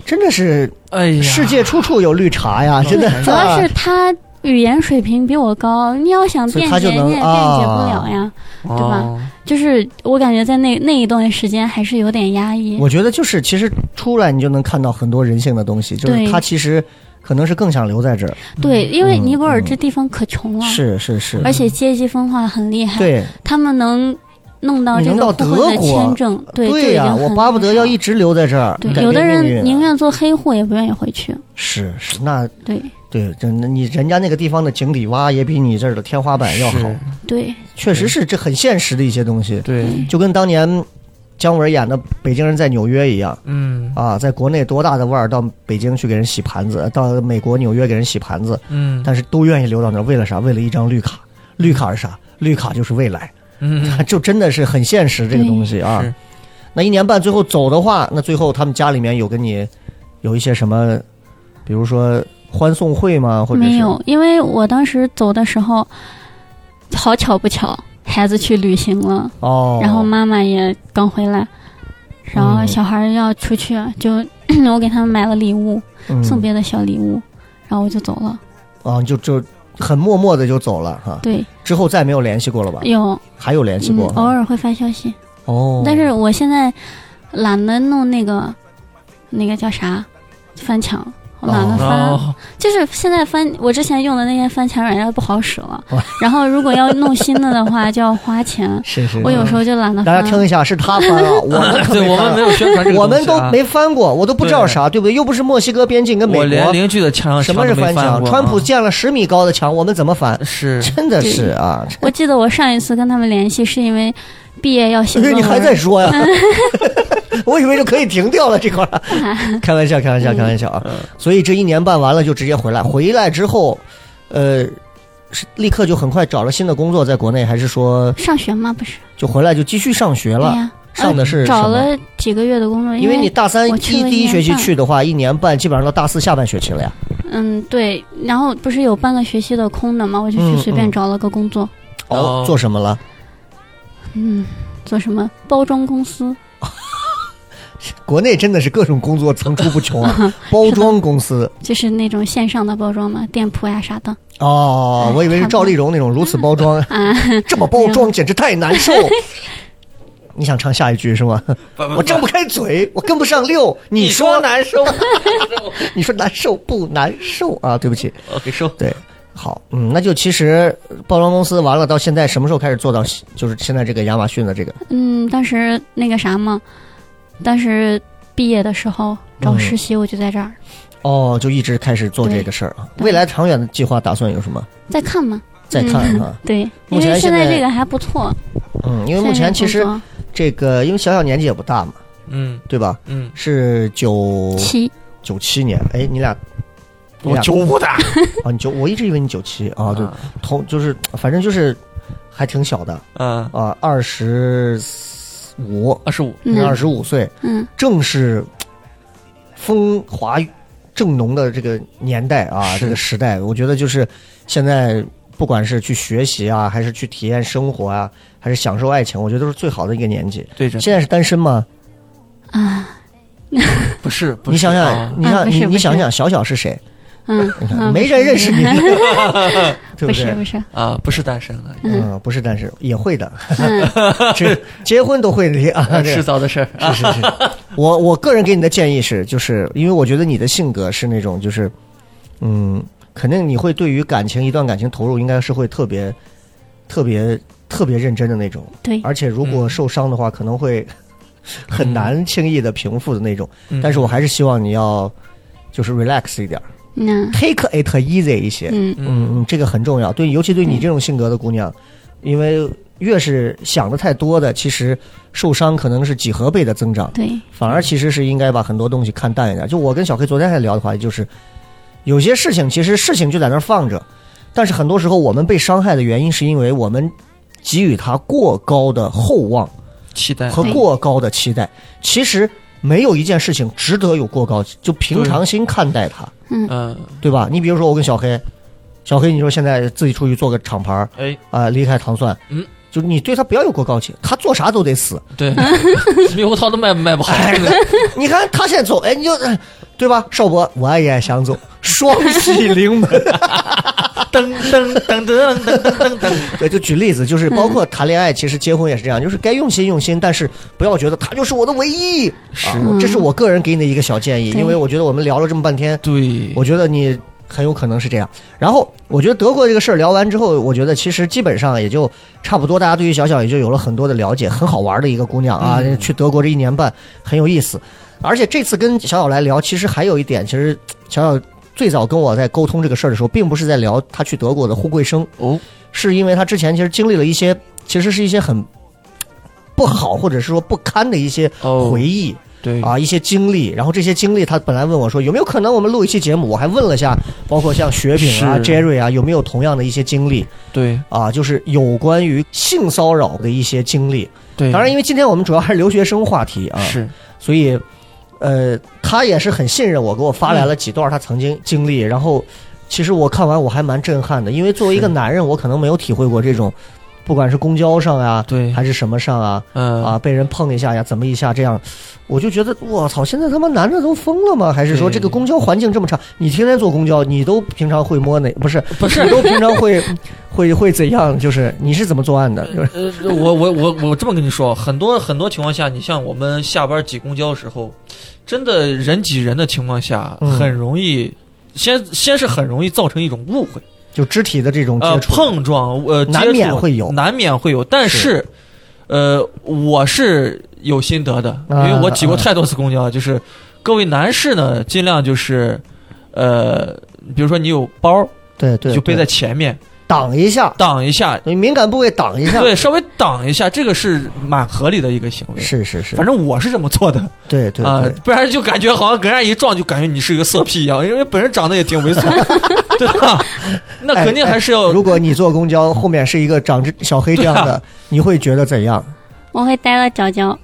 [SPEAKER 3] 真的是
[SPEAKER 4] 哎呀，
[SPEAKER 3] 世界处处有绿茶呀，真的啊
[SPEAKER 5] 对，主要是他语言水平比我高，你要想
[SPEAKER 3] 所以
[SPEAKER 5] 辩
[SPEAKER 3] 他
[SPEAKER 5] 解，
[SPEAKER 3] 就
[SPEAKER 5] 你也
[SPEAKER 3] 能啊
[SPEAKER 5] 辩解不了呀。
[SPEAKER 4] 对
[SPEAKER 5] 吧就是我感觉在那那一段时间还是有点压抑。
[SPEAKER 3] 我觉得就是，其实出来你就能看到很多人性的东西，就是
[SPEAKER 5] 对
[SPEAKER 3] 他其实可能是更想留在这儿，
[SPEAKER 5] 对，因为
[SPEAKER 3] 嗯
[SPEAKER 5] 尼泊尔这地方可穷了，
[SPEAKER 3] 是是是，
[SPEAKER 5] 而且阶级分化很厉害。，
[SPEAKER 3] 对
[SPEAKER 5] 他们能弄到
[SPEAKER 3] 你
[SPEAKER 5] 这
[SPEAKER 3] 能
[SPEAKER 5] 个
[SPEAKER 3] 到
[SPEAKER 5] 互惠
[SPEAKER 3] 德
[SPEAKER 5] 的
[SPEAKER 3] 国
[SPEAKER 5] 签证，对就已
[SPEAKER 3] 呀、
[SPEAKER 5] 经
[SPEAKER 3] 我
[SPEAKER 5] 很
[SPEAKER 3] 巴不得
[SPEAKER 5] 厉害
[SPEAKER 3] 要
[SPEAKER 5] 了
[SPEAKER 3] 一直留在这儿，
[SPEAKER 5] 对
[SPEAKER 3] 改，
[SPEAKER 5] 有的
[SPEAKER 3] 变命
[SPEAKER 5] 人
[SPEAKER 3] 运啊
[SPEAKER 5] 宁愿做黑户也不愿意回去。
[SPEAKER 3] 是是那
[SPEAKER 5] 对
[SPEAKER 3] 对，真的你人家那个地方的井底蛙也比你这儿的天花板要好，
[SPEAKER 5] 对，
[SPEAKER 3] 确实是这很现实的一些东西，
[SPEAKER 4] 对，
[SPEAKER 3] 就跟当年姜文演的《北京人在纽约》一样。
[SPEAKER 4] 嗯
[SPEAKER 3] 啊，在国内多大的腕儿，到北京去给人洗盘子，到美国纽约给人洗盘子，
[SPEAKER 4] 嗯
[SPEAKER 3] 但是都愿意留到那儿，为了啥？为了一张绿卡。绿卡是啥？绿卡就是未来，
[SPEAKER 4] 嗯，
[SPEAKER 3] 就真的是很现实这个东西啊
[SPEAKER 4] 是。
[SPEAKER 3] 那一年半最后走的话，那最后他们家里面有跟你有一些什么，比如说欢送会吗？或者是
[SPEAKER 5] 没有，因为我当时走的时候，好巧不巧，孩子去旅行了。
[SPEAKER 3] 哦，嗯
[SPEAKER 5] 然后妈妈也刚回来，然后小孩儿要出去，啊就 我给他们买了礼物，
[SPEAKER 3] 嗯
[SPEAKER 5] 送别的小礼物，然后我就走了。
[SPEAKER 3] 啊，就就很默默的就走了哈。
[SPEAKER 5] 对，
[SPEAKER 3] 之后再没有联系过了吧？
[SPEAKER 5] 有，
[SPEAKER 3] 还有联系
[SPEAKER 5] 嗯
[SPEAKER 3] 啊过，啊
[SPEAKER 5] 偶尔会发消息，
[SPEAKER 3] 哦，
[SPEAKER 5] 但是我现在懒得弄那个，那个叫啥，翻墙。我懒得翻，
[SPEAKER 4] 哦，
[SPEAKER 5] 就是现在翻我之前用的那些翻墙软件不好使了
[SPEAKER 3] 哇，
[SPEAKER 5] 然后如果要弄新的的话就要花钱，
[SPEAKER 3] 是是，
[SPEAKER 5] 我有时候就懒得
[SPEAKER 3] 大
[SPEAKER 5] 翻
[SPEAKER 3] 家。听一下，是他翻了，我们 可
[SPEAKER 4] 对，我
[SPEAKER 3] 翻
[SPEAKER 4] 们
[SPEAKER 3] 啊
[SPEAKER 4] 没有宣传这 个
[SPEAKER 3] 我们
[SPEAKER 4] 东西
[SPEAKER 3] 都
[SPEAKER 4] 啊
[SPEAKER 3] 没翻过，我都不知道啥，对不对？又不是墨西哥边境跟美
[SPEAKER 4] 我连
[SPEAKER 3] 国，
[SPEAKER 4] 邻居的墙
[SPEAKER 3] 什么是
[SPEAKER 4] 墙都
[SPEAKER 3] 翻
[SPEAKER 4] 没翻
[SPEAKER 3] 墙？
[SPEAKER 4] 过啊
[SPEAKER 3] 川普建了十米高的墙，我们怎么翻？
[SPEAKER 4] 是
[SPEAKER 3] 真的是啊！
[SPEAKER 5] 我记得我上一次跟他们联系是因为毕业要写
[SPEAKER 3] 因
[SPEAKER 5] 论
[SPEAKER 3] 为
[SPEAKER 5] 文，
[SPEAKER 3] 你还在说 呀，我以为就可以停掉了这块儿，开玩笑，开玩笑，
[SPEAKER 5] 嗯
[SPEAKER 3] 开玩笑啊！所以这一年半完了就直接回来，回来之后，呃，是立刻就很快找了新的工作，在国内还是说
[SPEAKER 5] 上学嘛，不是？
[SPEAKER 3] 就回来就继续上学
[SPEAKER 5] 对
[SPEAKER 3] 了？
[SPEAKER 5] 呀，
[SPEAKER 3] 上的是
[SPEAKER 5] 呃找
[SPEAKER 3] 什么
[SPEAKER 5] 了几个月的工作，
[SPEAKER 3] 因为你大三一
[SPEAKER 5] 我去了一
[SPEAKER 3] 第一学期
[SPEAKER 5] 年半
[SPEAKER 3] 去的话，一年半基本上到大四下半学期了呀。
[SPEAKER 5] 嗯对，然后不是有半个学期的空的嘛，我就
[SPEAKER 3] 嗯
[SPEAKER 5] 去随便
[SPEAKER 3] 嗯
[SPEAKER 5] 找了个工作，
[SPEAKER 3] 哦
[SPEAKER 4] 哦，
[SPEAKER 3] 做什么了？
[SPEAKER 5] 嗯，做什么包装公司，
[SPEAKER 3] 国内真的是各种工作层出不穷 啊！包装公司
[SPEAKER 5] 就是那种线上的包装嘛，店铺呀啥的
[SPEAKER 3] 哦，我以为是赵丽蓉那种如此包装，
[SPEAKER 5] 啊。
[SPEAKER 3] 这么包装简直太难受。你想唱下一句是吗？我张不开嘴，我跟不上溜。 你说难受， 你说难受不难受啊？对不起，
[SPEAKER 4] ，OK，收。
[SPEAKER 3] 对，好，嗯，那就其实包装公司完了到现在什么时候开始做到就是现在这个亚马逊的这个？
[SPEAKER 5] 嗯，当时那个啥嘛，当时毕业的时候找
[SPEAKER 3] 嗯
[SPEAKER 5] 实习，我就在这儿、
[SPEAKER 3] 哦，就一直开始做这个事儿啊。
[SPEAKER 5] 对
[SPEAKER 3] 未来长远的计划打算有什么？
[SPEAKER 5] 再看嘛。
[SPEAKER 3] 再看哈，
[SPEAKER 5] 对，
[SPEAKER 3] 目
[SPEAKER 5] 因
[SPEAKER 3] 前
[SPEAKER 5] 为
[SPEAKER 3] 现
[SPEAKER 5] 现
[SPEAKER 3] 在
[SPEAKER 5] 这个还不错。
[SPEAKER 3] 嗯，因为目前其实
[SPEAKER 5] 现在这个工
[SPEAKER 3] 这个，因为小小年纪也不大嘛，
[SPEAKER 4] 嗯
[SPEAKER 3] 对吧？
[SPEAKER 4] 嗯，
[SPEAKER 3] 是九
[SPEAKER 5] 作七，
[SPEAKER 3] 九七年，哎，你俩，你俩
[SPEAKER 4] 五的
[SPEAKER 3] 啊，你九，我一直以为你九七啊，对，同就是反正就是还挺小的
[SPEAKER 4] 啊，
[SPEAKER 3] 啊，二十五，
[SPEAKER 4] 二十五，
[SPEAKER 3] 二
[SPEAKER 5] 嗯
[SPEAKER 3] 十五岁，
[SPEAKER 5] 嗯，
[SPEAKER 3] 正是风华正浓的这个年代啊，
[SPEAKER 4] 是
[SPEAKER 3] 这个时代，我觉得就是现在不管是去学习啊，还是去体验生活啊，还是享受爱情，我觉得都是最好的一个年纪。
[SPEAKER 4] 对着
[SPEAKER 3] 现在是单身吗？
[SPEAKER 5] 啊，
[SPEAKER 4] 不是，不
[SPEAKER 3] 你
[SPEAKER 4] 是
[SPEAKER 3] 想
[SPEAKER 4] 啊
[SPEAKER 3] 想，你
[SPEAKER 5] 啊
[SPEAKER 3] 想
[SPEAKER 5] 不是
[SPEAKER 3] 你
[SPEAKER 5] 不
[SPEAKER 3] 你
[SPEAKER 5] 是
[SPEAKER 3] 想想，小小是谁？
[SPEAKER 5] 嗯，嗯
[SPEAKER 3] 没人认识 你，对
[SPEAKER 5] 不
[SPEAKER 3] 不
[SPEAKER 5] 是
[SPEAKER 3] 对？
[SPEAKER 5] 不是，
[SPEAKER 4] 啊，不是单身了，
[SPEAKER 3] 嗯，不是单身也会 的，
[SPEAKER 5] 嗯，
[SPEAKER 3] 这结婚都会离啊，这
[SPEAKER 4] 迟早的事儿。
[SPEAKER 3] 是是 是，我我个人给你的建议是，就是因为我觉得你的性格是那种，就是，嗯，肯定你会对于感情一段感情投入，应该是会特别、特别、特别认真的那种，
[SPEAKER 5] 对，
[SPEAKER 3] 而且如果
[SPEAKER 4] 嗯
[SPEAKER 3] 受伤的话，可能会很难轻易的平复的那种。
[SPEAKER 4] 嗯
[SPEAKER 3] 但是我还是希望你要就是 relax 一点儿
[SPEAKER 5] 那
[SPEAKER 3] ，take it easy 一些，
[SPEAKER 5] 嗯
[SPEAKER 4] 嗯，
[SPEAKER 3] 嗯，这个很重要，对，尤其对你这种性格的姑娘，因为越是想的太多的，其实受伤可能是几何倍的增长，
[SPEAKER 5] 对，
[SPEAKER 3] 反而其实是应该把很多东西看淡一点。就我跟小黑昨天还聊的话题，就是有些事情其实事情就在那儿放着，但是很多时候我们被伤害的原因是因为我们给予他过高的厚望
[SPEAKER 4] 期待
[SPEAKER 3] 和过高的期待，其实没有一件事情值得有过高，就平常心看待它，
[SPEAKER 5] 嗯
[SPEAKER 4] 嗯，
[SPEAKER 3] 对吧？你比如说我跟小黑，小黑你说现在自己出去做个厂牌儿。
[SPEAKER 4] 哎，
[SPEAKER 3] 啊、离开糖蒜，
[SPEAKER 4] 嗯，
[SPEAKER 3] 就是你对他不要有过高期，他做啥都得死。
[SPEAKER 4] 对，猕猴桃都卖卖不好，
[SPEAKER 3] 你看他现在走，哎，你就，哎对吧？邵博，我也想走，双喜临门。
[SPEAKER 4] 噔噔噔噔噔噔噔，
[SPEAKER 3] 对，就举例子，就是包括谈恋爱，其实结婚也是这样，就是该用心用心，但是不要觉得他就是我的唯一。
[SPEAKER 4] 是
[SPEAKER 3] 啊，我这是我个人给你的一个小建议，
[SPEAKER 5] 对
[SPEAKER 3] 因为我觉得我们聊了这么半天，
[SPEAKER 4] 对，
[SPEAKER 3] 我觉得你很有可能是这样。然后我觉得德国这个事儿聊完之后，我觉得其实基本上也就差不多，大家对于小小也就有了很多的了解，很好玩的一个姑娘啊，
[SPEAKER 4] 嗯
[SPEAKER 3] 去德国这一年半很有意思。而且这次跟小小来聊，其实还有一点，其实小小最早跟我在沟通这个事儿的时候，并不是在聊她去德国的互贵生，
[SPEAKER 4] 哦，
[SPEAKER 3] 是因为她之前其实经历了一些，其实是一些很不好或者是说不堪的一些
[SPEAKER 4] 哦，
[SPEAKER 3] 回忆。
[SPEAKER 4] 对，
[SPEAKER 3] 啊一些经历，然后这些经历，他本来问我说有没有可能我们录一期节目，我还问了下，包括像雪饼啊、
[SPEAKER 4] 嗯是
[SPEAKER 3] Jerry 啊有没有同样的一些经历
[SPEAKER 4] 对
[SPEAKER 3] 啊，就是有关于性骚扰的一些经历。
[SPEAKER 4] 对，
[SPEAKER 3] 当然，因为今天我们主要还是留学生话题啊，
[SPEAKER 4] 是
[SPEAKER 3] 所以呃，他也是很信任我，给我发来了几段他曾经经历，然后其实我看完我还蛮震撼的，因为作为一个
[SPEAKER 4] 是
[SPEAKER 3] 男人，我可能没有体会过这种，不管是公交上啊。
[SPEAKER 4] 对，
[SPEAKER 3] 还是什么上啊？
[SPEAKER 4] 嗯
[SPEAKER 3] 啊，被人碰一下呀，怎么一下这样，我就觉得我操，现在他妈男的都疯了吗？还是说
[SPEAKER 4] 对
[SPEAKER 3] 这个公交环境这么差？你天天坐公交，你都平常会摸哪？不是，
[SPEAKER 4] 不是
[SPEAKER 3] 你都平常 会会会怎样？就是你是怎么作案的？就是
[SPEAKER 4] 呃，我我我我这么跟你说，很多很多情况下，你像我们下班挤公交的时候，真的人挤人的情况下，
[SPEAKER 3] 嗯
[SPEAKER 4] 很容易，先先是很容易造成一种误会，
[SPEAKER 3] 就肢体的这种
[SPEAKER 4] 呃，
[SPEAKER 3] 接触，
[SPEAKER 4] 碰撞，呃，
[SPEAKER 3] 难
[SPEAKER 4] 接触
[SPEAKER 3] 免会有
[SPEAKER 4] 难免会有，但是，
[SPEAKER 3] 是
[SPEAKER 4] 呃，我是有心得的，因
[SPEAKER 3] 啊
[SPEAKER 4] 为我挤过
[SPEAKER 3] 啊
[SPEAKER 4] 太多次公交，就是各位男士呢，尽量就是，呃，比如说你有包，
[SPEAKER 3] 对对，
[SPEAKER 4] 就背在
[SPEAKER 3] 对
[SPEAKER 4] 前面
[SPEAKER 3] 挡一下，
[SPEAKER 4] 挡一下，
[SPEAKER 3] 你敏感部位挡一下，
[SPEAKER 4] 对，稍微挡一下，这个是蛮合理的一个行为。
[SPEAKER 3] 是是是，
[SPEAKER 4] 反正我是这么做的
[SPEAKER 3] 对对
[SPEAKER 4] 啊、
[SPEAKER 3] 对，
[SPEAKER 4] 不然就感觉好像跟人家一撞，就感觉你是一个色批一样，因为本人长得也挺猥琐， 对吧？那肯定还是要、
[SPEAKER 3] 哎如果你坐公交后面是一个长着小黑这样
[SPEAKER 4] 呃对啊
[SPEAKER 3] 的，你会觉得怎 样？
[SPEAKER 5] 我会待到脚脚，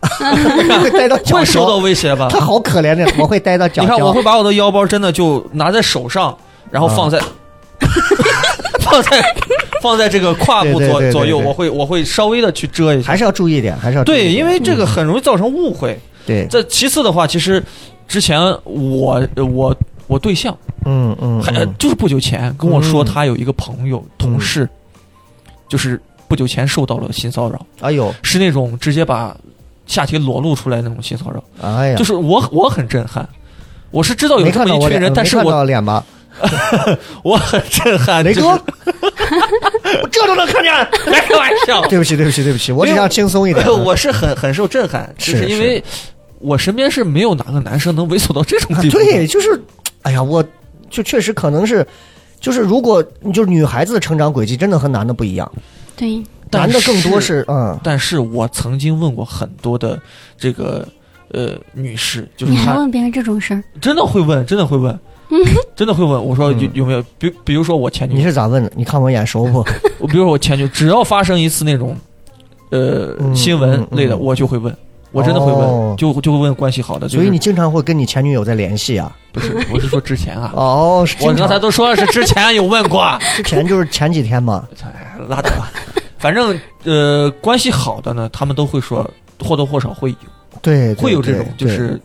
[SPEAKER 3] 你会待到脚
[SPEAKER 4] 会受到
[SPEAKER 3] 脚，
[SPEAKER 4] 威胁吧
[SPEAKER 3] 他？好可怜的，我会待到脚
[SPEAKER 4] 你看，我
[SPEAKER 3] 脚
[SPEAKER 4] 会。把我的腰包真的就拿在手上，然后 放在、放在放在这个胯
[SPEAKER 3] 对
[SPEAKER 4] 部
[SPEAKER 3] 对
[SPEAKER 4] 左
[SPEAKER 3] 对对
[SPEAKER 4] 左右，
[SPEAKER 3] 对
[SPEAKER 4] 我会我会稍微的去遮一下。
[SPEAKER 3] 还是要注意一点，还是要注意一
[SPEAKER 4] 对，
[SPEAKER 3] 点
[SPEAKER 4] 因为这个很容易造成误会。
[SPEAKER 3] 对，
[SPEAKER 4] 这其次的话，其实之前我我我对象。
[SPEAKER 3] 嗯嗯，
[SPEAKER 4] 还呃
[SPEAKER 3] 嗯
[SPEAKER 4] 就是不久前跟我说，
[SPEAKER 3] 嗯
[SPEAKER 4] 他有一个朋友、同事，就是不久前受到了性骚扰，
[SPEAKER 3] 哎呦，
[SPEAKER 4] 是那种直接把下体裸露出来那种性骚扰。
[SPEAKER 3] 哎呀，
[SPEAKER 4] 就是我我很震撼，我是知道有
[SPEAKER 3] 没
[SPEAKER 4] 这
[SPEAKER 3] 看
[SPEAKER 4] 么
[SPEAKER 3] 到
[SPEAKER 4] 一
[SPEAKER 3] 我
[SPEAKER 4] 群
[SPEAKER 3] 脸，
[SPEAKER 4] 人，但是
[SPEAKER 3] 没看
[SPEAKER 4] 我哎哦
[SPEAKER 3] 到脸吧？
[SPEAKER 4] 我很震撼。
[SPEAKER 3] 雷
[SPEAKER 4] 这
[SPEAKER 3] 哥，我这都能看见？
[SPEAKER 4] 开玩 笑，
[SPEAKER 3] 对不起，对不起，对不起，我只想轻松一点。啊
[SPEAKER 4] 我是很很受震撼，就是因为我身边是没有哪个男生能猥琐到这种
[SPEAKER 3] 啊
[SPEAKER 4] 地步的。
[SPEAKER 3] 对，就是，哎呀，我就确实可能是，就是如果就是女孩子的成长轨迹真的和男的不一样，
[SPEAKER 5] 对，
[SPEAKER 3] 男
[SPEAKER 4] 但
[SPEAKER 3] 的更多
[SPEAKER 4] 是
[SPEAKER 3] 是嗯，
[SPEAKER 4] 但是我曾经问过很多的这个呃女士，就是
[SPEAKER 5] 你还
[SPEAKER 4] 她
[SPEAKER 5] 问别人这种事儿，
[SPEAKER 4] 真的会问，真的会问，真的会问。我说
[SPEAKER 3] 嗯
[SPEAKER 4] 有有没有，比比如说我前女
[SPEAKER 3] 你
[SPEAKER 4] 友，
[SPEAKER 3] 是咋问的？你看我眼熟不？
[SPEAKER 4] 我比如说我前女友，只要发生一次那种呃
[SPEAKER 3] 嗯
[SPEAKER 4] 新闻类的，
[SPEAKER 3] 嗯嗯
[SPEAKER 4] 我就会问，我真的会问，
[SPEAKER 3] 哦
[SPEAKER 4] 就就会问关系好的。
[SPEAKER 3] 所以你
[SPEAKER 4] 就是
[SPEAKER 3] 经常会跟你前女友在联系啊？
[SPEAKER 4] 不是我是说之前啊，
[SPEAKER 3] 哦， 是
[SPEAKER 4] 我
[SPEAKER 3] 经
[SPEAKER 4] 刚
[SPEAKER 3] 常
[SPEAKER 4] 才都说了是之前有问 过，
[SPEAKER 3] 之前就是前几天嘛。
[SPEAKER 4] 哎拉倒吧。反正呃，关系好的呢，他们都会说或多或少会有
[SPEAKER 3] 对，对
[SPEAKER 4] 会有这
[SPEAKER 3] 对
[SPEAKER 4] 种，就是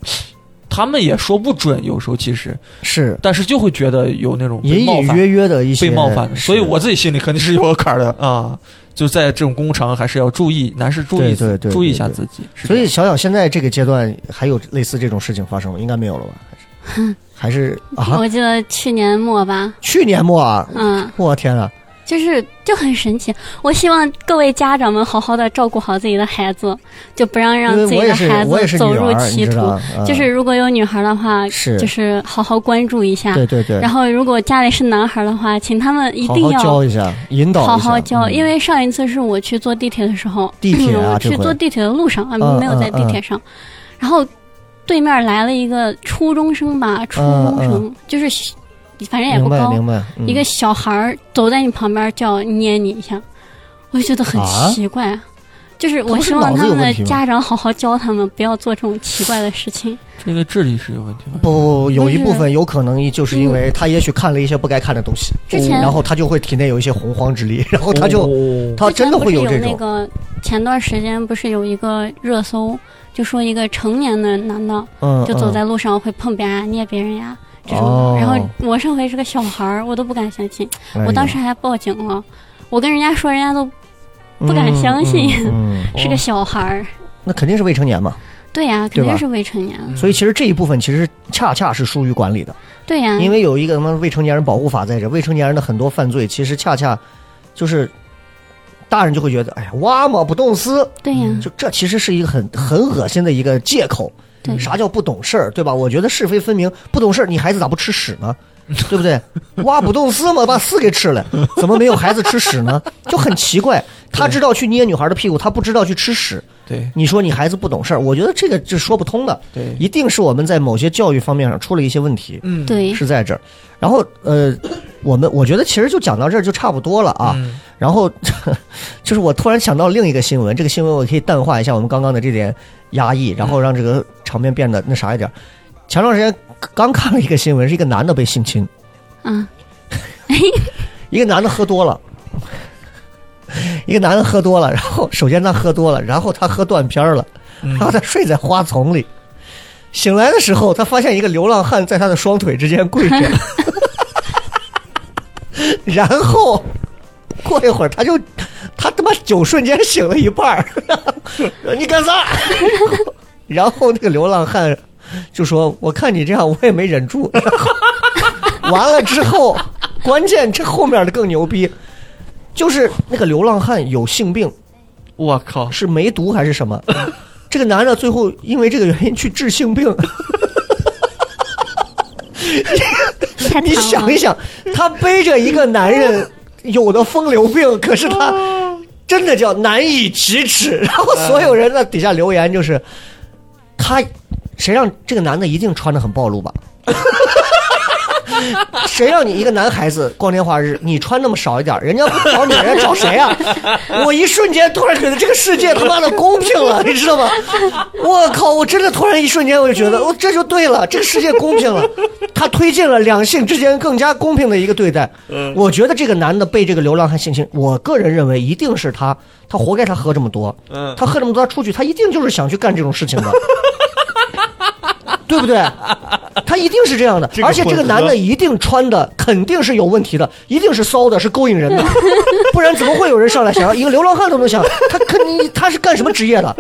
[SPEAKER 4] 他们也说不准，有时候其实，
[SPEAKER 3] 对是
[SPEAKER 4] 但是就会觉得有那种被
[SPEAKER 3] 隐
[SPEAKER 4] 冒
[SPEAKER 3] 隐
[SPEAKER 4] 犯。
[SPEAKER 3] 约约的一些
[SPEAKER 4] 被冒犯的，所以
[SPEAKER 3] 是
[SPEAKER 4] 我自己心里肯定是有个坎儿的啊。就在这种公共场合，还是要注意，男士注意
[SPEAKER 3] 对对对
[SPEAKER 4] 注意一
[SPEAKER 3] 对
[SPEAKER 4] 下
[SPEAKER 3] 对
[SPEAKER 4] 自己。是
[SPEAKER 3] 所
[SPEAKER 4] 这
[SPEAKER 3] 以
[SPEAKER 4] 样
[SPEAKER 3] 小小现在这个阶段还有类似这种事情发生吗？应该没有了吧？还是 还是啊？
[SPEAKER 5] 我记得去年末吧，
[SPEAKER 3] 去年末啊，
[SPEAKER 5] 嗯，
[SPEAKER 3] 我天啊！
[SPEAKER 5] 就是就很神奇。我希望各位家长们好好的照顾好自己的孩子，就不让让
[SPEAKER 3] 因为
[SPEAKER 5] 自己
[SPEAKER 3] 我也
[SPEAKER 5] 的
[SPEAKER 3] 是
[SPEAKER 5] 孩
[SPEAKER 3] 我也是
[SPEAKER 5] 子走
[SPEAKER 3] 女
[SPEAKER 5] 入
[SPEAKER 3] 儿，你
[SPEAKER 5] 歧
[SPEAKER 3] 知
[SPEAKER 5] 途。
[SPEAKER 3] 道，嗯
[SPEAKER 5] 就是如果有女孩的话，
[SPEAKER 3] 是
[SPEAKER 5] 就是好好关注一下。
[SPEAKER 3] 对对对，
[SPEAKER 5] 然后如果家里是男孩的话，请他们一
[SPEAKER 3] 好
[SPEAKER 5] 定
[SPEAKER 3] 好
[SPEAKER 5] 要
[SPEAKER 3] 教一下，引导一下
[SPEAKER 5] 好好教，
[SPEAKER 3] 嗯
[SPEAKER 5] 因为上一次是我去坐地铁的时候，嗯
[SPEAKER 3] 地铁啊
[SPEAKER 5] 我
[SPEAKER 3] 这
[SPEAKER 5] 去
[SPEAKER 3] 回
[SPEAKER 5] 坐地铁的路上啊，
[SPEAKER 3] 嗯
[SPEAKER 5] 没有在地铁上，然后对面来了一个初中生吧，初中生、就是反正也
[SPEAKER 3] 嗯明
[SPEAKER 5] 不
[SPEAKER 3] 白
[SPEAKER 5] 高，
[SPEAKER 3] 明白，嗯
[SPEAKER 5] 一个小孩儿走在你旁边就要捏你一下，我就觉得很
[SPEAKER 3] 啊
[SPEAKER 5] 奇怪。就是
[SPEAKER 3] 他
[SPEAKER 5] 我
[SPEAKER 3] 不是
[SPEAKER 5] 希望
[SPEAKER 3] 脑子
[SPEAKER 5] 他
[SPEAKER 3] 有
[SPEAKER 5] 们的
[SPEAKER 3] 问题吗
[SPEAKER 5] 家长好好教他们，不要做这种奇怪的事情。
[SPEAKER 4] 这个智力是有问题吧？
[SPEAKER 3] 不不不，有一部
[SPEAKER 5] 但
[SPEAKER 3] 分有可能就是因为他也许看了一些不该看的东西，
[SPEAKER 5] 嗯之前嗯
[SPEAKER 3] 然后他就会体内有一些洪荒之力，然后他就
[SPEAKER 4] 哦
[SPEAKER 3] 他
[SPEAKER 5] 之前
[SPEAKER 3] 真的
[SPEAKER 5] 不
[SPEAKER 3] 会
[SPEAKER 5] 是有
[SPEAKER 3] 这
[SPEAKER 5] 那
[SPEAKER 3] 种
[SPEAKER 5] 个前段时间不是有一个热搜，就说一个成年的男的
[SPEAKER 3] 嗯，
[SPEAKER 5] 就走
[SPEAKER 3] 嗯
[SPEAKER 5] 在路上会碰别人呀、捏别人呀这种的。
[SPEAKER 3] 哦
[SPEAKER 5] 然后我上回是个小孩儿，我都不敢相信，
[SPEAKER 3] 哎
[SPEAKER 5] 我当
[SPEAKER 3] 呀
[SPEAKER 5] 时还报警了。我跟人家说，人家都不敢相信
[SPEAKER 3] 嗯嗯嗯
[SPEAKER 4] 哦
[SPEAKER 5] 是个小孩儿。
[SPEAKER 3] 那肯定是未成年嘛，
[SPEAKER 5] 对呀、
[SPEAKER 3] 对
[SPEAKER 5] 肯
[SPEAKER 3] 吧
[SPEAKER 5] 定是未成年。
[SPEAKER 4] 嗯
[SPEAKER 3] 所以其实这一部分其实恰恰是疏于管理的，
[SPEAKER 5] 对呀、
[SPEAKER 3] 因为有一个什么未成年人保护法在这，未成年人的很多犯罪其实恰恰就是大人就会觉得，哎呀，挖嘛不动丝，
[SPEAKER 5] 对呀、
[SPEAKER 3] 就这其实是一个很很恶心的一个借口。
[SPEAKER 5] 对
[SPEAKER 3] 啥叫不懂事儿，对吧？我觉得是非分明，不懂事儿，你孩子咋不吃屎呢？对不对？挖不动丝嘛，把丝给吃了，怎么没有孩子吃屎呢？就很奇怪，他知道去捏女孩的屁股，他不知道去吃屎。
[SPEAKER 4] 对
[SPEAKER 3] 你说你孩子不懂事儿，我觉得这个是说不通的，
[SPEAKER 4] 对，
[SPEAKER 3] 一定是我们在某些教育方面上出了一些问题。
[SPEAKER 4] 嗯
[SPEAKER 5] 对，
[SPEAKER 3] 是在这儿。然后呃，我们我觉得其实就讲到这儿就差不多了啊。
[SPEAKER 4] 嗯
[SPEAKER 3] 然后 就是我突然想到另一个新闻，这个新闻我可以淡化一下我们刚刚的这点压抑，然后让这个场面变得那啥一点儿。前段时间刚看了一个新闻，是一个男的被性侵，
[SPEAKER 5] 嗯，
[SPEAKER 3] 一个男的喝多了。一个男的喝多了，然后首先他喝多了，然后他喝断片儿了，
[SPEAKER 4] 嗯
[SPEAKER 3] 然后他睡在花丛里，醒来的时候，他发现一个流浪汉在他的双腿之间跪着， 然后过一会儿他就他他妈酒瞬间醒了一半儿， 你干啥？ 然后那个流浪汉就说：“我看你这样，我也没忍住。” 完了之后，关键这后面的更牛逼，就是那个流浪汉有性病，
[SPEAKER 4] 我靠，
[SPEAKER 3] 是梅毒还是什么？这个男的最后因为这个原因去治性病。
[SPEAKER 5] 太
[SPEAKER 3] 你
[SPEAKER 5] 惨
[SPEAKER 3] 想
[SPEAKER 5] 了
[SPEAKER 3] 一。想，他背着一个男人有的风流病，可是他真的叫难以启齿。 然后所有人在底下留言就是，他谁让这个男的一定穿的很暴露吧？ 谁让你一个男孩子光天化日，你穿那么少一点儿，人家不找你，人家找谁啊？我一瞬间突然觉得这个世界他妈的公平了，你知道吗？ 我靠！我真的突然一瞬间我就觉
[SPEAKER 4] 嗯
[SPEAKER 3] 得，我哦这就对了，这个世界公平 了。他推进了两性之间更加公平的一个对待。
[SPEAKER 4] 嗯
[SPEAKER 3] 我觉得这个男的被这个流浪汉性侵，我个人认为一定是他，他活该他喝这么多。
[SPEAKER 4] 嗯
[SPEAKER 3] 他喝这么多，他出去，他一定就是想去干这种事情 的，对不对？他一定是这样的，
[SPEAKER 4] 这个
[SPEAKER 3] 而且这个
[SPEAKER 4] 混合
[SPEAKER 3] 男的一定穿的肯定是有问题的，一定是骚的，是勾引人 的，不然怎么会有人上来想要一个流浪汉都能想他肯定他是干什么职业的？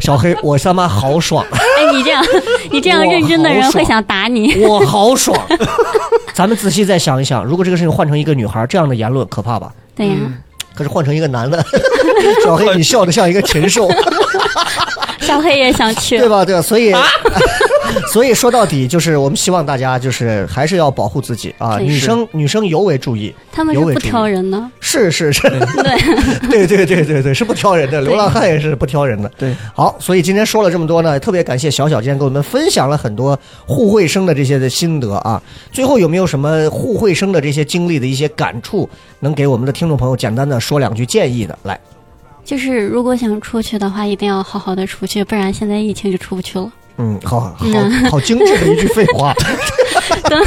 [SPEAKER 3] 小 黑，我他妈好 爽，
[SPEAKER 5] 哎，你这样，你这样
[SPEAKER 3] 我
[SPEAKER 5] 认真的
[SPEAKER 3] 好
[SPEAKER 5] 人
[SPEAKER 3] 爽
[SPEAKER 5] 会想打你。
[SPEAKER 3] 我好爽。咱们仔细再想一想，如果这个事情换成一个女孩，这样的言论可怕吧？
[SPEAKER 5] 对呀、
[SPEAKER 3] 可是换成一个 男的，小黑，你笑得像一个禽兽。
[SPEAKER 5] 小黑也想 去
[SPEAKER 3] 对。吧？啊对吧？所以， 所以说到底就是，我们希望大家就是还是要保护自己啊，
[SPEAKER 5] 对
[SPEAKER 3] 女
[SPEAKER 5] 是
[SPEAKER 3] 生女生尤为注意。
[SPEAKER 5] 他们是不挑人的，
[SPEAKER 3] 是是是，对
[SPEAKER 5] 对
[SPEAKER 3] 对对对对，是不挑人的，流浪汉也是不挑人的。
[SPEAKER 4] 对，
[SPEAKER 3] 好，所以今天说了这么多呢，特别感谢小小今天给我们分享了很多互惠生的这些的心得啊。最后有没有什么互惠生的这些经历的一些感触，能给我们的听众朋友简单的说两句建议的？来，
[SPEAKER 5] 就是如果想出去的话，一定要好好的出去，不然现在疫情就出不去了。
[SPEAKER 3] 嗯，好好好精致的一句废话。对
[SPEAKER 5] 等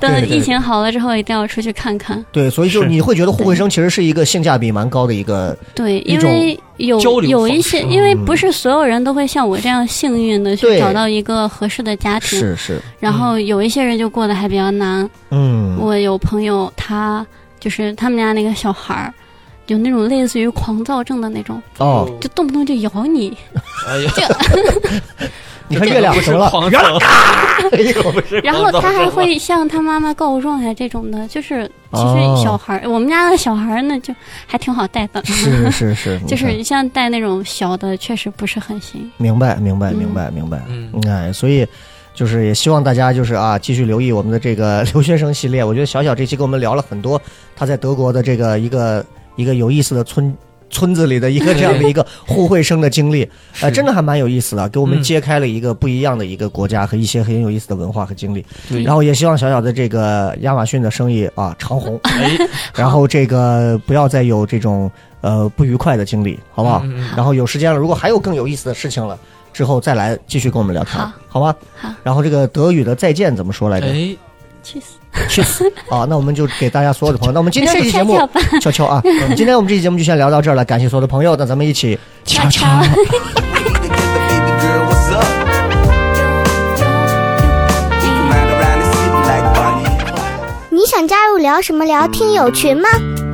[SPEAKER 3] 对
[SPEAKER 5] 疫情好了之后，一定要出去看看。
[SPEAKER 3] 对，所以就是你会觉得互惠生其实是一个性价比蛮高的一个，
[SPEAKER 5] 对，
[SPEAKER 3] 一
[SPEAKER 5] 因为有
[SPEAKER 4] 交流
[SPEAKER 5] 有一
[SPEAKER 4] 方式
[SPEAKER 5] 些，因为不是所有人都会像我这样幸运的
[SPEAKER 3] 嗯
[SPEAKER 5] 去
[SPEAKER 3] 对
[SPEAKER 5] 找到一个合适的家庭，
[SPEAKER 3] 是是，
[SPEAKER 5] 然后有一些人就过得还比较难。
[SPEAKER 3] 嗯，
[SPEAKER 5] 我有朋友，他就是他们家那个小孩儿，有那种类似于狂躁症的那种，
[SPEAKER 3] 哦，
[SPEAKER 5] 就动不动就咬你。
[SPEAKER 4] 哎呀，
[SPEAKER 3] 你看月亮
[SPEAKER 4] 不
[SPEAKER 3] 什
[SPEAKER 4] 是
[SPEAKER 3] 么了？
[SPEAKER 4] 狂
[SPEAKER 3] 原来
[SPEAKER 4] 躁，不是
[SPEAKER 5] 然后
[SPEAKER 4] 狂躁
[SPEAKER 5] 他还
[SPEAKER 4] 症
[SPEAKER 5] 会向他妈妈告状呀，这种的，就是其
[SPEAKER 3] 哦
[SPEAKER 5] 实小孩儿，我们家的小孩儿呢，就还挺好带的，
[SPEAKER 3] 是是是，你
[SPEAKER 5] 就
[SPEAKER 3] 看
[SPEAKER 5] 是像带那种小的，确实不是很行。
[SPEAKER 3] 明白明白
[SPEAKER 5] 嗯
[SPEAKER 3] 明白明白，
[SPEAKER 4] 嗯，
[SPEAKER 3] 哎，所以。就是也希望大家就是啊，继续留意我们的这个 留学生系列。我觉得小小这期跟我们聊了很多他在德国的这个一个一个有意思的村村子里的一个这样的一 个互惠生的经历，呃，
[SPEAKER 4] 是
[SPEAKER 3] 真的还蛮有意思的，给我们
[SPEAKER 4] 嗯
[SPEAKER 3] 揭开了一个不一样的一个国家和一些很有意思的文化和经历。
[SPEAKER 4] 对
[SPEAKER 3] 然后也希望小小的这个亚马逊的生意啊长虹，
[SPEAKER 4] 哎，
[SPEAKER 3] 然后这个不要再有这种呃不愉快的经历，好不好？
[SPEAKER 4] 嗯嗯嗯
[SPEAKER 3] 然后有时间了，如果还有更有意思的事情了，之后再来继续跟我们聊天，
[SPEAKER 5] 好
[SPEAKER 3] 好吧？
[SPEAKER 5] 好
[SPEAKER 3] 然后这个德语的再见怎么说来着？
[SPEAKER 4] 哎，
[SPEAKER 5] 去死！
[SPEAKER 3] 去死啊！那我们就给大家所有的朋友，那我们今天这期节目
[SPEAKER 5] 悄悄吧，
[SPEAKER 3] 悄悄啊，今天我们这期节目就先聊到这儿了，感谢所有的朋友，那咱们一起
[SPEAKER 5] 悄悄。
[SPEAKER 2] Together, baby girl, what's up? Ride around the city like Bonnie.
[SPEAKER 1] 你想加入聊什么聊听友群吗？